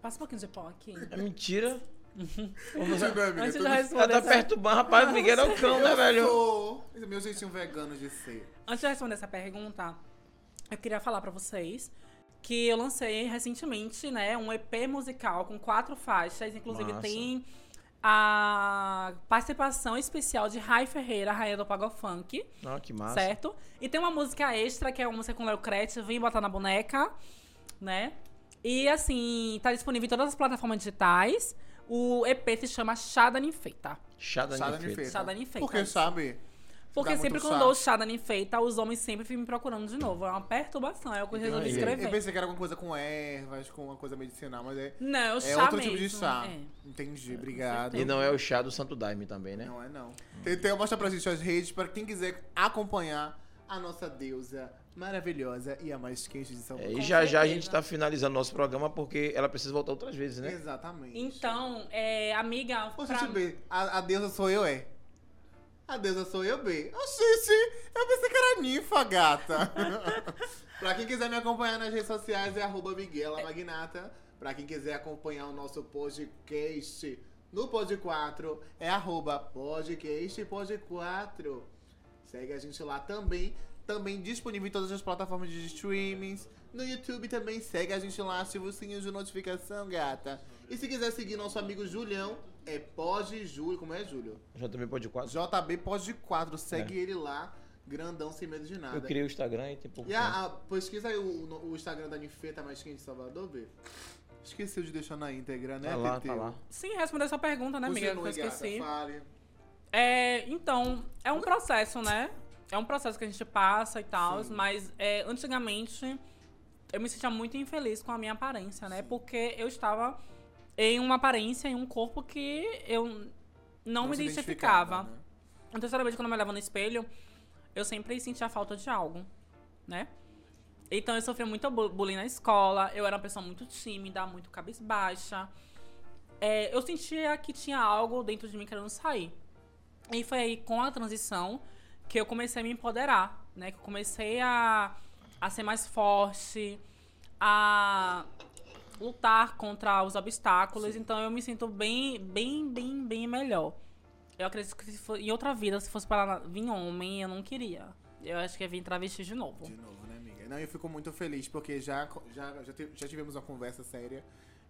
S3: passa um pouquinho de pão aqui.
S2: É mentira.
S1: Dinâmica,
S3: Antes de eu
S1: tudo-
S2: Ela
S3: responder
S2: tá
S3: essa
S2: perturbando, rapaz. O Miguel é o cão, né, velho?
S1: Sou. Esse é meu jeitinho vegano de ser.
S3: Antes de eu responder essa pergunta, eu queria falar pra vocês que eu lancei recentemente, né, um EP musical com quatro faixas, inclusive
S2: Massa.
S3: tem a participação especial de Rai Ferreira, rainha do Pago Funk,
S2: Não, que massa.
S3: certo? E tem uma música extra que é uma música com Léo Crete, vem botar na boneca, né? E assim, tá disponível em todas as plataformas digitais. O EP se chama Chá da Ninfeita.
S2: Chá da
S1: Chá da
S2: Ninfeita.
S1: Ninfeita.
S3: Chá da Ninfeita.
S1: Porque
S3: isso.
S1: sabe?
S3: Porque
S1: dá
S3: sempre
S1: muito
S3: quando eu
S1: chá.
S3: dou chá da Ninfeita, tá, os homens sempre ficam me procurando de novo. É uma perturbação. Aí eu
S1: Então,
S3: resolvi
S2: aí.
S1: Eu
S3: escrever.
S1: pensei que era alguma coisa com ervas, com uma coisa medicinal, mas é,
S3: Não,
S1: é
S3: chá
S1: outro
S3: mesmo.
S1: tipo de chá.
S3: é.
S1: Entendi, obrigado.
S2: E não é o chá do Santo Daime também, né?
S1: Não é não. Tentei mostrar pra gente as redes para quem quiser acompanhar a nossa deusa maravilhosa e a mais quente de São
S2: É,
S1: Paulo.
S2: e
S3: Com
S2: já já a
S3: certeza.
S2: gente tá finalizando nosso programa porque ela precisa voltar outras vezes, né?
S1: Exatamente.
S3: Então, é, amiga,
S1: Ô,
S3: pra-
S1: gente, B, a, a deusa sou eu, é. A deusa sou eu, B. Ô, gente, eu pensei que era ninfa, gata. pra quem quiser me acompanhar nas redes sociais, é arroba Miguela Magnata. Pra quem quiser acompanhar o nosso podcast no Pod 4, é arroba podcast Pod 4. Segue a gente lá também. Também disponível em todas as plataformas de streamings. No YouTube também segue a gente lá, ativa o sininho de notificação, gata. E se quiser seguir nosso amigo Julião, é Pod Júlio. Como é, Júlio?
S2: Já também pode quase.
S1: JB Pod 4. Segue ele lá, grandão, sem medo de nada.
S2: É. Eu criei o Instagram e tem pouco
S1: E
S2: tempo.
S1: a, a, pesquisa aí o, o Instagram da Ninfeta mais quente de Salvador, B. Esqueceu de deixar na íntegra, né,
S2: Tá lá,
S1: Teteu?
S2: tá lá.
S3: Sim, responder sua pergunta, né, amiga? Que eu
S1: Continue, gata,
S3: esqueci.
S1: fale.
S3: É, então, é um processo, né? É um processo que a gente passa e tal,
S1: Sim.
S3: mas é, antigamente eu me sentia muito infeliz com a minha aparência, né? Porque eu estava em uma aparência, em um corpo que eu não, me
S1: se
S3: identificava.
S1: né?
S3: Então, sinceramente, quando eu me olhava no espelho, eu sempre sentia falta de algo, né? Então, eu sofria muito bu- bullying na escola, eu era uma pessoa muito tímida, muito cabisbaixa. É, eu sentia que tinha algo dentro de mim querendo sair. E foi aí, com a transição, que eu comecei a me empoderar, né? Que eu comecei a, a ser mais forte, a lutar contra os obstáculos. Então, eu me sinto bem, bem, bem, bem melhor. Eu acredito que se for, em outra vida, se fosse para vir homem, eu não queria. Eu acho que ia vir travesti de novo.
S1: De novo, né, amiga? Não, eu fico muito feliz, porque já, já, já, te- já tivemos uma conversa séria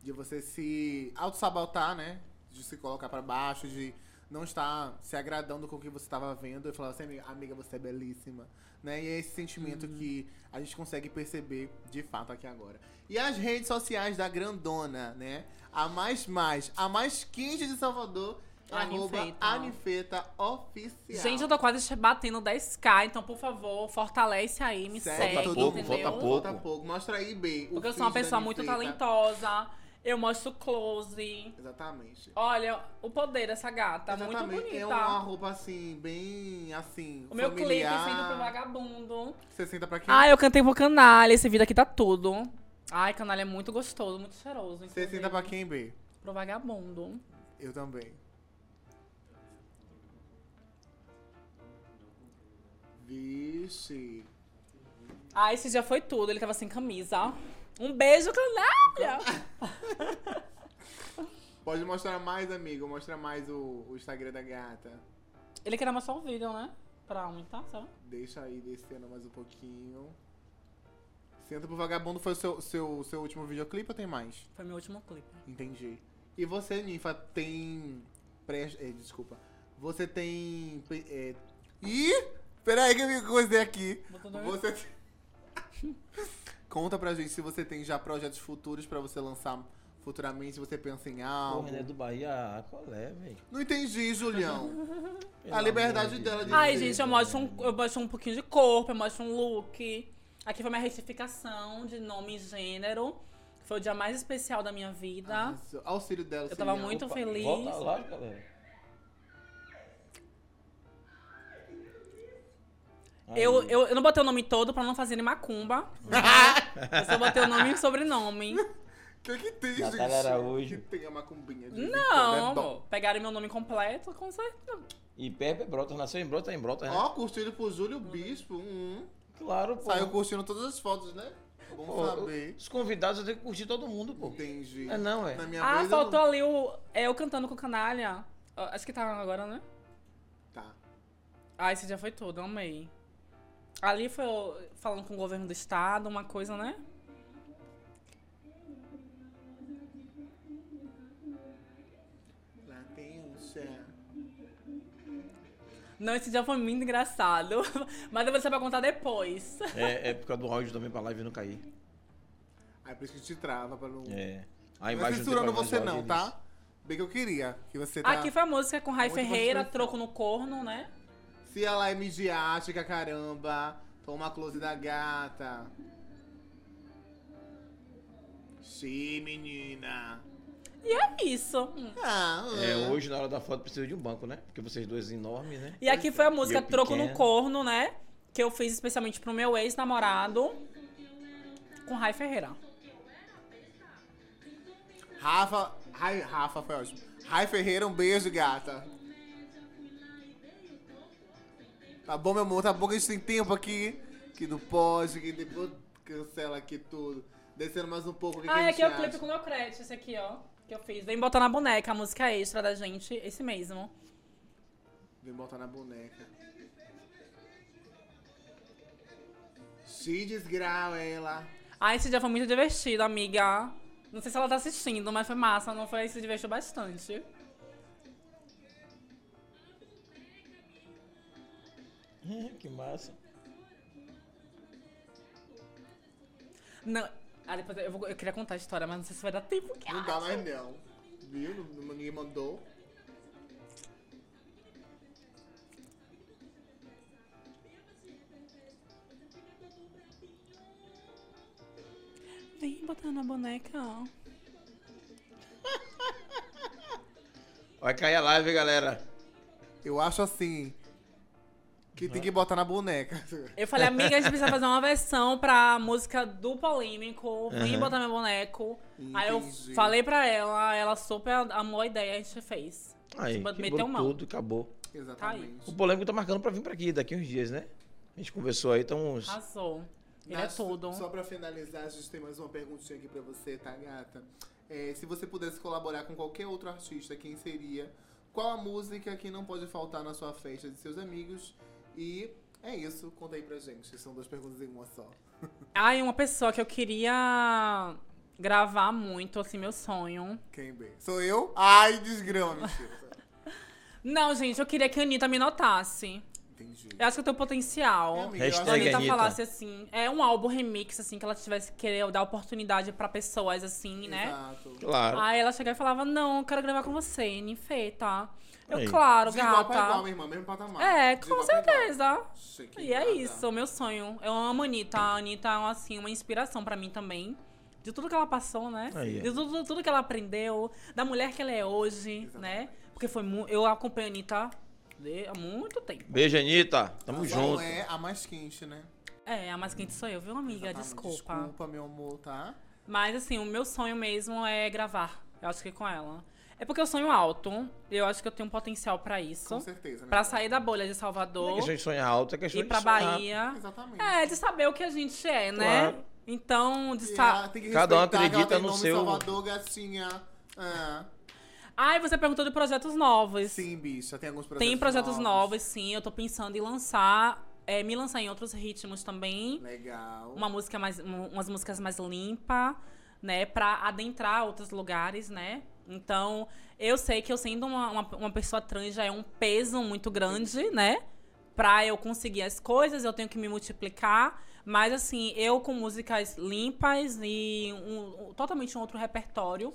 S1: de você se auto-sabotar, né? De se colocar pra baixo, de não estar se agradando com o que você estava vendo. E falar assim, amiga, amiga, você é belíssima, né? E é esse sentimento
S3: Uhum.
S1: que a gente consegue perceber de fato aqui agora. E as redes sociais da grandona, né? A mais mais, a mais quente de Salvador, é
S3: Anifeta.
S1: arroba Anifeta Oficial.
S3: Gente, eu tô quase batendo 10k, então por favor, fortalece aí, me
S1: Segue
S3: segue,
S2: Falta pouco,
S3: entendeu?
S2: falta pouco.
S1: Falta pouco. Mostra aí, B. o
S3: Porque eu sou uma
S1: feed da
S3: pessoa muito
S1: Anifeta.
S3: talentosa, eu mostro close.
S1: Exatamente.
S3: Olha, o poder dessa gata, Tá muito
S1: Exatamente.
S3: bonita.
S1: É uma roupa assim, bem assim.
S3: O meu clipe
S1: familiar.
S3: sendo pro vagabundo.
S1: Você senta pra quem?
S3: Ai, eu cantei pro canalha, esse vídeo aqui tá tudo. Ai, canalha é muito gostoso, muito cheiroso.
S1: Você senta
S3: inclusive.
S1: pra quem, B?
S3: Pro vagabundo.
S1: Eu também. Vixe.
S3: Ah, esse dia foi tudo. Ele tava sem camisa. Um beijo, canalha!
S1: Pode mostrar mais, amigo. Mostra mais o, o Instagram da gata.
S3: Ele queria mostrar o vídeo, né? Pra aumentar, sabe?
S1: Deixa aí descendo mais um pouquinho. Senta pro vagabundo foi o seu, seu, seu último videoclipe ou tem mais?
S3: Foi meu último clipe.
S1: Entendi. E você, Ninfa, tem. Pre... eh, desculpa. Você tem. pe- eh, Ih! Peraí que eu me coisei aqui.
S3: Botou no-
S1: Você tem... Conta pra gente se você tem já projetos futuros pra você lançar futuramente, se você pensa em
S2: Pô,
S1: algo.
S2: René do Bahia, ah, qual é, velho?
S1: Não entendi, Julião.
S2: Pelo
S1: A liberdade
S2: amor de
S1: dela de-
S2: Deus.
S3: Ai, gente, eu mostro, um, eu mostro um pouquinho de corpo, eu mostro um look. Aqui foi minha retificação de nome e gênero. que Foi o dia mais especial da minha vida.
S1: Isso, Auxílio dela.
S3: Eu tava
S1: auxiliar.
S3: muito feliz.
S2: Volta lá, galera. Aí.
S3: Eu, eu, eu não botei o nome todo pra não fazer macumba. né? eu só botei o nome e o sobrenome.
S1: Que que tem,
S2: Natália
S1: gente?
S2: Araújo.
S1: Que tem a macumbinha de
S3: Não,
S1: Vitor, né?
S3: amor. Pegaram meu nome completo, com certeza.
S2: E Pepe Brotas, nasceu em Brotas, em Brotas, né?
S1: Ó, curtido por Júlio Bispo. Hum.
S2: Claro, pô.
S1: Saiu curtindo todas as fotos, né? Bom
S2: Pô,
S1: saber.
S2: Os convidados eu tenho que curtir todo mundo, pô.
S1: Entendi.
S2: É não, é.
S1: Na minha
S3: Ah,
S1: vez, eu
S3: faltou ali o. é, Eu cantando com o canalha. Ah, Acho que tá agora, né?
S1: não- Tá.
S3: Ah, esse dia foi todo, amei. Ali foi eu falando com o governo do estado, uma coisa, né?
S1: Lá tem um chá.
S3: Não, esse dia foi muito engraçado. Mas eu vou deixar pra contar depois.
S2: É, é por causa do áudio também pra live não cair.
S1: Aí por isso que te trava pra não.
S2: É. A
S1: Não é
S2: imagem
S1: censurando
S2: tem pra
S1: você
S2: mais
S1: não,
S2: áudio,
S1: tá? Bem que eu queria que você tá...
S3: Aqui foi a música com Rai
S1: Onde você
S3: Ferreira,
S1: foi?
S3: Troco no Corno, né?
S1: Se ela é midiática, caramba. Toma close da gata. Xiii, menina.
S3: E é isso.
S1: Ah,
S2: É,
S1: ah.
S2: hoje na hora da foto precisa de um banco, né? Porque vocês dois enormes, né?
S3: E aqui foi a música
S2: E eu
S3: Troco no
S2: pequeno.
S3: Corno, né? Que eu fiz especialmente pro meu ex-namorado. Com Rai Ferreira.
S1: Rafa... Rai- Rafa foi ótimo. Rai Ferreira, um beijo, gata. Tá bom, meu amor? Tá bom que a gente tem tempo aqui. Que não pode, que depois cancela aqui tudo. Descendo mais um pouco. o que que
S3: Ah, e
S1: a
S3: aqui
S1: gente
S3: é o clipe
S1: acha?
S3: com o meu crédito, esse aqui, ó. Que eu fiz. Vem botar na boneca a música extra da gente, esse mesmo.
S1: Vem botar na boneca. Se desgrau ela.
S3: Ah, esse dia foi muito divertido, amiga. Não sei se ela tá assistindo, mas foi massa, não foi? Se divertiu bastante.
S2: que massa.
S3: Não. Ah, depois eu, vou- eu queria contar a história, mas não sei se vai dar tempo. Que
S1: Não dá mais não. Viu? Não- Ninguém mandou.
S3: Vem botar na boneca, ó.
S2: Vai cair a live, galera.
S1: Eu acho assim. Que tem que botar na boneca.
S3: Eu falei, amiga, a gente precisa fazer uma versão pra música do Polêmico. Vem
S2: Aham.
S3: botar meu boneco. Aí eu
S1: Entendi.
S3: falei pra ela, ela super amou a ideia, a gente fez.
S2: Aí,
S3: Tipo,
S2: quebrou
S3: meteu mão.
S2: tudo, acabou.
S3: tá
S1: Exatamente.
S2: O polêmico tá marcando pra vir pra aqui daqui uns dias, né? A gente conversou aí, então uns...
S3: Arrasou. Ele
S1: Nath,
S3: é tudo.
S1: Só pra finalizar, a gente tem mais uma perguntinha aqui pra você, tá, gata? É, se você pudesse colaborar com qualquer outro artista, quem seria? Qual a música que não pode faltar na sua festa de seus amigos? E é isso, conta aí pra gente. São duas perguntas em uma só.
S3: Ai, uma pessoa que eu queria gravar muito, assim, meu sonho.
S1: Quem bem? Sou eu? Ai, desgrama, mentira.
S3: Não, gente, eu queria que a Anitta me notasse.
S1: Entendi.
S3: Eu acho que eu tenho potencial.
S1: É, amiga, eu acho
S3: a
S2: Hashtag
S1: que-
S3: Anitta,
S2: Anitta.
S3: falasse assim. É um álbum remix, assim, que ela tivesse que querer dar oportunidade pra pessoas, assim, né?
S1: Exato.
S2: Claro.
S3: Aí ela chegava e falava: Não, eu quero gravar com você, Ninfê, tá? Eu,
S2: Aí.
S3: claro,
S1: De igual pra igual,
S3: gata.
S1: minha irmã, mesmo patamar.
S3: É,
S1: De
S3: com
S1: igual pra
S3: certeza.
S1: igual. Chique,
S3: E é
S1: gata.
S3: isso, meu sonho. Eu amo a Anitta. A Anitta é, assim, uma inspiração pra mim também. De tudo que ela passou, né?
S2: Aí, ó.
S3: De tudo, tudo que ela aprendeu, da mulher que ela é hoje, né? Porque foi mu- eu acompanho a Anitta de- há muito tempo.
S2: Beijo, Anitta. Tamo
S1: Ela
S2: junto.
S1: é a mais quente, né?
S3: É, a mais quente sou eu, viu, amiga?
S1: Exatamente.
S3: Desculpa.
S1: Desculpa, meu amor, tá?
S3: Mas assim, o meu sonho mesmo é gravar. Eu acho que com ela. É porque eu sonho alto. Eu acho que eu tenho um potencial pra isso.
S1: Com certeza, né?
S3: Pra sair da bolha de
S2: Não é
S3: Salvador
S2: questão de sonhar alto, é questão
S3: ir
S2: de
S3: pra
S2: sonhar.
S3: Bahia.
S1: Exatamente.
S3: É, de saber o que a gente é, né?
S2: Claro.
S3: Então, de
S1: E
S3: estar.
S1: ela tem que
S2: Cada um
S1: respeitar que ela
S2: acredita
S1: tem
S2: no
S1: nome
S2: seu-
S1: Salvador, gatinha. Ah,
S3: Ai, você perguntou de projetos novos.
S1: sim, bicha, tem alguns projetos
S3: Tem projetos novos, sim. Eu tô pensando em lançar. é, me lançar em outros ritmos também.
S1: Legal.
S3: Uma música mais. um- Umas músicas mais limpa, né? Pra adentrar outros lugares, né? Então, eu sei que eu sendo uma, uma, uma pessoa trans já é um peso muito grande, né? Pra eu conseguir as coisas, eu tenho que me multiplicar. Mas assim, eu com músicas limpas e um- um- totalmente um outro repertório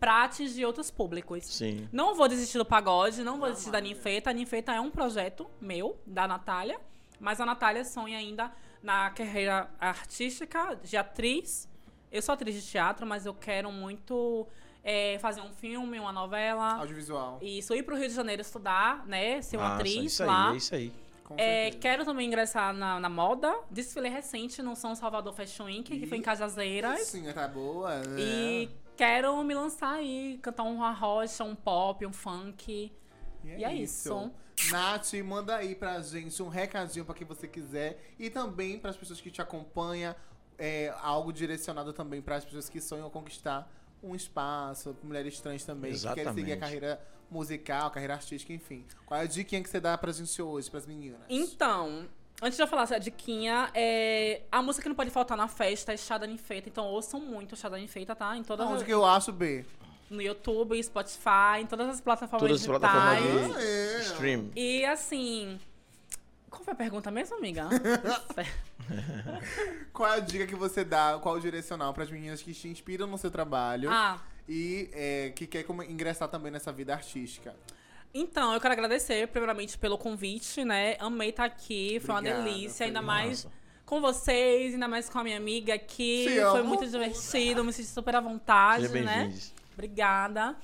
S3: pra atingir outros públicos.
S2: Uhum. Sim.
S3: Não vou desistir do pagode, não
S1: Não,
S3: vou desistir da
S1: amiga.
S3: Ninfeta. A Ninfeta é um projeto meu, da Natália. Mas a Natália sonha ainda na carreira artística de atriz. Eu sou atriz de teatro, mas eu quero muito eh, fazer um filme, uma novela.
S1: Audiovisual.
S3: Isso, ir pro Rio de Janeiro estudar, né? Ser uma
S2: Massa,
S3: atriz
S2: Ah, isso aí,
S3: lá.
S2: É isso aí.
S1: Com
S3: É,
S1: certeza.
S3: quero também ingressar na, na moda. Desfilei recente no São Salvador Fashion Week, que foi em
S1: Ih,
S3: Cajazeiras.
S1: Sim, tá boa. né?
S3: né? E
S2: é.
S3: quero me lançar aí, cantar uma rocha, um pop, um funk. e é
S1: Nath, manda aí pra gente um recadinho pra quem você quiser e também pras pessoas que te acompanham, é, algo direcionado também pras pessoas que sonham conquistar um espaço, mulheres trans também, que querem seguir a
S2: Exatamente.
S1: carreira musical, a carreira artística, enfim. Qual é a dica que você dá pra gente hoje, pras meninas?
S3: Então, antes de eu falar essa diquinha, é... a música que não pode faltar na festa é Chá da Ninfeita. Então ouçam muito Chá da Ninfeita, tá? Em todas
S1: Onde
S3: as...
S1: que eu acho, B?
S3: No YouTube, Spotify, em todas as plataformas
S2: Todas as
S3: digitais.
S2: plataformas de
S1: Ah, é.
S2: stream.
S3: E assim... Qual foi a pergunta mesmo, amiga?
S1: Qual é a dica que você dá, qual o direcional pras meninas que te inspiram no seu trabalho
S3: ah,
S1: e é, que quer como- ingressar também nessa vida artística.
S3: Então, eu quero agradecer, primeiramente, pelo convite, né? Amei estar aqui, foi
S1: Obrigado,
S3: uma delícia,
S1: foi
S3: ainda
S1: massa.
S3: mais com vocês, ainda mais com a minha amiga aqui.
S1: Te
S3: foi
S1: amo.
S3: muito divertido, me senti super à vontade,
S2: Seja
S3: né?
S2: bem-vindos.
S3: Obrigada.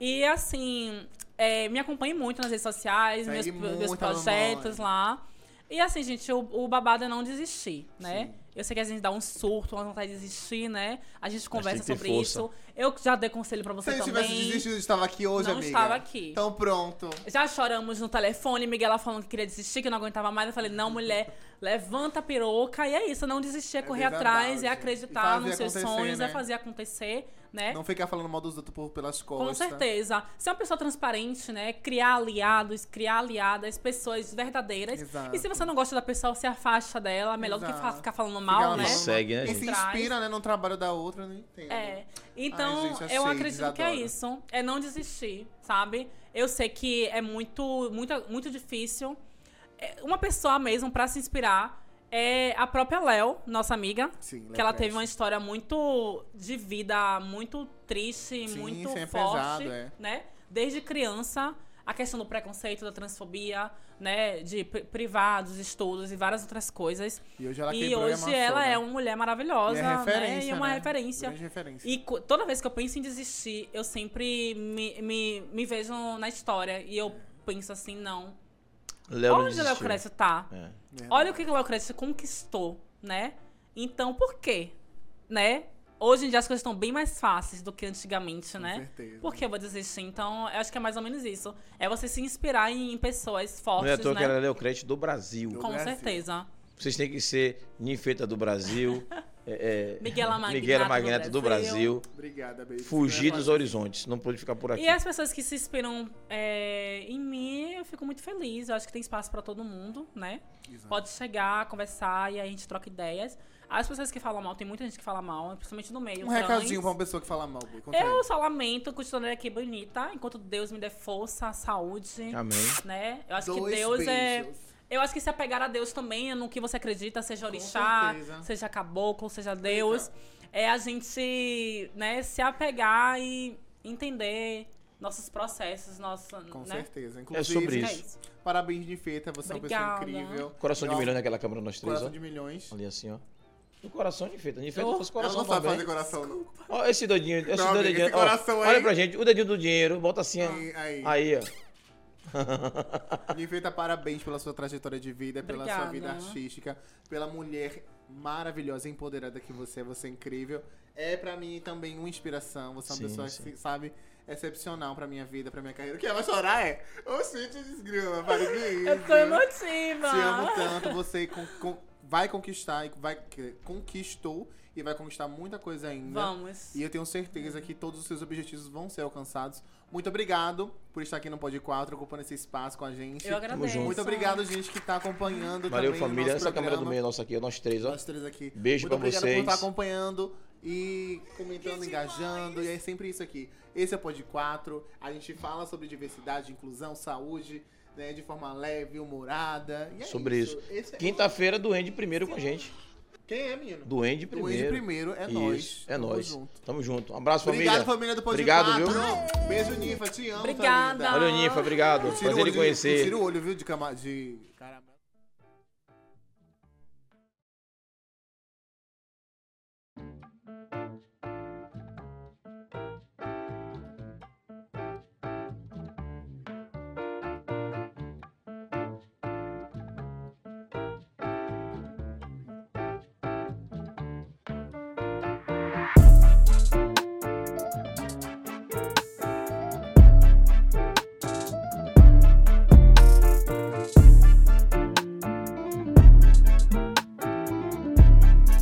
S3: E assim, é, me acompanhe muito nas redes sociais, meus,
S1: Segue
S3: meus
S1: muito a
S3: projetos
S1: mamãe.
S3: lá. E assim, gente, o, o babado é não desistir, né?
S1: Sim.
S3: Eu sei que a gente dá um surto, uma vontade de desistir, né? A gente conversa
S2: tem que ter
S3: sobre
S2: força.
S3: isso. Eu já dei conselho pra você
S1: Se a gente
S3: também.
S1: tivesse desistido, eu estava aqui hoje,
S3: não
S1: amiga.
S3: estava aqui.
S1: Então pronto.
S3: Já choramos no telefone, Miguela falando que queria desistir, que não aguentava mais. Eu falei, não, mulher, levanta a peruca. E é isso, não desistir, é correr
S1: verdade.
S3: atrás, é
S1: E
S3: acreditar
S1: fazer
S3: nos seus
S1: acontecer,
S3: sonhos,
S1: né?
S3: é fazer acontecer, né?
S1: Não ficar falando mal dos outros por, pelas costas.
S3: Com certeza. Ser uma pessoa transparente, né? Criar aliados, criar aliadas, pessoas verdadeiras.
S1: Exato.
S3: E se você não gosta da pessoa, se afasta dela. Melhor do que
S1: Exato.
S3: fa- ficar falando
S1: Ficar
S3: mal,
S1: falando
S3: né?
S2: E segue, né,
S1: E se
S2: gente?
S1: inspira, né, no trabalho da outra, não entendo.
S3: É. Então,
S1: gente, as
S3: eu
S1: shades,
S3: acredito que é
S1: adoro.
S3: isso. É não desistir, sabe? Eu sei que é muito, muito, muito difícil. É, Uma pessoa mesmo, pra se inspirar, é a própria Léo, nossa amiga.
S1: Sim,
S3: Que ela
S1: Leclerc.
S3: teve uma história muito de vida, muito triste,
S1: Sim,
S3: muito
S1: isso é
S3: forte,
S1: pesado, é.
S3: né? Desde criança, a questão do preconceito, da transfobia, né? De pri- privados, estudos e várias outras coisas.
S1: E hoje ela
S3: e
S1: quebrou e
S3: hoje
S1: amassou,
S3: ela
S1: né?
S3: é uma mulher maravilhosa,
S1: E é
S3: né?
S1: referência,
S3: E uma
S1: né?
S3: referência.
S1: Grande referência.
S3: E co- toda vez que eu penso em desistir, eu sempre me, me, me vejo na história. E eu penso assim, não.
S2: Léo não
S3: Onde a
S2: desistiu.
S3: Leocrécio tá?
S2: É.
S1: Verdade.
S3: Olha o que a Leocrécio conquistou, né? Então, por quê? Né? Hoje em dia as coisas estão bem mais fáceis do que antigamente,
S1: Com
S3: né?
S1: certeza.
S3: Por que eu vou desistir? Então, eu acho que é mais ou menos isso. É você se inspirar em pessoas
S2: Não é à
S3: fortes,
S2: toa que ela
S3: né?
S2: é Leocrete do Brasil.
S1: Do
S3: Com
S1: Brasil.
S3: certeza.
S2: Vocês têm que ser Ninfeta do Brasil. é, é,
S3: Miguela Magnata
S2: Miguela
S3: do
S2: Magnata é do Brasil.
S3: Brasil.
S1: Obrigada, baby.
S2: Fugir dos
S1: Obrigada.
S2: horizontes. Não pode ficar por aqui.
S3: E
S1: assim?
S3: as pessoas que se inspiram é, em mim, eu fico muito feliz. Eu acho que tem espaço pra todo mundo, né?
S1: Exato.
S3: Pode chegar, conversar e aí a gente troca ideias. As pessoas que falam mal, tem muita gente que fala mal, principalmente no meio. Então,
S1: Um
S3: trans.
S1: recadinho pra uma pessoa que fala mal, Bui. Conta
S3: Eu
S1: aí.
S3: só lamento, continuarei aqui é bonita, enquanto Deus me dê força, saúde,
S2: Amém.
S3: né? Eu acho
S1: Ah. Dois
S3: que Deus é.
S1: beijos.
S3: Eu acho que se apegar a Deus também, no que você acredita, seja orixá,
S1: certeza.
S3: seja caboclo, seja Deus, é a gente, né, se apegar e entender nossos processos, nossa,
S1: Com
S3: né?
S1: certeza. Inclusive,
S2: É sobre
S3: É
S2: isso.
S3: isso.
S1: parabéns de feita, você é uma
S3: Obrigada.
S1: pessoa incrível.
S2: Coração de
S1: Eu-
S2: milhão naquela câmera nós três,
S1: Coração
S2: ó.
S1: de milhões.
S2: Ali assim, ó. O coração de feita. Ninfeta
S3: Oh.
S2: faz
S1: Ela
S2: coração
S1: não sabe fazer
S2: também.
S1: coração, não.
S2: Ó, esse dedinho, esse
S1: Não, amiga,
S2: dedinho.
S1: esse
S2: ó,
S1: coração aí-
S2: olha pra gente, o dedinho do dinheiro, bota assim, ó.
S1: Aí, aí.
S2: Aí, ó.
S1: De feita, parabéns pela sua trajetória de vida, pela sua
S3: Obrigada.
S1: vida artística, pela mulher maravilhosa, empoderada que você é, você é incrível. É pra mim também uma inspiração, você é uma
S2: Sim,
S1: pessoa,
S2: sim.
S1: sabe, excepcional pra minha vida, pra minha carreira. O que ela chorar é? Ô, gente, desgrama, para com isso.
S3: Eu tô emotiva.
S1: Te amo tanto, você con- con- vai conquistar, e vai, quer dizer, conquistou e vai conquistar muita coisa ainda.
S3: Vamos.
S1: né? E eu tenho certeza que todos os seus objetivos vão ser alcançados. Muito obrigado por estar aqui no Pod 4, ocupando esse espaço com a gente.
S3: Eu agradeço.
S2: junto.
S1: Muito obrigado, gente, que tá acompanhando
S2: Valeu,
S1: também o
S2: família.
S1: nosso
S2: Essa câmera do
S1: programa.
S2: meio é nossa aqui, ó, nós três, ó.
S1: Nós três aqui.
S2: Beijo
S1: Muito
S2: pra
S1: obrigado
S2: vocês.
S1: por estar acompanhando e comentando, engajando. E é sempre isso aqui. Esse é o Pod 4. A gente fala sobre diversidade, inclusão, saúde, né? De forma leve, humorada. E é
S2: Sobre isso.
S1: Esse é-
S2: Quinta-feira, Duende primeiro com a gente.
S1: Quem é, menino? Duende
S2: Duende primeiro.
S1: primeiro é
S2: Isso,
S1: nós.
S2: é
S1: Tamo
S2: nós.
S1: junto.
S2: Tamo junto. Um abraço, família.
S1: Obrigado, família do Pod
S2: Obrigado,
S1: 4.
S2: viu?
S1: Beijo, Nifa. Te amo,
S3: Obrigada.
S1: família.
S2: Valeu, Ninfa. Obrigado.
S1: Tira o
S2: Prazer
S1: olho
S2: em
S1: de- Tira
S2: conhecer.
S1: o olho, viu, de, cama, de